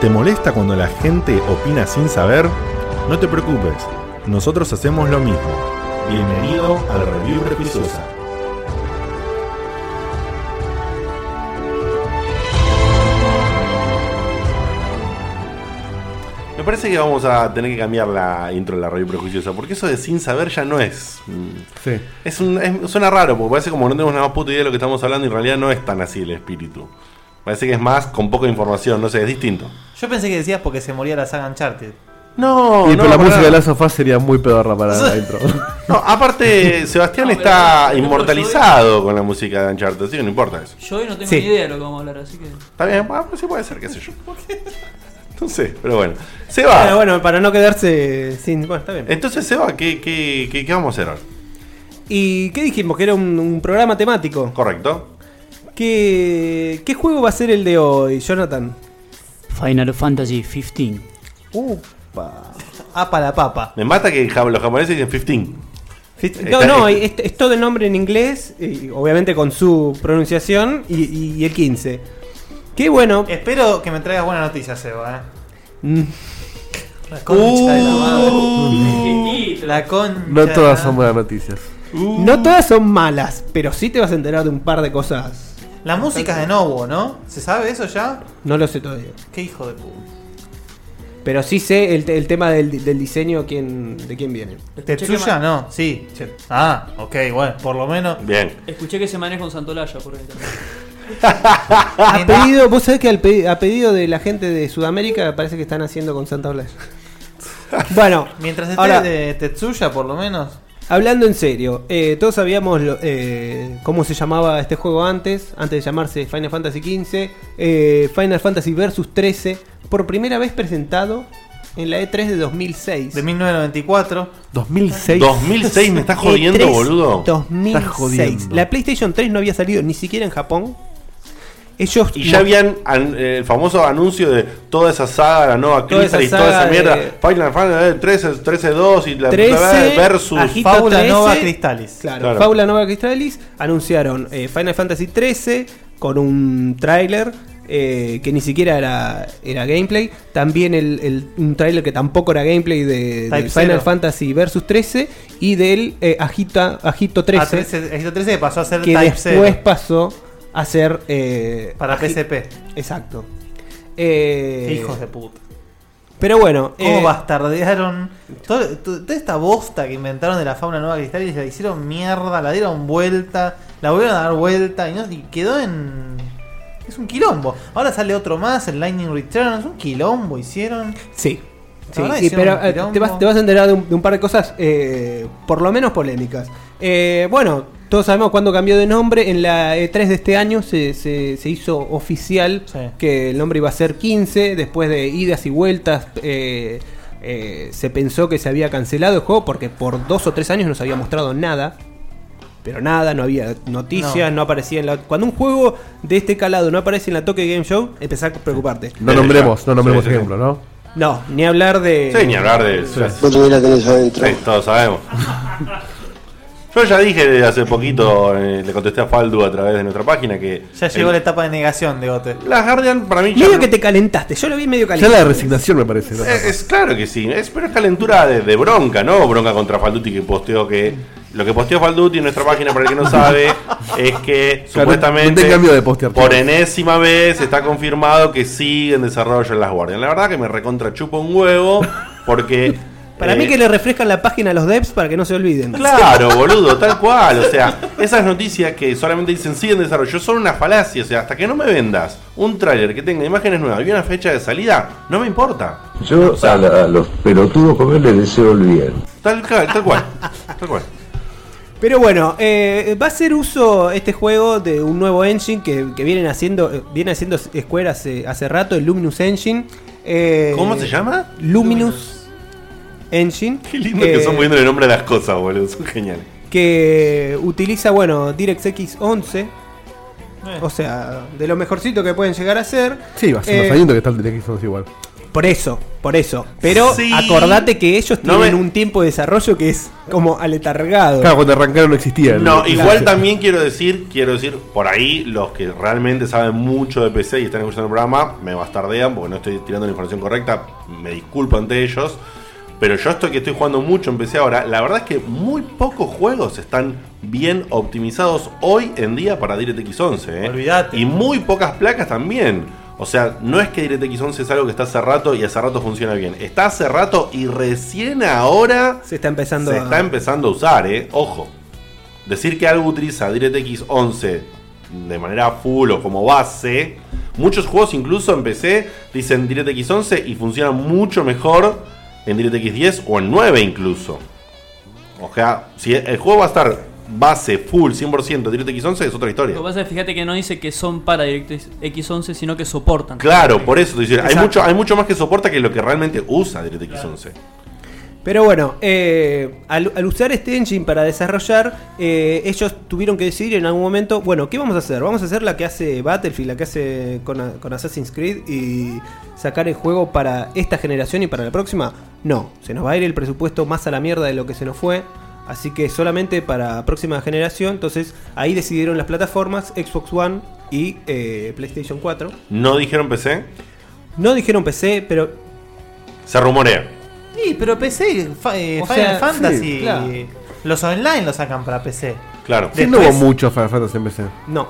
¿Te molesta cuando la gente opina sin saber? No te preocupes, nosotros hacemos lo mismo. Bienvenido al Review Repisosa. Me parece que vamos a tener que cambiar la intro de la radio prejuiciosa, porque eso de sin saber ya no es. mm,
Sí.
es un- es- suena raro, porque parece como no tenemos nada más puta idea de lo que estamos hablando y en realidad no es tan así el espíritu. Parece que es más con poca información, no sé, es distinto.
Yo pensé que decías porque se moría la saga Uncharted.
y
No, Oh, no,
pero la
pará.
música de Last of Us sería muy pedorra
[laughs]
para la intro.
No, aparte, Sebastián está inmortalizado con la música de Uncharted, así que no importa eso.
Yo hoy no tengo
Sí.
ni idea de lo que vamos a hablar, así que.
Está bien, ah, pues sí puede ser, qué sé yo. No sé, pero bueno.
Bueno,
Seba,
bueno, para no quedarse sin. Bueno, está bien.
entonces Seba, ¿qué, qué, qué, qué vamos a hacer ahora?
¿Y qué dijimos? Que era un, un programa temático.
Correcto.
¿Qué, ¿Qué juego va a ser el de hoy, Jonathan?
Final Fantasy 15.
Upa. Uh, Apa la papa.
Me mata que ja- los japoneses dicen 15.
No,
Está-
no,
es-
es, es todo el nombre en inglés, y obviamente con su pronunciación, y, y- y el 15. Qué bueno.
Espero que me traigas buena noticia, Seba. ¿eh?
Mm. Uh.
La
Uh.
concha de la madre. La concha.
No
de
todas
la-
son buenas noticias.
No todas son malas, pero sí te vas a enterar de un par de cosas.
La música es de Novo, ¿no? ¿Se sabe eso ya?
No lo sé todavía.
Qué hijo de puta.
Pero sí sé el, te- el tema del, del diseño quién, de quién viene.
Tetsuya no, sí. Ah, ok, bueno, por lo menos.
Bien.
[laughs] Escuché que se maneja con Santolaya por ahí también.
A pedido, vos sabés que al pedi- a pedido de la gente de Sudamérica parece que están haciendo con Santa
[laughs]
Blas. bueno,
Mientras esté
ahora,
de Tetsuya, por lo menos.
hablando en serio, eh, todos sabíamos lo- eh, cómo se llamaba este juego antes, antes de llamarse Final Fantasy XV, eh, Final Fantasy Versus 13, por primera vez presentado en la E3 de 2006. De
1994.
2006.
2006, me estás jodiendo,
E3
boludo.
2006.
Estás jodiendo.
La PlayStation 3 no había salido ni siquiera en Japón. Ellos
Y ya habían an- eh, el famoso anuncio de toda esa saga, la nueva
Toda esa
Crystal y toda esa
saga
mierda.
de-
Final Fantasy eh, 13, 13 2 y la
13,
versus
Ajito 13, Claro,
Claro.
Fábula Nova Cristalis anunciaron eh, Final Fantasy 13 con un tráiler eh, que ni siquiera era, era gameplay. También el, el- un tráiler que tampoco era gameplay de,
Type
del Final
Zero.
Fantasy Versus 13 y del eh, Agita,
Ah,
Agito 13,
A 13, Agito 13 pasó a ser
que
Type
después
0.
pasó a ser... eh,
Para
Agi-
PSP.
Exacto. Eh,
Hijos de puta.
Pero bueno...
¿Cómo
eh,
bastardearon? Todo- to- toda esta bosta que inventaron de la fauna nueva cristal y la hicieron mierda, la dieron vuelta, la volvieron a dar vuelta y, no, y quedó en. Es un quilombo. Ahora sale otro más, el Lightning Returns, un quilombo hicieron.
Sí.
La
Sí,
verdad
y
hicieron
pero
un
eh,
quilombo.
te vas, te vas a enterar de un, de un par de cosas, eh, por lo menos polémicas. Eh, bueno, todos sabemos cuándo cambió de nombre. En la E3 de este año se, se- se hizo oficial que el nombre iba a ser 15. Después de idas y vueltas, eh, eh, se pensó que se había cancelado el juego porque por dos o tres años no se había mostrado nada. Pero nada, no había noticias, no, aparecía en la. Cuando un juego de este calado no aparece en la Toque Game Show, empezás a preocuparte.
No nombremos, no nombremos ejemplo, ¿no?
No, ni hablar de.
Sí, ni hablar de.
Sí.
Sí,
[laughs]
todos sabemos. Yo ya dije desde hace poquito, eh, le contesté a Faldu a través de nuestra página que.
Ya llegó
el-
la etapa de negación de Gote.
La Guardian para mí
Medio que te calentaste, yo lo vi medio
Ya
caliente.
la de resignación me parece. ¿no?
Eh, Es claro que sí, es, pero es calentura de, de bronca, ¿no? Bronca contra Falduti que posteó que. Lo que posteó Falduti en nuestra página, para el que
[laughs]
no sabe, es
Claro,
que
no
supuestamente
te cambio de postear.
por enésima vez está confirmado que sigue en desarrollo en las guardias. La verdad que me recontra chupa un huevo, porque.
[laughs] Para
eh,
mí que le refrescan la página a los devs para que no se olviden. [laughs]
Claro, boludo, tal cual. O sea, esas noticias que solamente dicen siguen en desarrollo son una falacia. O sea, hasta que no me vendas un tráiler que tenga imágenes nuevas y una fecha de salida, no me importa.
Yo a, la- a los pelotudos comer les deseo el bien.
Tal cual, tal cual. Tal cual.
Pero bueno, eh, va a ser uso este juego de un nuevo engine que, que vienen haciendo, eh, viene haciendo Square hace, hace rato, el Luminous Engine. Eh,
¿Cómo se llama?
Luminous Engine. eh,
Qué lindo [laughs] que
Eh,
son poniendo el nombre a las cosas, boludo. Son geniales.
que utiliza, bueno, DirectX 11.
Eh.
O sea, de lo mejorcito que pueden llegar a ser.
Sí, va a ser
Eh,
los añitos que está el DTX 11 igual.
Por eso, por eso. Pero
Sí.
acordate que ellos
No
tienen un tiempo de desarrollo que es como aletargado.
Claro, cuando arrancaron no existía. el-
No,
el-
igual también quiero decir, quiero decir, por ahí los que realmente saben mucho de PC y están escuchando el programa, me bastardean porque no estoy tirando la información correcta, me disculpo ante ellos, pero yo esto que estoy jugando mucho en PC ahora, la verdad es que muy pocos juegos están bien optimizados hoy en día para DirectX 11. ¿eh? Y muy pocas placas también. O sea, no es que DirectX 11 es algo que está hace rato y hace rato funciona bien. Está hace rato y recién ahora
se está empezando
se
a-
está empezando a usar, ¿eh? Ojo. Decir que algo utiliza DirectX 11 de manera full o como base, muchos juegos incluso en PC dicen DirectX 11 y funciona mucho mejor en DirectX 10 o en 9 incluso. O sea, si el juego va a estar base full 100% DirectX 11 es otra historia.
Lo que pasa es fíjate que no dice que son para DirectX 11, sino que soportan.
Claro, por eso te decía, hay
Exacto.
mucho, hay mucho más que soporta que lo que realmente usa DirectX 11.
Pero bueno, eh, al, al usar este engine para desarrollar, eh, ellos tuvieron que decidir en algún momento, bueno, ¿qué vamos a hacer? ¿Vamos a hacer la que hace Battlefield, la que hace con, con Assassin's Creed y sacar el juego para esta generación y para la próxima? No, se nos va a ir el presupuesto más a la mierda de lo que se nos fue. Así que solamente para próxima generación, entonces ahí decidieron las plataformas Xbox One y eh, PlayStation 4.
¿No dijeron PC?
No dijeron PC, pero
Se rumorea.
Sí, pero PC, fa- eh,
O
Final
sea,
Fantasy,
sí, claro.
los online lo sacan para PC.
Claro.
Sí, no hubo mucho Final Fantasy en PC.
No.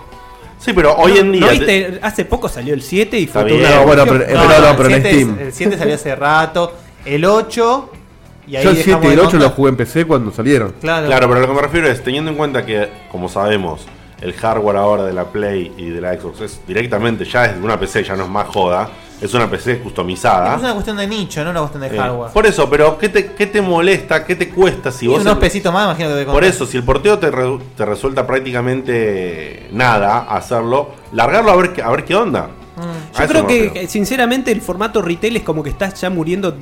Sí, pero hoy
No,
en día
¿no
te-
viste? Hace poco salió el 7 y fue
Está
toda
bien.
una
No, bueno,
revolución.
pero- No, pero no, no, pero en
El 7 es-
Steam.
El 7 salió hace rato, el 8 y ahí
Yo el 7
dejamos
y el
de
8
contar.
los jugué en PC cuando salieron.
Claro.
Claro, pero lo que me refiero es, teniendo en cuenta que, como sabemos, el hardware ahora de la Play y de la Xbox es directamente, ya es una PC, ya no es más joda, es una PC customizada.
Es una cuestión de nicho, no una cuestión de
Eh,
hardware.
por eso, pero ¿qué te, qué te molesta? ¿Qué te cuesta si
Y
vos...
unos pesitos más, imagino que debe
Por
contar.
eso, si el porteo te, re- te resulta prácticamente nada hacerlo, largarlo a ver, qué- a ver qué onda. A
Mm. Yo
eso
creo
me
que,
refiero.
eh, sinceramente, el formato retail es como que estás ya muriendo,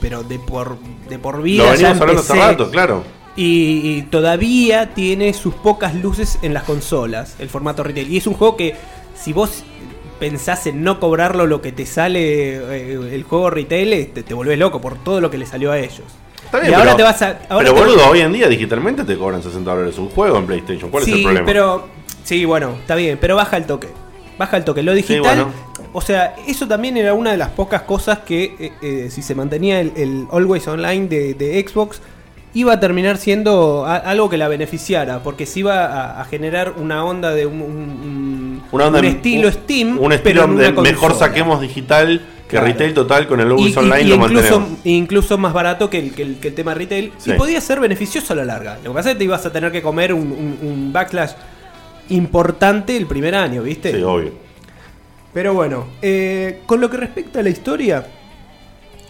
pero de por, de por vida.
Lo
ya
venimos
en
hablando hace
PC.
rato, claro.
Y, y todavía tiene sus pocas luces en las consolas, el formato retail. Y es un juego que, si vos pensás en no cobrarlo lo que te sale eh, el juego retail, eh, te, te volvés loco por todo lo que le salió a ellos.
Está bien,
y ahora
pero-
te vas a. ahora
pero
te-
boludo, hoy en día digitalmente te cobran 60 dólares un juego en PlayStation. ¿Cuál es el
sí,
problema?
pero. Sí, bueno, está bien, pero baja el toque. Baja el toque. Lo digital.
bueno.
O sea, eso también era una de las pocas cosas que, eh, eh, si se mantenía el, el Always Online de, de Xbox, iba a terminar siendo a- algo que la beneficiara, porque se iba a, a generar una onda de un, un- un-
Una onda
un
en-
estilo
un-
Steam.
Un estilo
pero en
de
una
mejor
consola.
saquemos digital que
Claro.
retail total con el
Y-
Logos
y-
Online
y
lo
incluso,
mantenemos.
incluso más barato que el, que el- que el tema retail.
Sí.
Y podía ser beneficioso a la larga. Lo que pasa es que te ibas a tener que comer un, un- un backlash importante el primer año, ¿viste?
Sí, obvio.
Pero bueno, eh, con lo que respecta a la historia,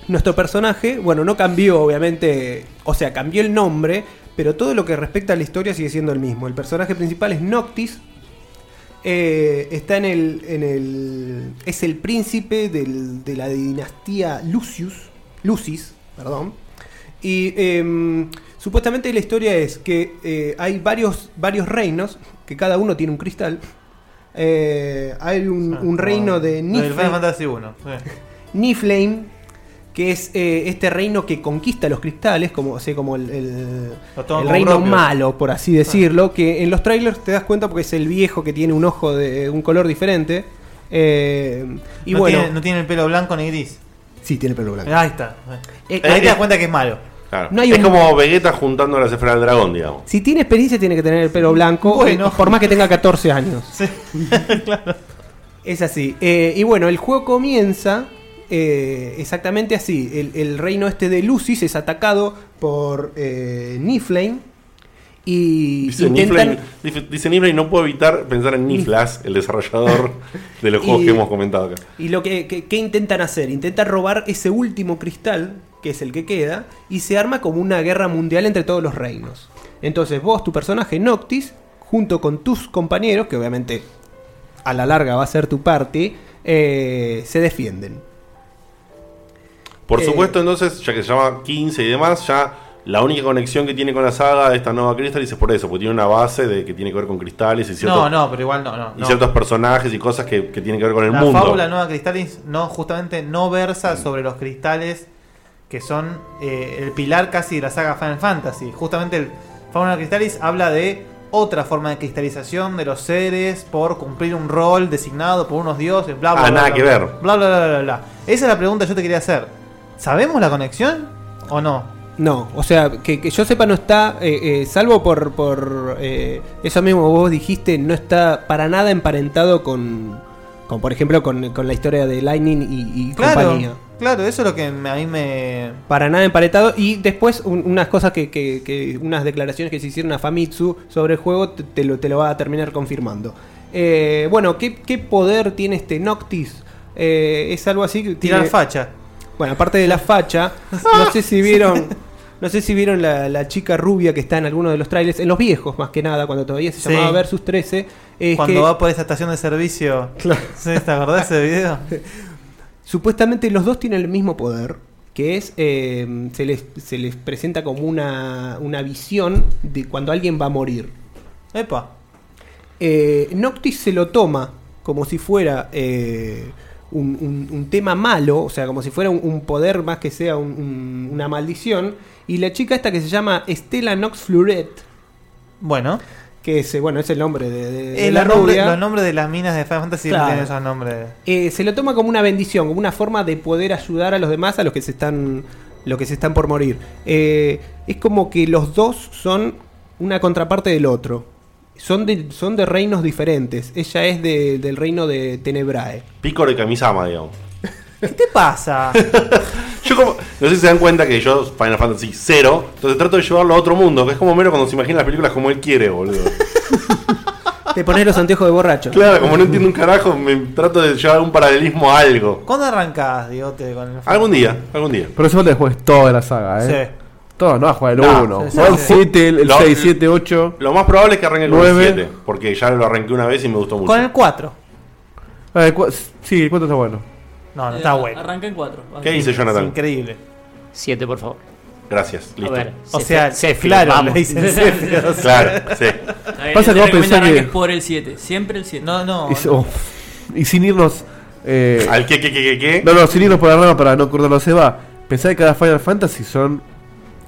nuestro personaje, bueno, no cambió obviamente, o sea, cambió el nombre, pero todo lo que respecta a la historia sigue siendo el mismo. El personaje principal es Noctis, eh, está en el, en el. Es el príncipe del- de la dinastía Lucius. Lucis, perdón. Y em, supuestamente la historia es que eh, hay varios, varios reinos, que cada uno tiene un cristal. Eh, hay
Ah,
un, un reino de
Lo del Final
Niflheim-
Fantasy 1.
[laughs] Niflheim, que es eh, este reino que conquista los cristales, como, o sea, como el, el-
Lo toma
el
como
reino
propio.
malo, por así decirlo, que en los trailers te das cuenta porque es el viejo que tiene un ojo de un color diferente. eh, y
no
bueno,
Tiene, no tiene el pelo blanco ni gris.
sí, tiene pelo blanco.
Ahí está.
Eh,
ahí
eh,
te das cuenta que es malo.
Claro.
No hay
es
un-
como Vegeta juntando las esferas del dragón, digamos.
Si tiene experiencia, tiene que tener el pelo blanco,
Bueno.
eh, por más que tenga
[laughs]
14 años. Es así. Eh, y bueno, el juego comienza eh, exactamente así. El, el reino este de Lucis es atacado por eh, Niflheim. Y
Dice
intentan-
Niflheim, dif- dice Niflheim, no puedo evitar pensar en Niflas, el desarrollador de los
[laughs]
juegos
Y-
que hemos comentado acá.
Y lo que, que- que intentan hacer, intentan robar ese último cristal, que es el que queda, y se arma como una guerra mundial entre todos los reinos. Entonces vos, tu personaje Noctis, junto con tus compañeros, que obviamente a la larga va a ser tu party, eh, se defienden.
Por
Eh.
supuesto, entonces, ya que se llama 15 y demás, ya la única conexión que tiene con la saga de esta nueva Crystalis es por eso, porque tiene una base de que tiene que ver con cristales y ciertos,
No, no, pero igual no, no.
y
no.
ciertos personajes y cosas que, que tienen que ver con el
la
mundo. Mm.
fábula nueva Cristalis no, justamente no versa sobre los cristales que son eh, el pilar casi de la saga Final Fantasy. Justamente el Fábula Cristalis habla de otra forma de cristalización de los seres por cumplir un rol designado por unos dioses, bla bla
Ah,
bla,
nada
bla,
que
bla,
ver.
Bla bla bla bla bla. Esa es la pregunta que yo te quería hacer. ¿Sabemos la conexión o no?
No, o sea, que, que yo sepa no está, eh, eh, salvo por, por eh, eso mismo vos dijiste, no está para nada emparentado con, con por ejemplo, con, con la historia de Lightning y, y
Claro,
compañía.
claro, eso es lo que me- a mí me
Para nada emparentado. Y después un- unas cosas que, que- que- unas declaraciones que se hicieron a Famitsu sobre el juego te, te lo, te lo va a terminar confirmando. Eh, bueno, ¿qué, qué poder tiene este Noctis? Eh, es algo así que tiene...
Tirar facha.
Bueno, aparte de la facha, no sé
[laughs]
si vieron... No sé si vieron la, la chica rubia que está en alguno de los trailers, en los viejos más que nada, cuando todavía se
Sí.
llamaba Versus 13. es
cuando
que-
va por esa estación de servicio. Sí, ¿Te acordás de ese video?
[laughs] Supuestamente los dos tienen el mismo poder, que es, eh, se, les, se les presenta como una, una visión de cuando alguien va a morir.
Epa.
Eh, Noctis se lo toma como si fuera eh, un, un- un tema malo, o sea, como si fuera un, un poder más que sea un- un- una maldición. Y la chica esta que se llama Estela Nox Fluret.
Bueno.
Que es, eh, bueno, es el nombre de, de- de
Eh,
la
los nombres-
rubia.
los nombres de las minas de Final Fantasy
Claro.
tienen esos nombres.
Eh, se lo toma como una bendición, como una forma de poder ayudar a los demás, a los que se están, los que se están por morir. Eh, es como que los dos son una contraparte del otro. Son de, son de reinos diferentes. Ella es de- del reino de Tenebrae.
Pícoro y Kamisama, digamos.
¿Qué te pasa?
Yo como, no sé si se dan cuenta que yo Final Fantasy cero, entonces trato de llevarlo a otro mundo, que es como mero cuando se imaginan las películas como él quiere, boludo.
[laughs] Te pones los anteojos de borracho.
Claro, como no entiendo un carajo, me trato de llevar un paralelismo a algo.
¿Cuándo arrancás, Diote, con el
Algún día, algún día.
Pero eso falta que juegues toda la saga, ¿eh? Todo, no, juega el
No,
1,
sí, sí,
juega el
sí.
7, el
Lo-
6, 7, 8.
Lo más probable es que arranque con el
Nueve.
7, porque ya lo arranqué una vez y me gustó mucho.
Con el 4.
Sí, Ah, el 4 está bueno.
No, no
Eh,
está bueno.
Arranca en 4.
¿Qué dice Jonathan?
Increíble.
7, por favor.
Gracias,
A
listo.
ver,
O
Zephyr-
sea,
Zephyr,
claro,
vamos.
le dicen Zephyr, o sea.
Claro, sí.
Está bien,
Pasa que
te
vos
recomiendo
pensás
arranques
que-
por el 7. Siempre el 7.
No, no.
Y, se- oh, y sin irnos. eh,
Al que, que, que, que, que.
No, no, sin irnos por la rama para no cortarlo se va. Pensá que cada Final Fantasy son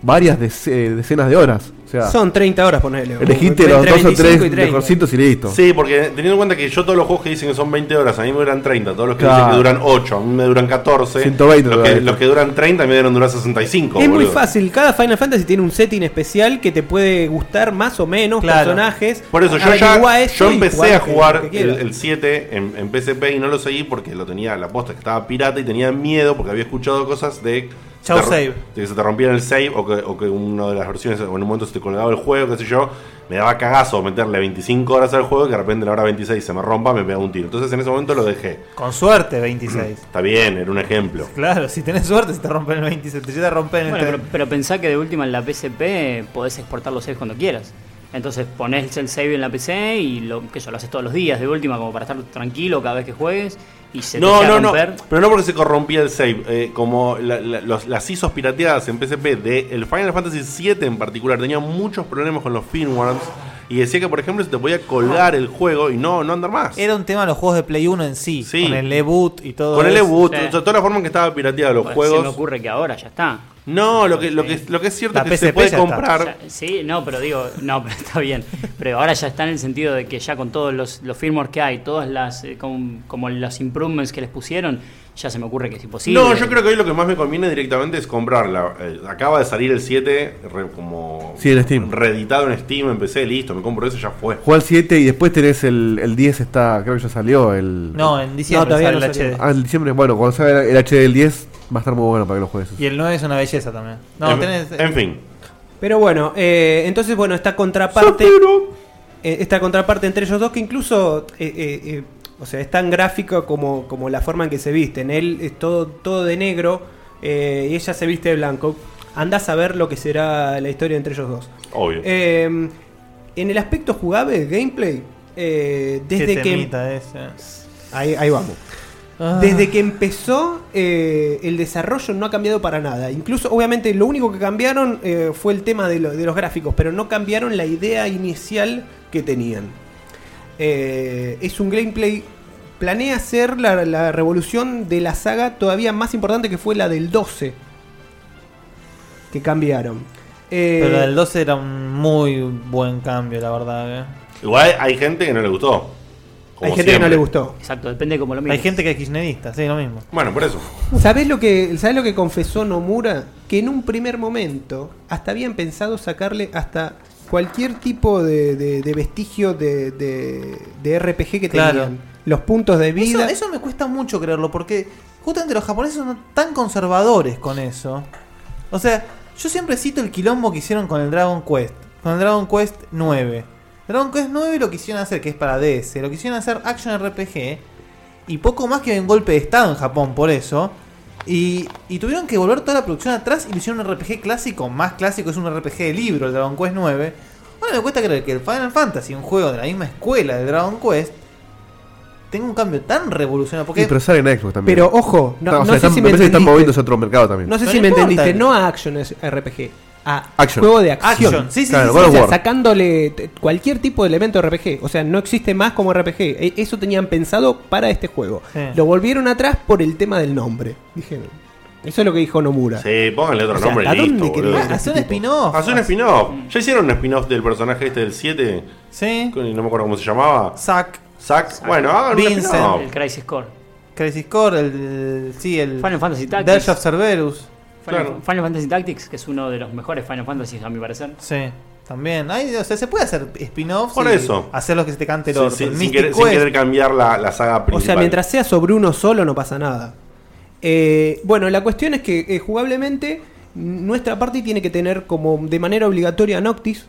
varias dece- eh, decenas de horas. O sea,
Son 30 horas, ponele.
Elegiste los dos o tres mejorcitos y listo.
Sí, porque teniendo en cuenta que yo todos los juegos que dicen que son 20 horas, a mí me duran 30. Todos los que
Claro.
dicen que duran 8, a mí me duran 14.
120
los, que,
todavía.
los que duran 30 a mí me duran durar 65.
Es muy
boludo.
fácil, cada Final Fantasy tiene un setting especial que te puede gustar más o menos,
Claro.
personajes.
Por eso yo
Averiguá
ya
eso
yo
y jugá
empecé a
lo que- lo
jugar
que
el,
quieras.
el 7 en, en PSP y no lo seguí porque lo tenía la posta que estaba pirata y tenía miedo porque había escuchado cosas de,
Chau,
de-
save.
de que se te rompían el save o que, o que una de las versiones o en un momento se te colgaba el juego, qué sé yo. Me daba cagazo meterle 25 horas al juego y que de repente en la hora 26 se me rompa, me pega un tiro. Entonces en ese momento lo dejé.
Con suerte, 26.
Está bien, era un ejemplo.
Claro, si tenés suerte se te rompen el 27, se te rompen el
Bueno, pero,
30.
pero pensá que de última en la PSP podés exportar los saves cuando quieras. Entonces ponés el save en la PC y lo que yo lo haces todos los días de última como para estar tranquilo cada vez que juegues y se
No,
te llega
no,
a
no.
romper.
Pero no porque se corrompía el save. eh, como la- la- los- las ISOs pirateadas en PSP de el Final Fantasy VII en particular tenían muchos problemas con los firmwares. Y decía que, por ejemplo, se te podía colgar el juego y no, no andar más.
Era un tema de los juegos de Play 1 en sí, con el e-boot y todo
Con el
eso.
e-boot,
Sí.
o sea, toda la forma en que estaba pirateado los
Bueno, Se me
juegos.
ocurre que ahora ya está.
No, lo que, lo, que, lo que es cierto es que se puede comprar.
O sea, sí, no, pero digo, no, [laughs] pero está bien. Pero ahora ya está en el sentido de que ya con todos los, los firmware que hay, todas las eh, com- como los improvements que les pusieron, ya se me ocurre que es imposible.
No, yo creo que hoy lo que más me conviene directamente es comprarla. Eh, acaba de salir el 7 re- como
Sí, en Steam.
reeditado en Steam, empecé, listo, me compro eso, ya fue.
Juega el 7 y después tenés el, el 10, está, creo que ya salió. El,
No, en diciembre
No, todavía
sale
no
el
salió.
HD.
Ah, en diciembre, bueno, cuando salga el HD del 10 va a estar muy bueno para que lo juegues.
Y el 9 es una belleza también. No,
En-
tenés-
en
fin.
Pero bueno, eh, entonces bueno, esta contraparte. eh, esta contraparte entre ellos dos, que incluso eh, eh, eh, o sea, es tan gráfica como, como la forma en que se visten. Él es todo, todo de negro eh, y ella se viste de blanco. Andás a ver lo que será la historia entre ellos dos.
Obvio.
Eh, en el aspecto jugable, gameplay, eh,
Qué
desde que.
temita ese.
Ahí, ahí vamos.
Ah.
Desde que empezó, eh, el desarrollo no ha cambiado para nada. Incluso, obviamente, lo único que cambiaron eh, fue el tema de, lo- de los gráficos, pero no cambiaron la idea inicial que tenían. Eh, es un gameplay. Planea ser la, la revolución de la saga todavía más importante que fue la del 12. Que cambiaron. Eh,
Pero el 12 era un muy buen cambio, la verdad. eh.
Igual hay gente que no le gustó. Como siempre.
Exacto, depende como lo
Hay
mires.
gente que es kirchnerista, sí, lo mismo.
Bueno, por eso.
¿Sabés lo que sabés lo que confesó Nomura? Que en un primer momento hasta habían pensado sacarle hasta cualquier tipo de, de- de vestigio de, de- de RPG que
Claro.
tenían. Los puntos de vida.
Eso, eso me cuesta mucho creerlo, porque justamente los japoneses son tan conservadores con eso. O sea, yo siempre cito el quilombo que hicieron con el Dragon Quest, con el Dragon Quest 9. Dragon Quest 9 lo quisieron hacer, que es para DS, lo quisieron hacer Action RPG, y poco más que un golpe de estado en Japón por eso. Y, y tuvieron que volver toda la producción atrás y lo hicieron un RPG clásico, más clásico, es un RPG de libro, el Dragon Quest 9. Ahora me cuesta creer que el Final Fantasy, un juego de la misma escuela de Dragon Quest, tenga un cambio tan revolucionario. Porque
Sí, pero sale en Xbox también.
Pero, ojo, no-
Está- o
no
sea,
sé
están-
si me
parece que están
entendiste.
moviéndose a otro mercado también.
No sé
No
si
le
me
importa.
entendiste, no a Action es RPG, a
Action.
juego de acción.
Action, sí, sí, Claro, sí, God sí. of
O sea,
War.
sacándole t- cualquier tipo de elemento RPG. O sea, no existe más como RPG. E- Eso tenían pensado para este juego.
Sí.
Lo volvieron atrás por el tema del nombre. Dijeron. Eso es lo que dijo Nomura.
Sí, pónganle otro
O sea,
nombre y
¿a dónde
listo,
querés
boludo.
ir a este
Hacer un spin-off. Mm.
Hace un spin-off. Ya hicieron un spin-off del personaje este del 7.
Sí.
No me acuerdo cómo se llamaba.
Zack.
Zack. Bueno, hagan un
Vincent.
spin-off.
El Crisis Core.
Crisis Core, el, sí, el
Final Fantasy Tactics.
Dash of Cerberus.
Final,
Claro.
Final Fantasy Tactics, que es uno de los mejores Final Fantasy a mi parecer.
Sí, también. Ay, o sea, se puede hacer spin-offs.
Por
y
eso.
Hacer lo que se te cante el
Sí,
orto.
sin- sin
Mystic
querer- sin
Quest.
querer cambiar la- la saga
O sea,
principal.
mientras sea sobre uno solo no pasa nada. Eh, bueno, la cuestión es que eh, jugablemente nuestra party tiene que tener como de manera obligatoria a Noctis,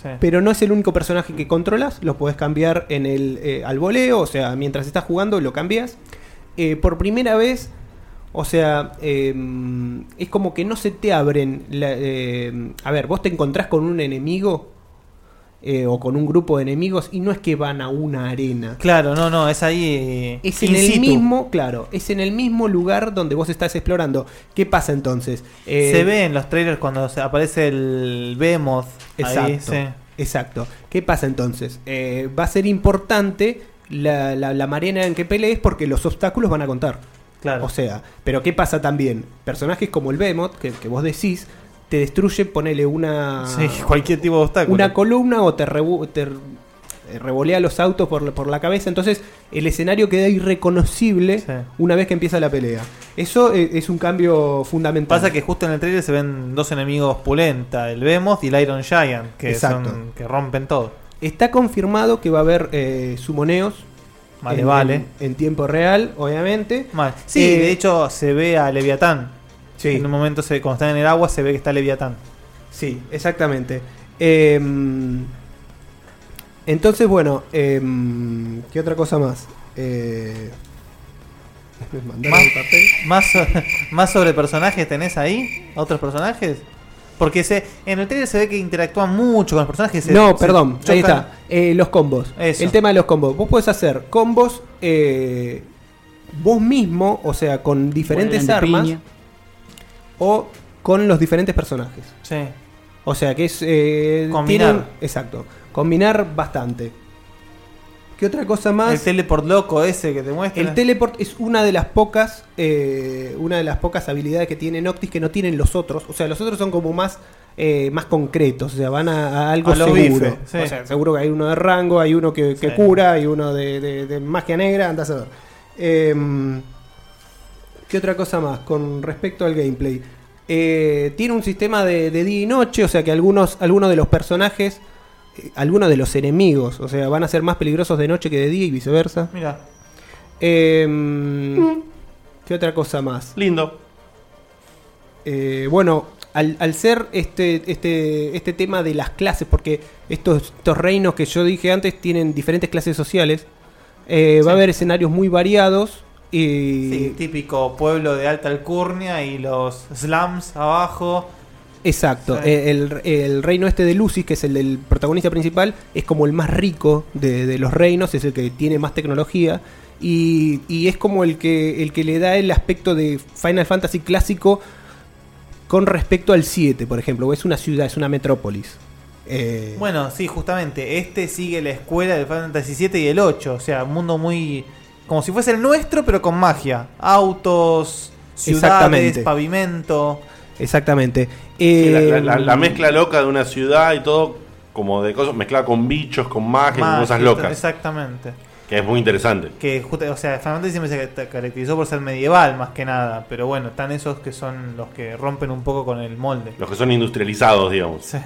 Sí.
pero no es el único personaje que controlas, lo podés cambiar en el eh, al voleo, o sea, mientras estás jugando lo cambias. Eh, por primera vez, o sea, eh, es como que no se te abren... la- eh, a ver, vos te encontrás con un enemigo eh, o con un grupo de enemigos y no es que van a una arena.
Claro, no, no, es ahí. eh,
Es
in
en el
situ.
mismo, claro, es en el mismo lugar donde vos estás explorando. ¿Qué pasa entonces? Eh,
se ve en los trailers cuando se- aparece el Behemoth.
Exacto.
Ahí, sí.
Exacto. ¿Qué pasa entonces? Eh, va a ser importante la, la, la manera en que pelees porque los obstáculos van a contar.
Claro.
O sea, pero ¿qué pasa también? Personajes como el Behemoth, que, que vos decís, te destruye, ponele una.
Sí, [laughs] cualquier tipo de obstáculo.
Una columna o te, revu- te r- eh, revolea los autos por, la- por la cabeza. Entonces, el escenario queda irreconocible una vez que empieza la pelea. Eso eh, es un cambio fundamental.
Pasa que justo en el trailer se ven dos enemigos pulenta, el Behemoth y el Iron Giant, que
Exacto.
son que rompen todo.
Está confirmado que va a haber eh, sumoneos.
Vale,
en,
vale.
En, en tiempo real, obviamente.
Mal. Sí,
Eh,
de hecho se ve a Leviatán. En un momento se, cuando están en el agua se ve que está Leviatán.
Sí, exactamente. Em, entonces, bueno, em, ¿qué otra cosa más? Eh, me mandaron
Más,
un papel.
más, [laughs] so- más sobre personajes tenés ahí, otros personajes. Porque se, en el trailer se ve que interactúan mucho con los personajes. se-
no,
se
perdón, ahí
chocan.
está. Eh, los combos.
Eso.
El tema de los combos. Vos podés hacer combos eh, vos mismo, o sea, con
Vuelan
diferentes
de
armas
piña.
o con los diferentes personajes.
Sí.
O sea, que es. eh,
Combinar.
tienen- exacto. Combinar bastante. ¿Qué otra cosa más?
El teleport loco ese que te muestra.
El teleport es una de las pocas, eh, una de las pocas habilidades que tiene Noctis que no tienen los otros. O sea, los otros son como más, eh, más concretos. O sea, van a, a algo
A lo
seguro.
bife, sí.
O sea, seguro que hay uno de rango, hay uno que, que
Sí.
cura, hay uno de, de- de magia negra, andás a ver. Em, ¿Qué otra cosa más con respecto al gameplay? Eh, tiene un sistema de, de día y noche, o sea que algunos, algunos de los personajes, eh, algunos de los enemigos, o sea, van a ser más peligrosos de noche que de día y viceversa. Em,
Mira.
¿Qué otra cosa más?
Lindo.
Eh, bueno, al, al ser este, este, este tema de las clases, porque estos, estos reinos que yo dije antes tienen diferentes clases sociales, eh, va a haber escenarios muy variados. Y
Sí, típico pueblo de alta alcurnia y los slums abajo.
Exacto.
Sí.
Eh, El, el reino este de Lucis, que es el del protagonista principal, es como el más rico de, de los reinos, es el que tiene más tecnología. y, y es como el que, el que le da el aspecto de Final Fantasy clásico con respecto al 7, por ejemplo. Es una ciudad, es una metrópolis. Eh,
Bueno, sí, justamente. Este sigue la escuela del Final Fantasy VII y el 8. O sea, un mundo muy. Como si fuese el nuestro, pero con magia. Autos, ciudades,
Exactamente.
pavimento.
exactamente.
Sí, la,
Eh,
la- la- la mezcla loca de una ciudad y todo, como de cosas, mezclada con bichos, con magia, con
magia,
cosas locas.
Exactamente.
Que es muy interesante.
Que, justa- o sea, Final Fantasy siempre se ca- caracterizó por ser medieval, más que nada. Pero bueno, están esos que son los que rompen un poco con el molde.
Los que son industrializados, digamos.
Sí,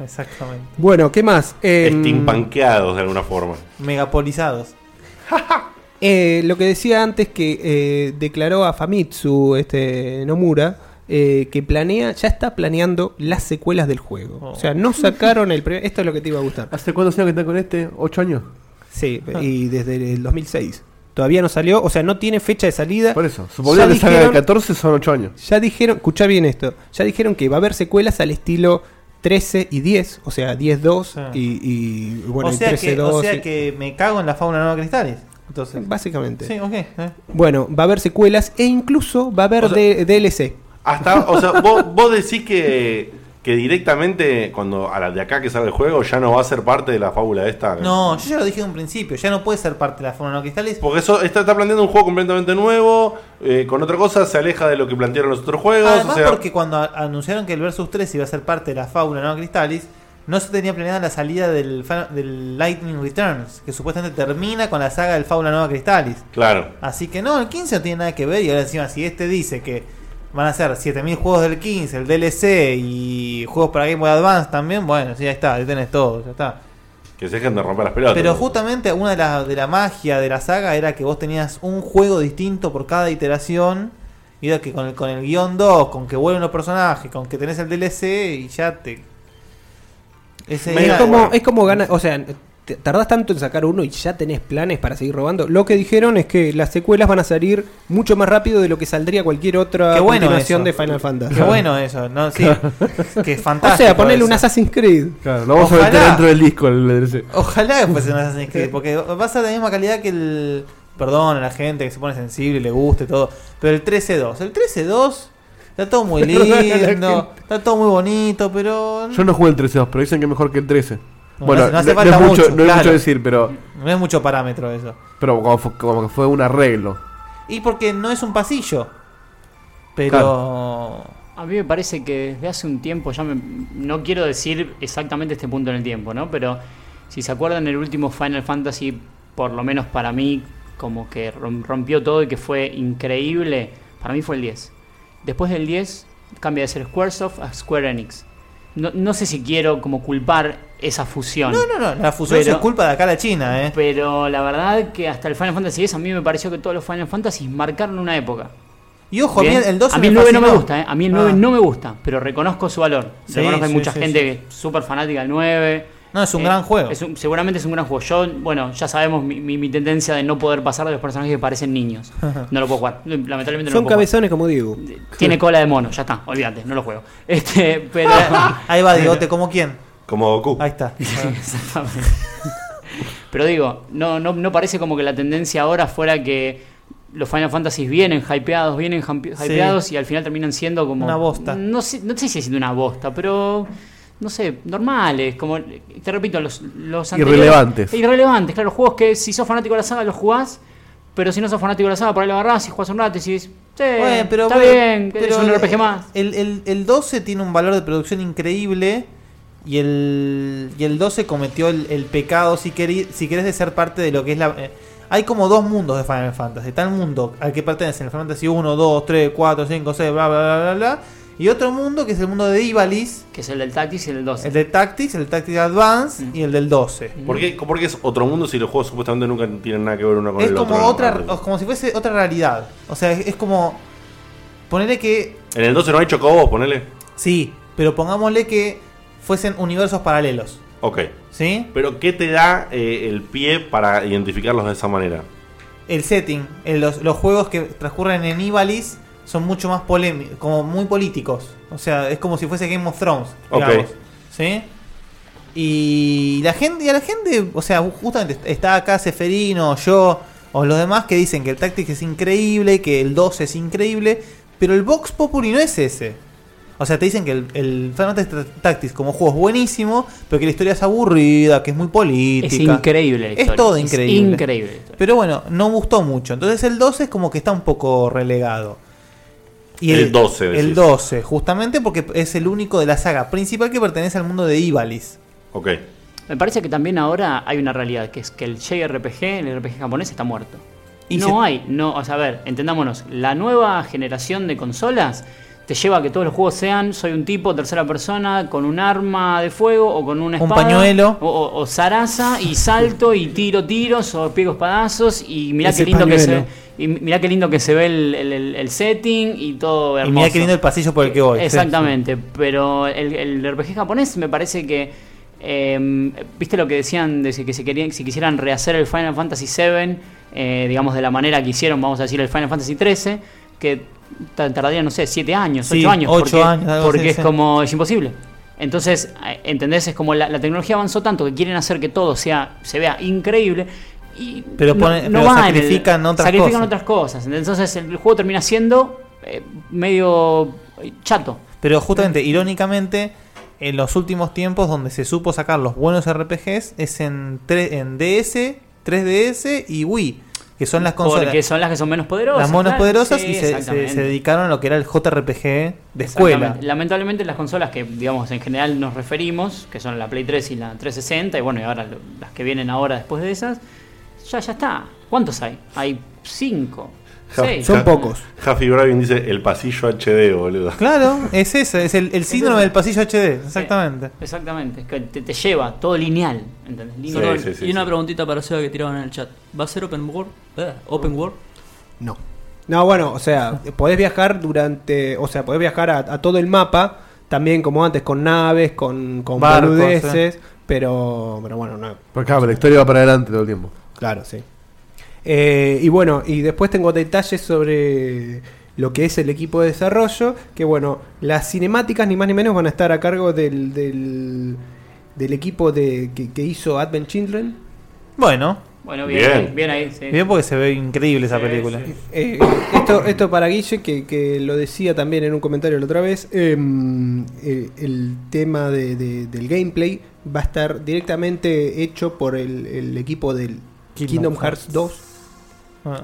exactamente.
Bueno, ¿qué más? Eh,
Steampanqueados de alguna forma.
Megapolizados.
[laughs] Eh, lo que decía antes que eh, declaró a Famitsu este Nomura eh, que planea, ya está planeando las secuelas del juego. O sea,
Oh.
no sacaron el primer. Esto es lo que te iba a gustar.
¿Hace cuántos años que están con este? ¿Ocho años?
Sí,
Ah.
y desde el 2006. Todavía no salió, o sea, no tiene fecha de salida. Por
eso, Supongo que salga el 14 son ocho años.
Ya dijeron, escucha bien esto, ya dijeron que va a haber secuelas al estilo 13 y 10, o sea, 10-2 y, y, bueno,
Ah. o,
y
sea que,
13-2.
o
y-
sea que me cago en la fauna nueva cristales. Entonces.
Básicamente.
Sí, ok. eh.
Bueno, va a haber secuelas e incluso va a haber
O sea,
de- DLC.
Hasta, o sea, vos, vos decís que, que directamente, cuando a la de acá que sale el juego, ya no va a ser parte de la fábula esta.
No, yo ya lo dije en un principio, ya no puede ser parte de la fauna nueva cristales.
Porque eso está, está planteando un juego completamente nuevo, eh, con otra cosa, se aleja de lo que plantearon los otros juegos.
Además,
o sea,
porque cuando a- anunciaron que el Versus 3 iba a ser parte de la fauna nueva cristales, no se tenía planeada la salida del, fa- del Lightning Returns, que supuestamente termina con la saga del fauna nueva cristales.
Claro.
Así que no, el 15 no tiene nada que ver. Y ahora encima, si este dice que van a ser 7000 juegos del 15, el DLC y juegos para Game Boy Advance también, bueno, sí, ya está, ahí tenés todo, ya está.
Que se dejen de romper las pelotas.
Pero justamente una de la, de la magia de la saga era que vos tenías un juego distinto por cada iteración. Y era que con el, con el guión 2, con que vuelven los personajes, con que tenés el DLC y ya te... Ese
es,
era-
como, es como gana- o sea, te- tardás tanto en sacar uno y ya tenés planes para seguir robando. Lo que dijeron es que las secuelas van a salir mucho más rápido de lo que saldría cualquier otra
Qué bueno
continuación
eso.
de Final Fantasy.
Qué bueno eso, ¿no? Sí. que
[laughs]
es
O
fantástico.
sea, ponerle un
eso.
Assassin's Creed.
Claro, lo vamos a meter
Ojalá.
dentro del disco el DLC.
Ojalá que fuese un Assassin's Creed, porque va a ser de la misma calidad que el. Perdón a la gente que se pone sensible, le guste todo. Pero el 13-2. El 13-2 está todo muy
[laughs] Perdón a la gente.
lindo, está todo muy bonito, pero.
Yo no jugué el 13-2, pero dicen que es mejor que el 13.
No,
bueno,
no hace- no hace
no- no
falta
es mucho,
mucho,
no es mucho
claro.
decir, pero,
No es mucho parámetro eso.
pero como, fu- como que fue un arreglo.
Y porque no es un pasillo. Pero.
A mí me parece que desde hace un tiempo, ya me- no quiero decir exactamente este punto en el tiempo, ¿no? Pero si se acuerdan, el último Final Fantasy, por lo menos para mí, como que rom- rompió todo y que fue increíble, para mí fue el 10. Después del 10, cambia de ser Squaresoft a Square Enix. No, no sé si quiero como culpar esa fusión.
No, no, no. La fusión
Pero-
es culpa de acá la China, ¿eh?
Pero la verdad que hasta el Final Fantasy X a mí me pareció que todos los Final Fantasy marcaron una época.
Y ojo, a mí
Bien.
el 12
a mí el
me
9 no me
fascinó.
gusta, ¿eh? A mí el 9
Ah.
no me gusta, pero reconozco su valor.
Sí,
reconozco que hay
sí,
mucha
sí,
gente
sí.
que es súper fanática del 9.
No, es un gran juego.
es un- seguramente es un gran juego. Yo, bueno, ya sabemos mi, mi- mi tendencia de no poder pasar de los personajes que parecen
[laughs]
niños. No lo puedo jugar. Lamentablemente no lo
Son
puedo jugar.
cabezones como digo.
Tiene cola de mono, ya está, olvídate, no lo juego. [laughs] Este, pero.
[laughs] Ahí va, Digote, ¿como quién?
Como Goku.
Ahí está.
[laughs] Exactamente. Pero digo, no, no, no parece como que la tendencia ahora fuera que los Final Fantasy vienen hypeados, vienen jampe-
Sí.
hypeados y al final terminan siendo como.
Una bosta.
No sé, no sé si siendo una bosta, pero. No sé, normales, como. Te repito, los, los anteriores-
Irrelevantes.
Irrelevantes, claro, juegos que si sos fanático de la saga los jugás, pero si no sos fanático de la saga, por ahí lo agarrás y jugás un rato y decís. Sí,
Bueno, pero
está
bueno,
bien,
pero
es un RPG más.
El, el- el 12 tiene un valor de producción increíble y el, y el 12 cometió el, el pecado, si, queri- si querés, de ser parte de lo que es la... eh, hay como dos mundos de Final Fantasy. Está el mundo al que pertenecen el Final Fantasy 1, 2, 3, 4, 5, 6, bla, bla, bla, bla, bla. Y otro mundo que es el mundo de Ivalice.
Que es el del Tactics y el del Mm. 12.
El del Tactics, el Tactics Advance y el del 12.
¿Por qué, por qué es otro mundo si los juegos supuestamente nunca tienen nada que ver uno con
Es
el
como,
otro?
otra, o como si fuese otra realidad. O sea, es, es como... Ponerle que
En el 12 no hay chocobos, ponele.
Sí, pero pongámosle que fuesen universos paralelos.
Ok.
¿Sí?
Pero ¿qué te da eh, el pie para identificarlos de esa manera?
El setting, el- los, los juegos que transcurren en Ivalice son mucho más polémicos, como muy políticos. O sea, es como si fuese Game of Thrones,
Ok.
digamos. ¿Sí? Y la gente, y a la gente, o sea, justamente está acá Seferino, yo, o los demás que dicen que el Tactics es increíble, que el 2 es increíble, pero el Vox Populi no es ese. O sea, te dicen que el, el Final Fantasy Tactics como juego es buenísimo, pero que la historia es aburrida, que es muy política.
Es increíble la
Es
historia,
todo
es
increíble.
increíble la
Pero bueno, no gustó mucho. Entonces el 12 es como que está un poco relegado.
El 12,
El
decís.
12, justamente porque es el único de la saga principal que pertenece al mundo de Ivalis.
Ok.
Me parece que también ahora hay una realidad, que es que el JRPG, el RPG japonés, está muerto.
Y
no
se-
hay, no, o sea, a ver, entendámonos, la nueva generación de consolas te lleva a que todos los juegos sean, soy un tipo, tercera persona, con un arma de fuego o con una
Un
espada.
pañuelo.
O, o- o zaraza y salto y tiro tiros o piego espadazos y mirá
Ese
qué lindo que se
pañuelo.
y mirá qué lindo que se ve el, el- el- el setting y todo hermoso.
Y mirá qué lindo el pasillo por el que voy.
Exactamente, pero el, el RPG japonés me parece que. eh, ¿Viste lo que decían de si- que si, querían, si quisieran rehacer el Final Fantasy VII, eh, digamos de la manera que hicieron, vamos a decir, el Final Fantasy XIII, que ta- tardarían, no sé, 7 años, 8
Sí,
años?
ocho
porque
años, algo
porque
así,
es
sí.
como, es imposible. Entonces, eh, ¿entendés? Es como la, la tecnología avanzó tanto que quieren hacer que todo sea se vea increíble. Y
Pero pone- pero
va en el-
sacrifican otras
sacrifican
cosas.
otras cosas. Entonces, el juego termina siendo eh, medio eh, chato.
Pero justamente, irónicamente, en los últimos tiempos donde se supo sacar los buenos RPGs es en, tre- en DS, 3DS y Wii, que son las consolas.
Porque son las que son menos poderosas.
las monos
claro.
poderosas
Sí,
y se- se,
exactamente.
se dedicaron a lo que era el JRPG de escuela.
Exactamente. Lamentablemente las consolas que digamos en general nos referimos, que son la Play 3 y la 360, y bueno, y ahora lo- las que vienen ahora después de esas, ya ya está. ¿Cuántos hay? Hay cinco. seis.
Jaffy Bravin dice el pasillo HD, boludo.
Claro, es ese, es el, el síndrome
ese.
del pasillo HD, exactamente.
Exactamente, que te, te lleva todo lineal, ¿entendés? Lineal.
sí, sí,
y una preguntita para Seba que tiraban en el chat. ¿Va a ser Open World? Eh, open World.
No, bueno, o sea, podés viajar durante. O sea, podés viajar a, a todo el mapa. También, como antes, con naves, con, con
Barcos,
boludeces, Pero, pero bueno, no.
Por acá, la historia va para adelante todo el tiempo.
Claro, sí. Eh, y bueno, y después tengo detalles sobre lo que es el equipo de desarrollo. Que bueno, las cinemáticas, ni más ni menos, van a estar a cargo del, del, del equipo de, que, que hizo Advent Children.
Bueno.
Bueno, bien, Bien. bien ahí, sí.
Bien porque se ve increíble esa película.
Eh, esto, esto para Guille, que, que lo decía también en un comentario la otra vez, em, eh, el tema de- de- del gameplay va a estar directamente hecho por el, el equipo del Kingdom, Hearts, 2.
Ah.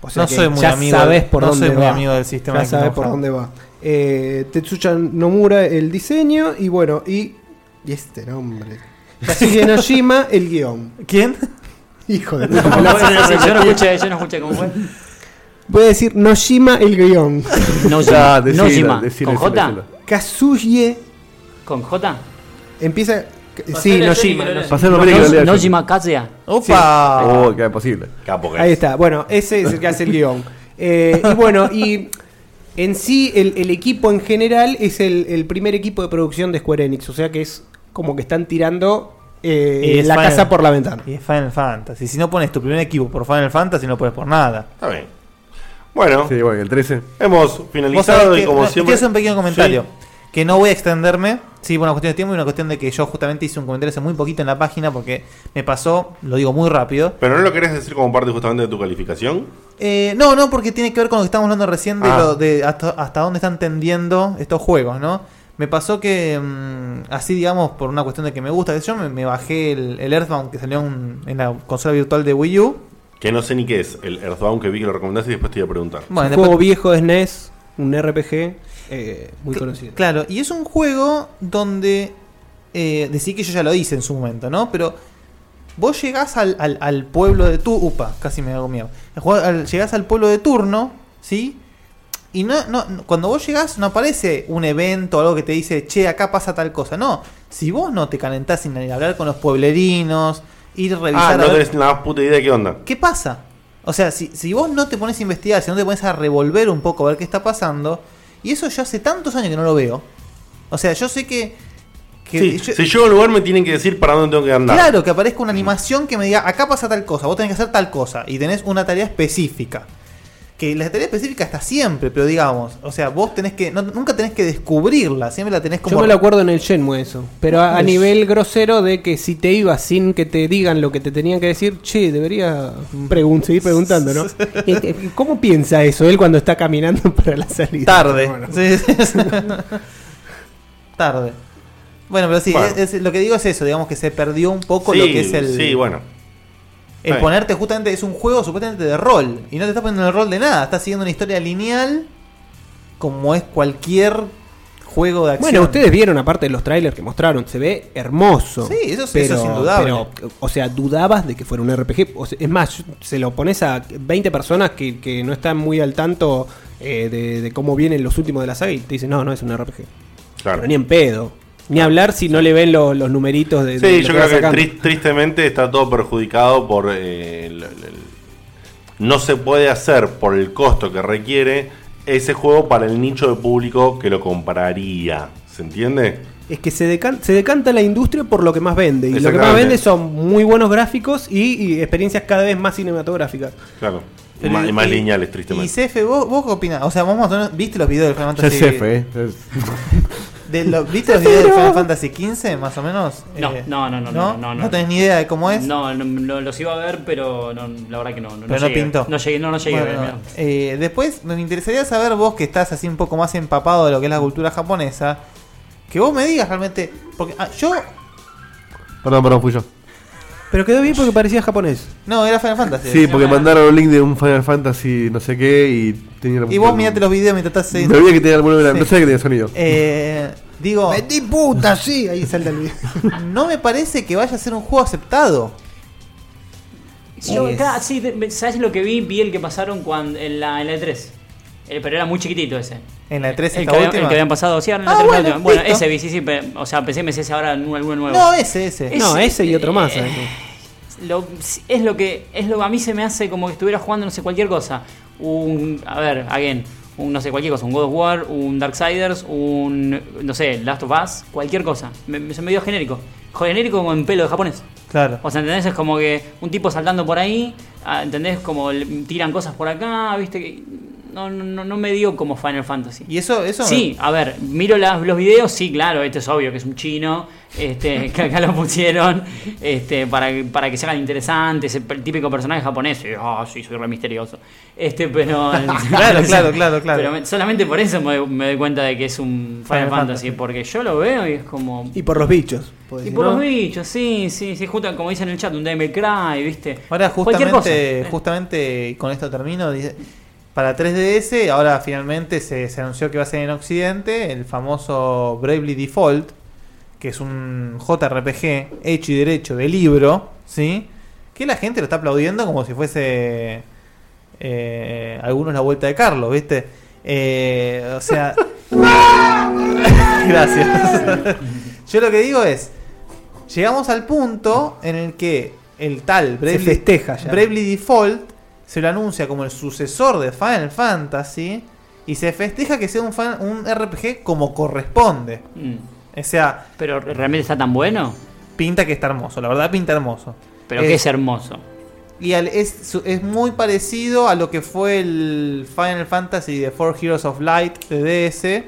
O sea
no
que
soy muy
ya
amigo,
sabes por
no
dónde
soy muy
va.
amigo del sistema
Ya
de
sabes
Kingdom
por
Hearts.
dónde va. Eh, Tetsuya Nomura el diseño y bueno, y, y este
[laughs]
nombre. Kazuya Noshima el guión.
¿Quién?
Hijo de
[laughs]
¿Cómo fue? Yo no escuché, yo no escuché cómo fue.
Voy a decir Noshima el guión.
[laughs] Nojima. Nojima. ¿Con J?
Kazuye.
¿Con J?
Empieza. Sí, Nojima. Nojima.
Pasemos película,
No-
lea.
Nojima Kazuya.
Opa.
Oh, queda imposible.
Capo
Ahí está. Bueno, ese es el que hace el guión. Eh, y bueno, y en sí, el, el equipo en general es el, el primer equipo de producción de Square Enix. O sea que es como que están tirando eh,
Y es
la
Final-
casa por la ventana.
Y es Final Fantasy. Si no pones tu primer equipo por Final Fantasy, no pones por nada.
Está bien. Bueno.
Sí, bueno, el 13.
Hemos
Vos sabés
finalizado
que-
y como
no,
siempre.
Quiero hacer un pequeño comentario.
Sí.
Que no voy a extenderme. Sí, por una cuestión de tiempo y una cuestión de que yo justamente hice un comentario hace muy poquito en la página porque me pasó, lo digo muy rápido.
Pero no lo querés decir como parte justamente de tu calificación.
Eh, no, no, porque tiene que ver con lo que estamos hablando recién de,
Ah.
lo- de hasta, hasta dónde están tendiendo estos juegos, ¿no? Me pasó que, mm, así digamos, por una cuestión de que me gusta, que yo me, me bajé el, el Earthbound que salió en- en la consola virtual de Wii U.
Que no sé ni qué es. El Earthbound que vi que lo recomendaste y después te iba a preguntar.
un
después-
juego viejo de SNES, un RPG eh, muy
Cl-
conocido.
Claro, y es un juego donde. Eh, decí que yo ya lo hice en su momento, ¿no? Pero vos llegás al, al- al pueblo de tu. Upa, casi me hago miedo. El juego- al- Llegás al pueblo de turno, ¿sí? Y no, no, no- cuando vos llegás no aparece un evento o algo que te dice, che, acá pasa tal cosa. No, si vos no te calentás sin ir a hablar con los pueblerinos, ir a revisar.
Ah,
a
no
ver-
tenés la más puta idea de qué onda.
¿Qué pasa? O sea, si, si vos no te pones a investigar, si no te pones a revolver un poco a ver qué está pasando, y eso yo hace tantos años que no lo veo. O sea, yo sé que. que
Sí,
yo-
si llego al lugar me tienen que decir para dónde tengo que andar.
Claro, que aparezca una animación que me diga, acá pasa tal cosa, vos tenés que hacer tal cosa, y tenés una tarea específica. que la tarea específica está siempre, pero digamos, o sea, vos tenés que, no- nunca tenés que descubrirla, siempre la tenés como...
Yo me lo acuerdo en el Shenmue eso. Pero a, a
Uf.
nivel grosero de que si te ibas sin que te digan lo que te tenían que decir, che, debería pregun- seguir preguntando,
[laughs]
¿no? Este, ¿Cómo piensa eso él cuando está caminando [laughs] para la salida?
Tarde.
Bueno.
Sí, sí, sí.
[laughs]
Tarde. Bueno, pero sí,
Bueno.
es- es- lo que digo es eso, digamos que se perdió un poco
Sí,
lo que es el...
sí, bueno.
El
Está
ponerte justamente, es un juego supuestamente de rol, y no te estás poniendo en el rol de nada, estás siguiendo una historia lineal como es cualquier juego de acción.
Bueno, ustedes vieron aparte de los trailers que mostraron, se ve hermoso.
Sí, eso es- eso es indudable.
pero, o sea, dudabas de que fuera un RPG. O sea, es más, se lo pones a 20 personas que, que no están muy al tanto eh, de, de cómo vienen los últimos de la saga y te dicen, no, no es un RPG.
Claro.
Pero ni en pedo. Ni hablar si no le ven lo- los numeritos de... de
Sí,
lo
yo
va
creo que
sacando.
tris- tristemente está todo perjudicado por eh, el- el- no se puede hacer por el costo que requiere ese juego para el nicho de público que lo compraría. ¿Se entiende?
Es que se, decan- se decanta la industria por lo que más vende. Y lo que más
Exactamente.
vende son muy buenos gráficos y, y experiencias cada vez más cinematográficas.
Claro.
Pero
Ma- y
y-
más
y-
lineales,
Y
tristemente.
Cefe, ¿vos, vos qué opinás? O sea, vos más o menos, viste los videos del Final Fantasy [laughs] De lo- ¿Viste los videos del Final Fantasy XV, más o menos?
No,
Eh,
no, no, no, no, no, no,
¿No tenés ni idea de cómo es?
No, no, no, los iba a ver, pero no, la verdad que no. no
Pero no
llegué.
pintó.
No llegué, no, no llegué.
Bueno,
a ver, mirá.
eh, después me interesaría saber vos que estás así un poco más empapado de lo que es la cultura japonesa, que vos me digas realmente, porque ah, yo
Perdón, perdón, fui yo.
Pero quedó bien porque parecía japonés.
no era Final Fantasy.
Sí, porque mandaron un link de un Final Fantasy no sé qué y tenía
Y vos mirate los videos mientras estás
Me olvidé que tenía alguno de la-
Sí.
no sé que tenía sonido.
Eh, digo, metí puta, sí, ahí salta el video. [laughs] no me parece que vaya a ser un juego aceptado.
Yo,
Es-
claro, sí, de- me- ¿sabes lo que vi? Vi el que pasaron cuando, en, la, en la E3. El- pero era muy chiquitito ese.
En la E3
el,
esta
que había-
última.
el que habían pasado, sí, en la
Ah,
3
bueno,
última. Bueno,
listo.
ese vi, sí, sí, pe- o sea, pensé que me decías ahora nu- alguno nuevo.
No, ese, ese.
No, ese y otro más.
eh,
además.
lo- es lo que es lo a mí se me hace como que estuviera jugando no sé cualquier cosa un a ver again un no sé cualquier cosa un God of War un Darksiders un no sé Last of Us cualquier cosa me, me- se me dio genérico genérico como en pelo de japonés
Claro.
o sea entendés es como que un tipo saltando por ahí ah, entendés como le- tiran cosas por acá viste que no, no, no- no me dio como Final Fantasy.
¿Y eso, eso?
Sí, a ver, miro las- los videos, sí, claro, este es obvio que es un chino, este, [laughs] que acá lo pusieron este, para, que- para que se hagan interesantes, el per- típico personaje japonés, y, ah, sí, soy re misterioso. Este,
[laughs]
pero.
Claro, claro, claro, claro.
Pero me- solamente por eso me, me doy cuenta de que es un Final,
Final
Fantasy,
Fantasy.
porque yo lo veo y es como.
Y por los bichos.
Y
podés decir,
por
¿no?
los bichos, sí, sí, sí, justo como dicen en el chat, un Devil May Cry, ¿viste?
Ahora
Cualquier
justamente,
cosa.
justamente y con esto termino, dice, para 3DS ahora finalmente se, se anunció que va a ser en Occidente el famoso Bravely Default, que es un JRPG hecho y derecho de libro, ¿sí? Que la gente lo está aplaudiendo como si fuese eh, algunos la vuelta de Carlos, ¿viste? Eh, o sea... [laughs] Gracias. Yo lo que digo es, llegamos al punto en el que el tal Bravely,
festeja ya.
Bravely Default se lo anuncia como el sucesor de Final Fantasy y se festeja que sea un, fan- un RPG como corresponde.
Mm.
O sea...
Pero realmente está tan bueno.
Pinta que está hermoso, la verdad pinta hermoso.
Pero
Eh,
que es hermoso.
y al- es, su- es muy parecido a lo que fue el Final Fantasy de Four Heroes of Light de DS,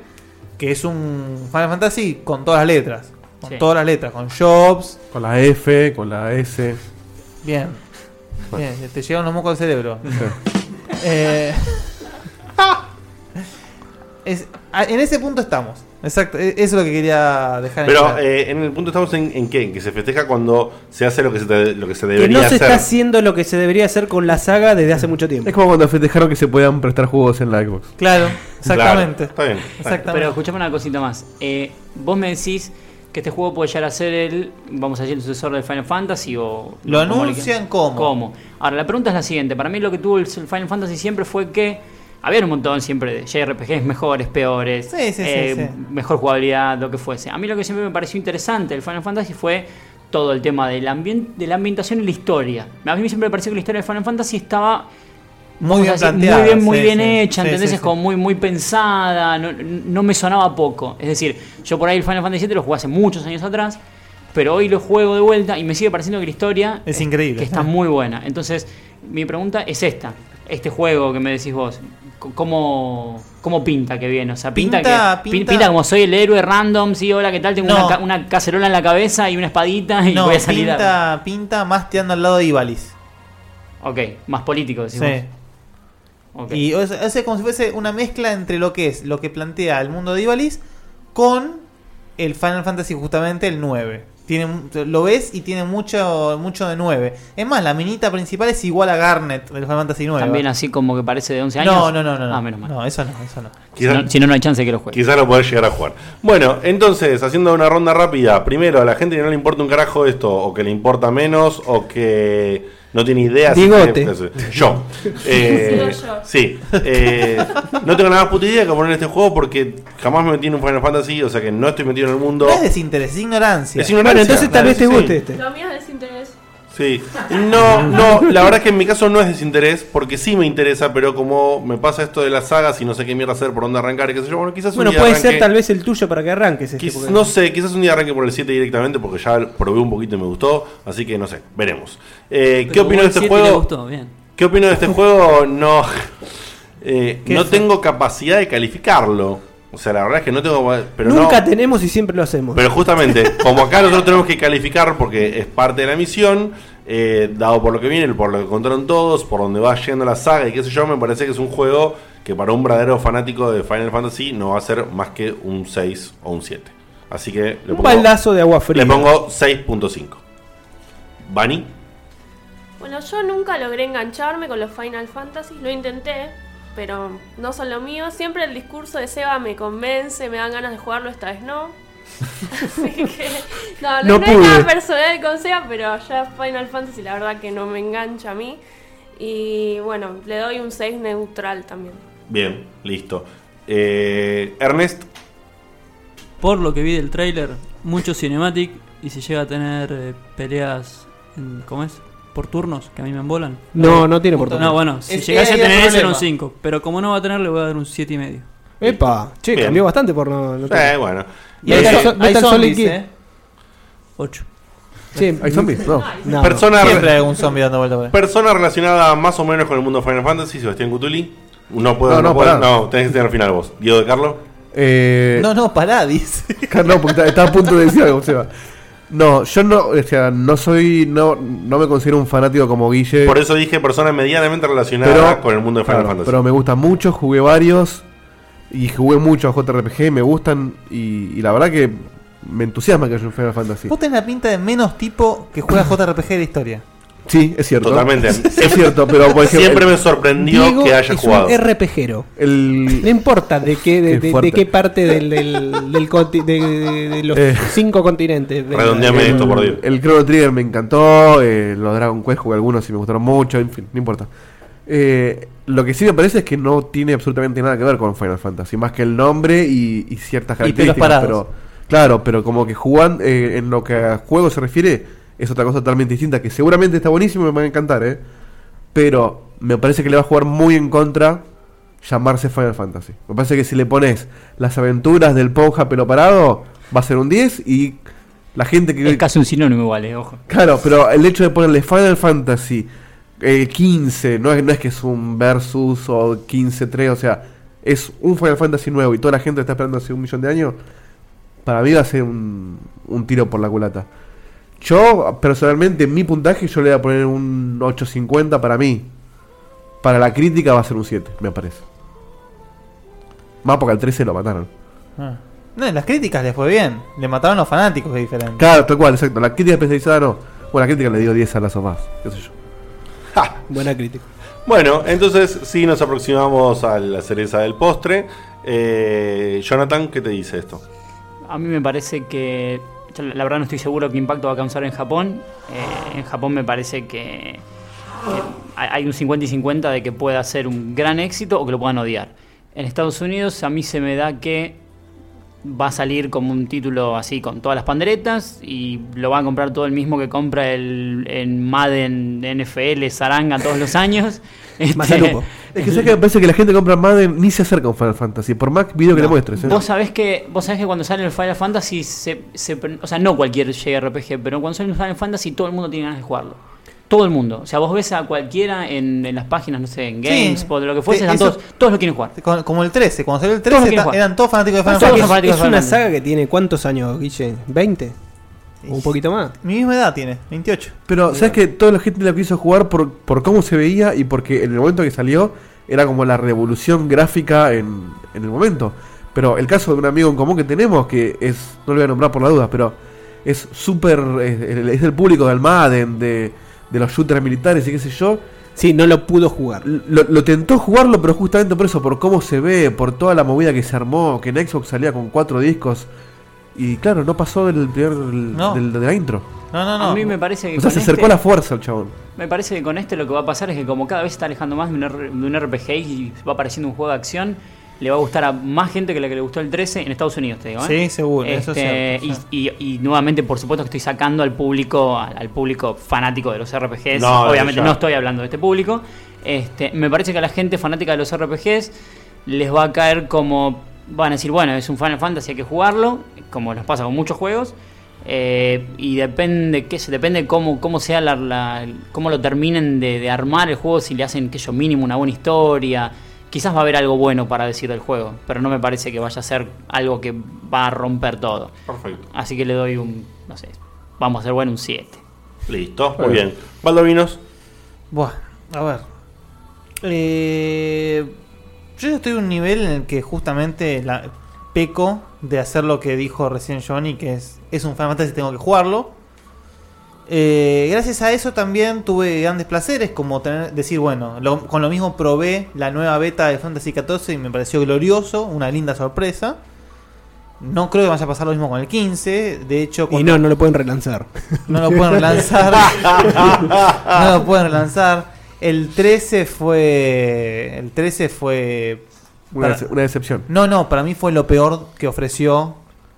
que es un Final Fantasy con todas las letras. Con
Sí.
todas las letras, con Jobs.
Con la F, con la S.
Bien.
Bueno.
Bien, te llegan los mocos al cerebro. [laughs] Eh, es- a- en ese punto estamos. Exacto, e- eso es lo que quería dejar en
Pero
claro.
eh, en el punto estamos en, en qué? En que se festeja cuando se hace lo que se, te- lo que se
Que
debería
no se
hacer.
está haciendo lo que se debería hacer con la saga desde hace mucho tiempo.
Es como cuando festejaron que se podían prestar juegos en la Xbox.
Claro,
exactamente.
está bien.
Exactamente.
Pero escuchame una cosita más. Eh, vos me decís que este juego puede llegar a ser el, vamos a decir, el sucesor del Final Fantasy o...
Lo
¿cómo le-
anuncian como.
¿Cómo? Ahora, la pregunta es la siguiente. Para mí lo que tuvo el Final Fantasy siempre fue que... Había un montón siempre de JRPGs mejores, peores, eh,
Sí, sí, sí, sí.
mejor jugabilidad, lo que fuese. A mí lo que siempre me pareció interesante del Final Fantasy fue todo el tema del ambien- de la ambientación y la historia. A mí siempre me pareció que la historia de Final Fantasy estaba
Muy bien
vamos a decir,
planteada.
Muy bien, muy
sí,
bien
sí.
hecha,
Sí,
¿entendés?
sí,
es
sí.
como muy, muy pensada, no, no me sonaba poco. Es decir, yo por ahí el Final Fantasy VII lo jugué hace muchos años atrás, pero hoy lo juego de vuelta y me sigue pareciendo que la historia eh,
Es increíble.
que está muy buena. Entonces, mi pregunta es esta. Este juego que me decís vos, c- ¿cómo, cómo pinta que viene? O sea, pinta,
Pinta-
que, pin-
pinta-
pinta como soy el héroe random, sí, hola, ¿qué tal? Tengo
No.
una, ca- una cacerola en la cabeza y una espadita [laughs] y
No,
voy a salir a-
pinta, pinta más teando al lado de Ibalis.
Ok, más político, decimos.
Sí.
Ok.
Y o sea, hace como si fuese una mezcla entre lo que es, lo que plantea el mundo de Ibalis con el Final Fantasy justamente el 9. Tiene, mu- lo ves y tiene mucho, mucho de 9. Es más, la minita principal es igual a Garnet del Final Fantasy 9.
También así como que parece de 11 años.
No, no, no, no. no.
Ah, menos mal.
No, eso no, eso no.
Si no, si no, no hay chance de que lo juegue.
Quizás lo podés llegar a jugar. Bueno, entonces, haciendo una ronda rápida. Primero, a la gente que no le importa un carajo esto, o que le importa menos, o que no tiene idea. si
Bigote.
tiene-
[laughs]
yo. Eh,
Sigo yo.
sí. Eh, no tengo nada más puta idea que poner este juego porque jamás me metí en un Final Fantasy, o sea que no estoy metido en el mundo.
No es desinterés, es ignorancia.
Es ignorancia.
Bueno, entonces tal
Claro,
vez te
sí,
guste
sí.
este.
Lo mío es desinterés.
Sí. No, no, la verdad es que en mi caso no es desinterés, porque sí me interesa, pero como me pasa esto de las sagas y no sé qué mierda hacer, por dónde arrancar, y qué sé yo, bueno, quizás un
Bueno,
día
puede
arranque-
ser tal vez el tuyo para que arranques este.
Quiz-
porque-
no sé, quizás un día arranque por el 7 directamente porque ya probé un poquito y me gustó, así que no sé, veremos. Eh, ¿Qué
Pero
opino de
vos
este
siete le
juego?
gustó, bien.
¿Qué opino
[laughs]
de este juego? No, [laughs] eh,
¿Qué
no
fue?
tengo capacidad de calificarlo. O sea, la verdad es que no tengo... Pero no-
Nunca tenemos y siempre lo hacemos.
pero justamente, como acá nosotros tenemos que calificar porque es parte de la misión, eh, dado por lo que viene, por lo que contaron todos, por donde va yendo la saga y qué sé yo, me parece que es un juego que para un verdadero fanático de Final Fantasy no va a ser más que un 6 o un 7. Así que le
un baldazo de agua fría.
le pongo 6.5. ¿Bani?
Bueno, yo nunca logré engancharme con los Final Fantasy, lo intenté, pero no son lo mío. Siempre el discurso de Seba me convence, me dan ganas de jugarlo, esta vez
[laughs]
no. Así que no,
No
no, no es
pude.
nada personal con Seba, pero ya Final Fantasy la verdad que no me engancha a mí. Y bueno, le doy un 6 neutral también.
Bien, listo. Eh, Ernest,
Por lo que vi del tráiler, mucho cinematic y si llega a tener eh, peleas, en- ¿cómo es? Por turnos, que a mí me embolan.
No, no tiene por
Puta,
turnos.
No, bueno, si
Es-
llegase a
ahí hay
tener
el
eso era un
problema.
5, pero como no va a tener le voy a dar un 7 y medio.
Epa, che,
Bien.
cambió bastante por no. no
eh, bueno.
Y Metal
hay-
Sol-
hay
Metal Solid
zombies,
Kid.
eh. 8.
Che,
¿Hay zombies? No.
No,
persona,
Siempre hay algún zombie dando vuelta por ahí.
persona relacionada más o menos con el mundo de Final Fantasy, Sebastián Cutuli. No puedo,
No,
no,
no,
puedo-
pará.
no, tenés que tener al final vos. Diego de Carlos.
Eh,
No, no, pará, dice.
[laughs] Carlos, porque está, está a punto de decir algo, Seba. No, yo no, o sea, no soy, no, no me considero un fanático como Guille.
Por eso dije persona medianamente relacionada
eh, pero,
con el mundo de Final
claro,
Fantasy.
Pero me gusta mucho, jugué varios y jugué muchos JRPG, me gustan y, y la verdad que me entusiasma que haya un Final Fantasy.
Vos tenés la pinta de menos tipo
[laughs]
que juega JRPG de la historia.
Sí, es cierto.
Totalmente.
Es cierto, pero por ejemplo,
Siempre
el-
me sorprendió
Diego
que haya
es
jugado.
un RPGero.
El,
No importa de qué, de,
Qué
de- de
fuerte.
qué parte del, del, del conti- de, de- de los
Eh.
cinco continentes. venga.
Redondeame esto, por Dios.
El Chrono Trigger me encantó, eh, los Dragon Quest jugué algunos y me gustaron mucho, en fin, no importa. Eh, lo que sí me parece es que no tiene absolutamente nada que ver con Final Fantasy, más que el nombre y, y ciertas
Y pelos
características.
parados.
pero, claro, pero como que jugan, eh, en lo que a juego se refiere, es otra cosa totalmente distinta, que seguramente está buenísimo y me va a encantar, ¿eh? Pero me parece que le va a jugar muy en contra llamarse Final Fantasy. Me parece que si le pones las aventuras del Ponja pelo parado, va a ser un 10 y la gente que...
Es casi un sinónimo igual, eh, ojo.
Claro, pero el hecho de ponerle Final Fantasy eh, 15, no es, no es que es un versus o 15-3, o sea, es un Final Fantasy nuevo y toda la gente está esperando hace un millón de años, para mí va a ser un, un tiro por la culata. Yo, personalmente, en mi puntaje yo le voy a poner un 8.50 para mí. Para la crítica va a ser un 7, me parece. Más porque al 13 lo mataron.
Ah. No, en las críticas les fue bien. Le mataron los fanáticos, que es diferente.
Claro, tal cual, exacto. La crítica especializada no. Bueno, la crítica le dio 10 a las o más, qué sé yo.
Buena crítica.
Bueno, entonces sí nos aproximamos a la cereza del postre. Eh, Jonathan, ¿qué te dice esto?
A mí me parece que. yo La la verdad, no estoy seguro qué impacto va a causar en Japón. Eh, en Japón me parece que. que hay hay un 50 y 50 de que pueda ser un gran éxito o que lo puedan odiar. En Estados Unidos, a mí se me da que va a salir como un título así con todas las panderetas y lo va a comprar todo el mismo que compra el en Madden, NFL, Saranga todos los
[laughs]
años. Este,
Mazalupo. Es que sabes que me parece que la gente que compra Madden ni se acerca a un Final Fantasy, por más video que le muestres. ¿eh?
Vos sabés que, vos sabés que cuando sale el Final Fantasy, se, se pre- o sea, no cualquier JRPG, pero cuando sale el Final Fantasy todo el mundo tiene ganas de jugarlo. Todo el mundo. O sea, vos ves a cualquiera en, en las páginas, no sé, en GameSpot, lo que fuese,
Sí,
están
eso-
todos, todos lo quieren jugar.
Con- como el 13, cuando salió el
Todos
13
quieren
ta-
jugar.
eran todos fanáticos de Final
Todos son
Fantasy.
fanáticos
Es
de
una
Final
saga que tiene cuántos años, Guille? ¿20? ¿O un poquito más?
Mi misma edad tiene, 28.
Pero sabes que toda la gente la quiso jugar por, por cómo se veía y porque en el momento que salió era como la revolución gráfica en, en el momento. Pero el caso de un amigo en común que tenemos, que es, no lo voy a nombrar por la duda, pero es súper, es, es del público del Madden, de, de los shooters militares y qué sé yo.
Sí, no lo pudo jugar.
Lo, lo tentó jugarlo, pero justamente por eso, por cómo se ve, por toda la movida que se armó, que en Xbox salía con cuatro discos. Y claro, no pasó del primer,
No.
del- de la intro.
No, no,
no. A mí me parece que
O sea,
con
se acercó
este-
a la fuerza el chabón.
Me parece que con este lo que va a pasar es que como cada vez se está alejando más de un, R- de un RPG y va apareciendo un juego de acción, le va a gustar a más gente que la que le gustó el 13 en Estados Unidos, te digo. ¿eh?
Sí, seguro, eso es
Este,
cierto,
y, y- y nuevamente, por supuesto, que estoy sacando al público, al, al público fanático de los RPGs.
No, no,
Obviamente
ya.
no estoy hablando de este público. Este, me parece que a la gente fanática de los RPGs les va a caer como... Van a decir, bueno, es un Final Fantasy, hay que jugarlo, como nos pasa con muchos juegos. Eh, y depende que se depende cómo, cómo sea la, la- cómo lo terminen de, de armar el juego, si le hacen que yo mínimo una buena historia. Quizás va a haber algo bueno para decir del juego, pero no me parece que vaya a ser algo que va a romper todo.
Perfecto.
Así que le doy un, no sé, vamos a ser bueno un 7.
Listo, muy bien. Valdovinos.
Buah, a ver. Eh, yo ya estoy en un nivel en el que justamente la, peco de hacer lo que dijo recién Johnny, que es, es un Final Fantasy, tengo que jugarlo. Eh, gracias a eso también tuve grandes placeres, como tener, decir, bueno, lo- con lo mismo probé la nueva beta de Fantasy XIV y me pareció glorioso, una linda sorpresa. No creo que vaya a pasar lo mismo con el 15, de hecho...
Y
cuando-
no, no lo pueden relanzar.
no lo
[laughs]
pueden relanzar. no lo pueden relanzar. El 13 fue. El 13 fue.
Una
para-
dece- una decepción.
No, no, para mí fue lo peor que ofreció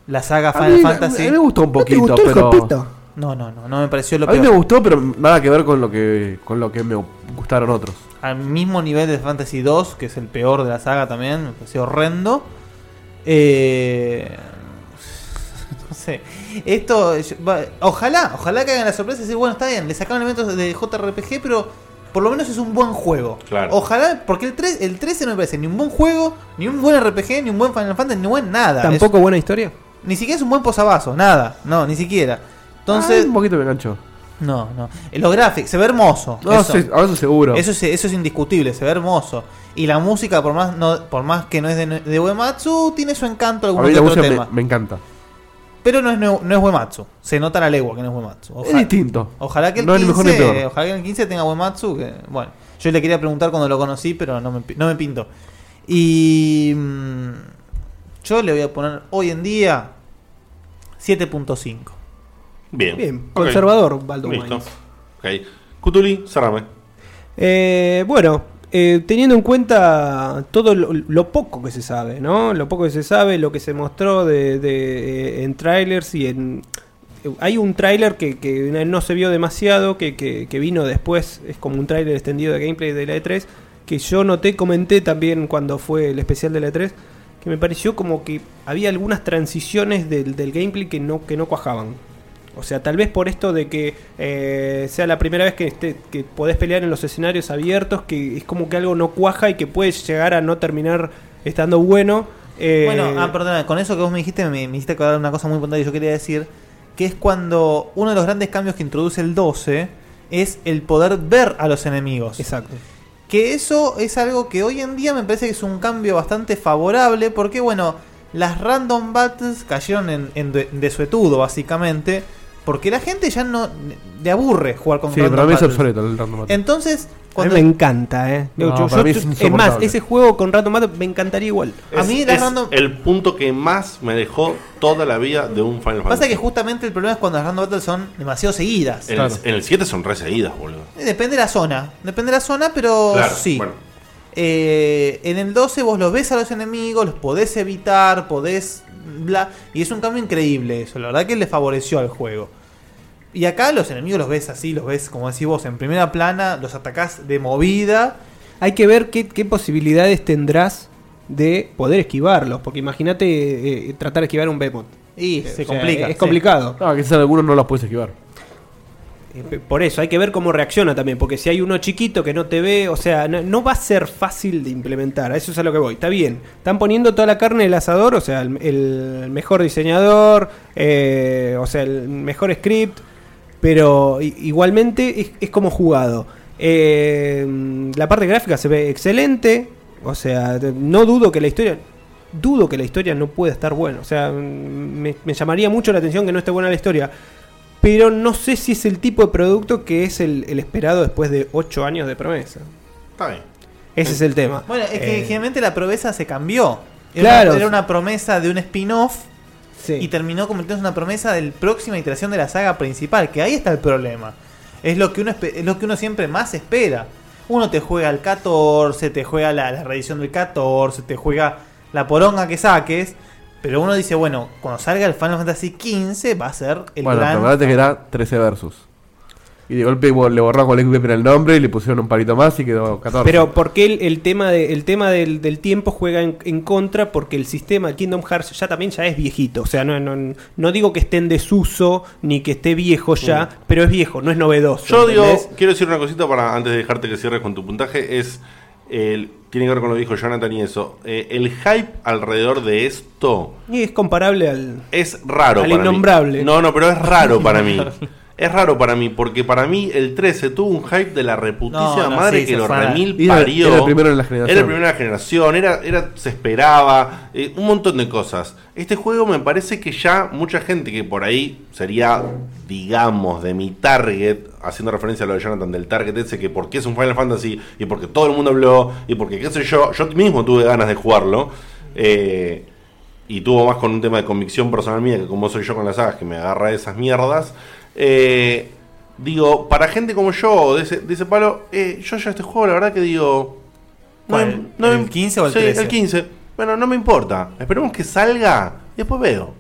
la saga
A
Final
mí-
Fantasy.
a mí me gustó un ¿No te gustó poquito, el pero- Jopito?
No, no, no, no me pareció lo
a mí
peor.
me gustó, pero nada que ver con lo que con lo que me gustaron otros.
al mismo nivel de Fantasy 2, que es el peor de la saga también, me pareció horrendo. Eh, [laughs] no sé. Esto, yo- va- ojalá, ojalá que hagan la sorpresa y decir, bueno, está bien, le sacaron elementos de JRPG, pero por lo menos es un buen juego.
Claro.
Ojalá, porque el, 3, el 13 no me parece ni un buen juego, ni un buen RPG, ni un buen Final Fantasy, ni un buen nada.
¿Tampoco
Es-
buena historia?
ni siquiera es un buen posavasos, nada. No, ni siquiera. Entonces,
Ah, un poquito me enganchó.
No, no. Eh, Los gráficos, se ve hermoso.
No, Ah, sí, a eso seguro.
Eso es, eso es indiscutible, se ve hermoso. Y la música, por más, no, por más que no es de, de Uematsu, tiene su encanto
A
algún
mí la
que otro
música me,
tema.
me encanta.
Pero no es, no, no es Uematsu. Se nota la legua que no es Uematsu. Oja-
Es distinto.
Ojalá que el
No es ni
15,
mejor ni peor.
ojalá que el 15 tenga Uematsu. que- bueno, yo le quería preguntar cuando lo conocí, pero no me, pi- no me pintó. Y mm, yo le voy a poner hoy en día 7.5.
Bien.
Bien,
Ok.
conservador, Baldo
Listo.
Wines.
Ok. Cutuli, cerrame.
Eh, bueno, eh, teniendo en cuenta todo lo, lo poco que se sabe, ¿no? Lo poco que se sabe, lo que se mostró de, de, eh, en trailers y en... eh, Hay un trailer que, que no se vio demasiado, que, que- que vino después, es como un trailer extendido de gameplay de la E3, que yo noté, comenté también cuando fue el especial de la E E3, que me pareció como que había algunas transiciones del, del gameplay que no, que no cuajaban. O sea, tal vez por esto de que eh, sea la primera vez que, esté- que podés pelear en los escenarios abiertos, que es como que algo no cuaja y que puede llegar a no terminar estando bueno. eh,
Bueno, ah, perdona, con eso que vos me dijiste, me, me hiciste acordar una cosa muy importante que yo quería decir, que es cuando uno de los grandes cambios que introduce el 12 es el poder ver a los enemigos.
Exacto.
Que eso es algo que hoy en día me parece que es un cambio bastante favorable, porque bueno, las random battles cayeron en, en de- en desuetudo, básicamente, porque la gente ya no le aburre jugar con
Sí,
random
pero a mí es
battles.
obsoleto el random battle.
a
Entonces,
mí
cuando
me encanta, ¿eh?
No,
Yo- yo-
para mí
yo-
es
es más,
insoportable.
ese juego con Rato Mato me encantaría igual.
Es- es el punto que más me dejó toda la vida de un Final
Pasa
Fantasy.
que justamente el problema es cuando las random battles son demasiado seguidas.
en, el, en el 7 son reseguidas, boludo.
Eh, Depende de la zona. Depende de la zona, pero
Claro,
Oh, sí.
bueno.
Eh, en el 12 vos los ves a los enemigos, los podés evitar, podés bla. Y es un cambio increíble eso. La verdad que le favoreció al juego. Y acá los enemigos los ves así, los ves como decís vos, en primera plana, los atacás de movida.
Hay que ver qué, qué posibilidades tendrás de poder esquivarlos. Porque imagínate eh, tratar de esquivar un Behemoth.
Y
Eh,
se
o sea,
complica.
Es complicado.
Ah, quizás algunos no los puedes esquivar.
Eh, p- Por eso, hay que ver cómo reacciona también, porque si hay uno chiquito que no te ve, o sea, no, no va a ser fácil de implementar, a eso es a lo que voy. Está bien, están poniendo toda la carne en el asador, o sea, el, el mejor diseñador, eh, o sea, el mejor script, pero i- igualmente es, es como jugado. Eh, la parte gráfica se ve excelente, o sea, de- no dudo que la historia... Dudo que la historia no pueda estar buena. O sea, mm, me- me llamaría mucho la atención que no esté buena la historia pero no sé si es el tipo de producto que es el, el esperado después de 8 años de promesa.
Está bien.
Ese es el tema.
Bueno, es que
Eh,
generalmente la promesa se cambió. Era,
Claro.
una, era una promesa de un spin-off
Sí.
y terminó convirtiéndose en una promesa de la próxima iteración de la saga principal, que ahí está el problema. Es lo que uno, espe- es lo que uno siempre más espera. Uno te juega el 14, te juega la, la reedición del 14, te juega la poronga que saques, pero uno dice, bueno, cuando salga el Final Fantasy XV va a ser el
bueno,
gran...
pero acordate que era 13 versus. Y de golpe bo- le borraron con el Xbox el nombre y le pusieron un palito más y quedó 14.
Pero ¿por qué el, el tema, de, el tema del, del tiempo juega en, en contra? Porque el sistema de Kingdom Hearts ya también ya es viejito. O sea, no, no, no digo que esté en desuso ni que esté viejo ya, pero es viejo, no es novedoso.
Mm. Yo digo,
¿entendés?
quiero decir una cosita para antes de dejarte que cierres con tu puntaje, es el tiene que ver con lo que dijo Jonathan y eso. Eh, el hype alrededor de esto
Y es comparable al...
es raro.
Al
para mí.
innombrable.
No, no, pero es raro para
[laughs]
[laughs]
mí. Es raro para mí, porque para mí el 13 tuvo un hype de la reputicia
No, no,
madre
sí,
que
se
lo
fue a la-
remil
Y era-
parió.
era el primero en la generación.
Era el primero en la generación, era, era, se esperaba, eh, un montón de cosas. Este juego me parece que ya mucha gente que por ahí sería, digamos, de mi target, haciendo referencia a lo de Jonathan, del target ese, que porque es un Final Fantasy y porque todo el mundo habló y porque qué sé yo, yo mismo tuve ganas de jugarlo. eh, y tuvo más con un tema de convicción personal mía que como soy yo con las sagas, que me agarra esas mierdas. Eh, digo, para gente como yo, de ese, de ese palo, eh, yo ya este juego, la verdad que digo. no me-
¿Cuál?
no me-
¿El 15 o el
Sí,
13?
el 15. Bueno, no me importa. Esperemos que salga y después veo.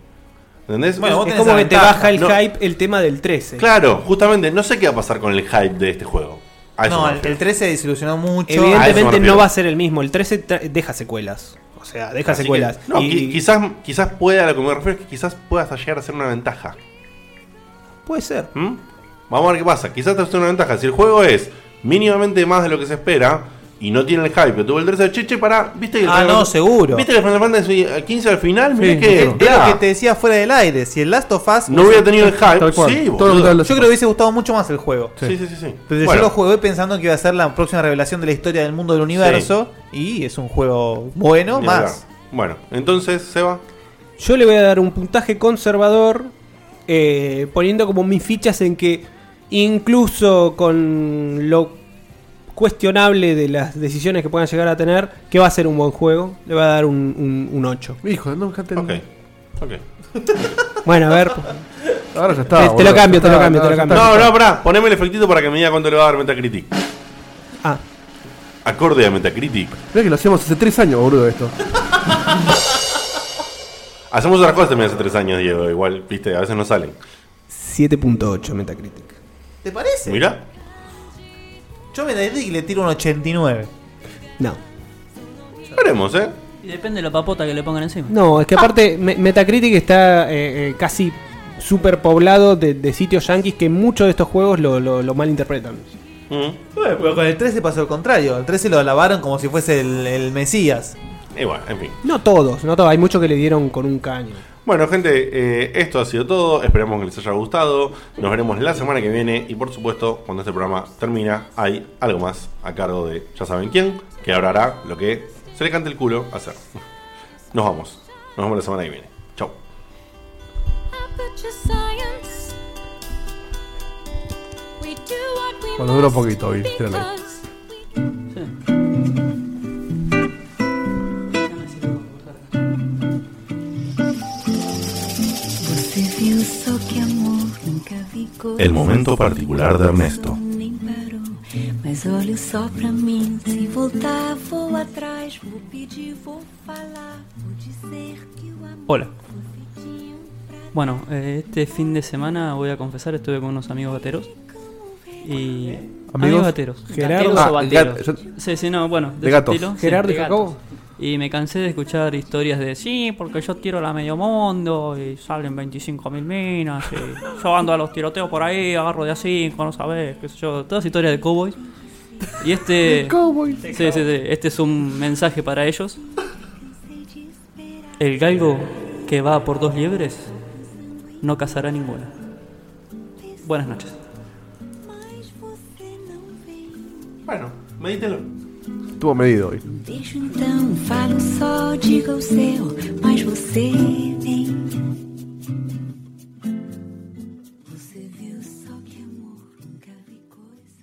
¿Entendés?
Bueno, vos Es tenés como la que te ventaja. baja el hype el tema del 13.
Claro, justamente, no sé qué va a pasar con el hype de este juego. A eso
No,
me
el,
refiero.
el 13 desilusionó mucho.
Ah,
Evidentemente no va a ser el mismo. El 13 tra- deja secuelas. O sea, deja
Así que,
secuelas.
no,
Y-
qui- quizás, quizás pueda, a lo que me refiero es que quizás pueda hasta llegar a ser una ventaja. ¿Mm?
Puede ser.
Vamos a ver qué pasa. Quizás te hace una ventaja. Si el juego es mínimamente más de lo que se espera y no tiene el hype que tuvo el 13 de Cheche, para. ¿Viste que el
Ah,
Final-
no, seguro.
¿Viste que el Final Fantasy 15 al final? Mirá
Sí,
que.
es lo que te decía fuera del aire. Si el Last of Us
No hubiera tenido el hype, Tal cual. sí, Todo boludo. lo que hablas.
yo creo que hubiese gustado mucho más el juego.
Sí, sí, sí, sí, sí.
Pero
Bueno.
yo lo jugué pensando que iba a ser la próxima revelación de la historia del mundo del universo. Y es un juego bueno,
Ni
más.
hablar. Bueno, entonces, Seba.
Yo le voy a dar un puntaje conservador, eh, poniendo como mis fichas en que incluso con lo cuestionable de las decisiones que puedan llegar a tener, que va a ser un buen juego, le voy a dar un, un, 8.
Hijo, no, dejate.
Ok. Ok.
Bueno, a ver.
Ahora ya está,
Te, te
boludo.
lo cambio, te
Ya
lo
está,
cambio, te lo
ya
cambio.
está,
No, no, pará. Poneme el efectito para que me diga cuánto le va a dar Metacritic.
Ah.
Acorde a Metacritic.
Mirá que lo hacíamos hace 3 años, boludo, esto.
Hacemos otras cosas también hace tres años, Diego. Igual, viste, a veces no salen.
7.8 Metacritic.
¿Te parece?
Mirá.
Yo me dedico y le tiro un 89.
No.
Esperemos, ¿eh?
Y depende de la papota que le pongan encima.
No, es que aparte Me- Metacritic está eh, eh, casi superpoblado de, de sitios yankees que muchos de estos juegos lo, lo- lo malinterpretan.
Mm.
Bueno, pero con el 13 pasó el contrario. El 13 lo alabaron como si fuese el, el Mesías.
Igual, Ah, en fin.
No todos, no todos, hay muchos que le dieron con un caño.
Bueno, gente, eh, esto ha sido todo. Esperamos que les haya gustado. Nos veremos la semana que viene. Y por supuesto, cuando este programa termina, hay algo más a cargo de ya saben quién, que ahora hará lo que se le cante el culo hacer. Nos vamos. Nos vemos la semana que viene. Chau.
Bueno, duró poquito hoy. tíralo ahí.
Você viu só
é
que amor nunca vigou.
El momento particular de Ernesto.
Nem parou, mas
Seus olhos só pra mim. Se voltar, vou atrás. Vou pedir, vou falar. Vou dizer que o amor.
Hola. Bueno, eh, este fin de semana voy a confesar, estuve con unos amigos bateros. Y. Amigos, bateros.
Gerardo.
¿Gateros o
Ah,
bateros?
gat- yo-
sí, sí, no, bueno.
De
ese
gatos.
estilo, sí,
Gerardo y
de
Jacobo.
gatos. Y me cansé de escuchar historias de sí, porque yo tiro la medio mundo y salen 25.000 minas. Y yo ando a los tiroteos por ahí, agarro de a 5, no sabes, qué sé yo. Todas historias de cowboys. Y este.
[laughs] De cowboys.
Sí, sí, sí. Este es un mensaje para ellos. El galgo que va por dos liebres no cazará ninguna. Buenas noches.
Bueno, medítelo.
Estuvo medido hoy.
Deixo então, falo só, diga o seu, mas você vem. Você viu só que amor nunca vi coisa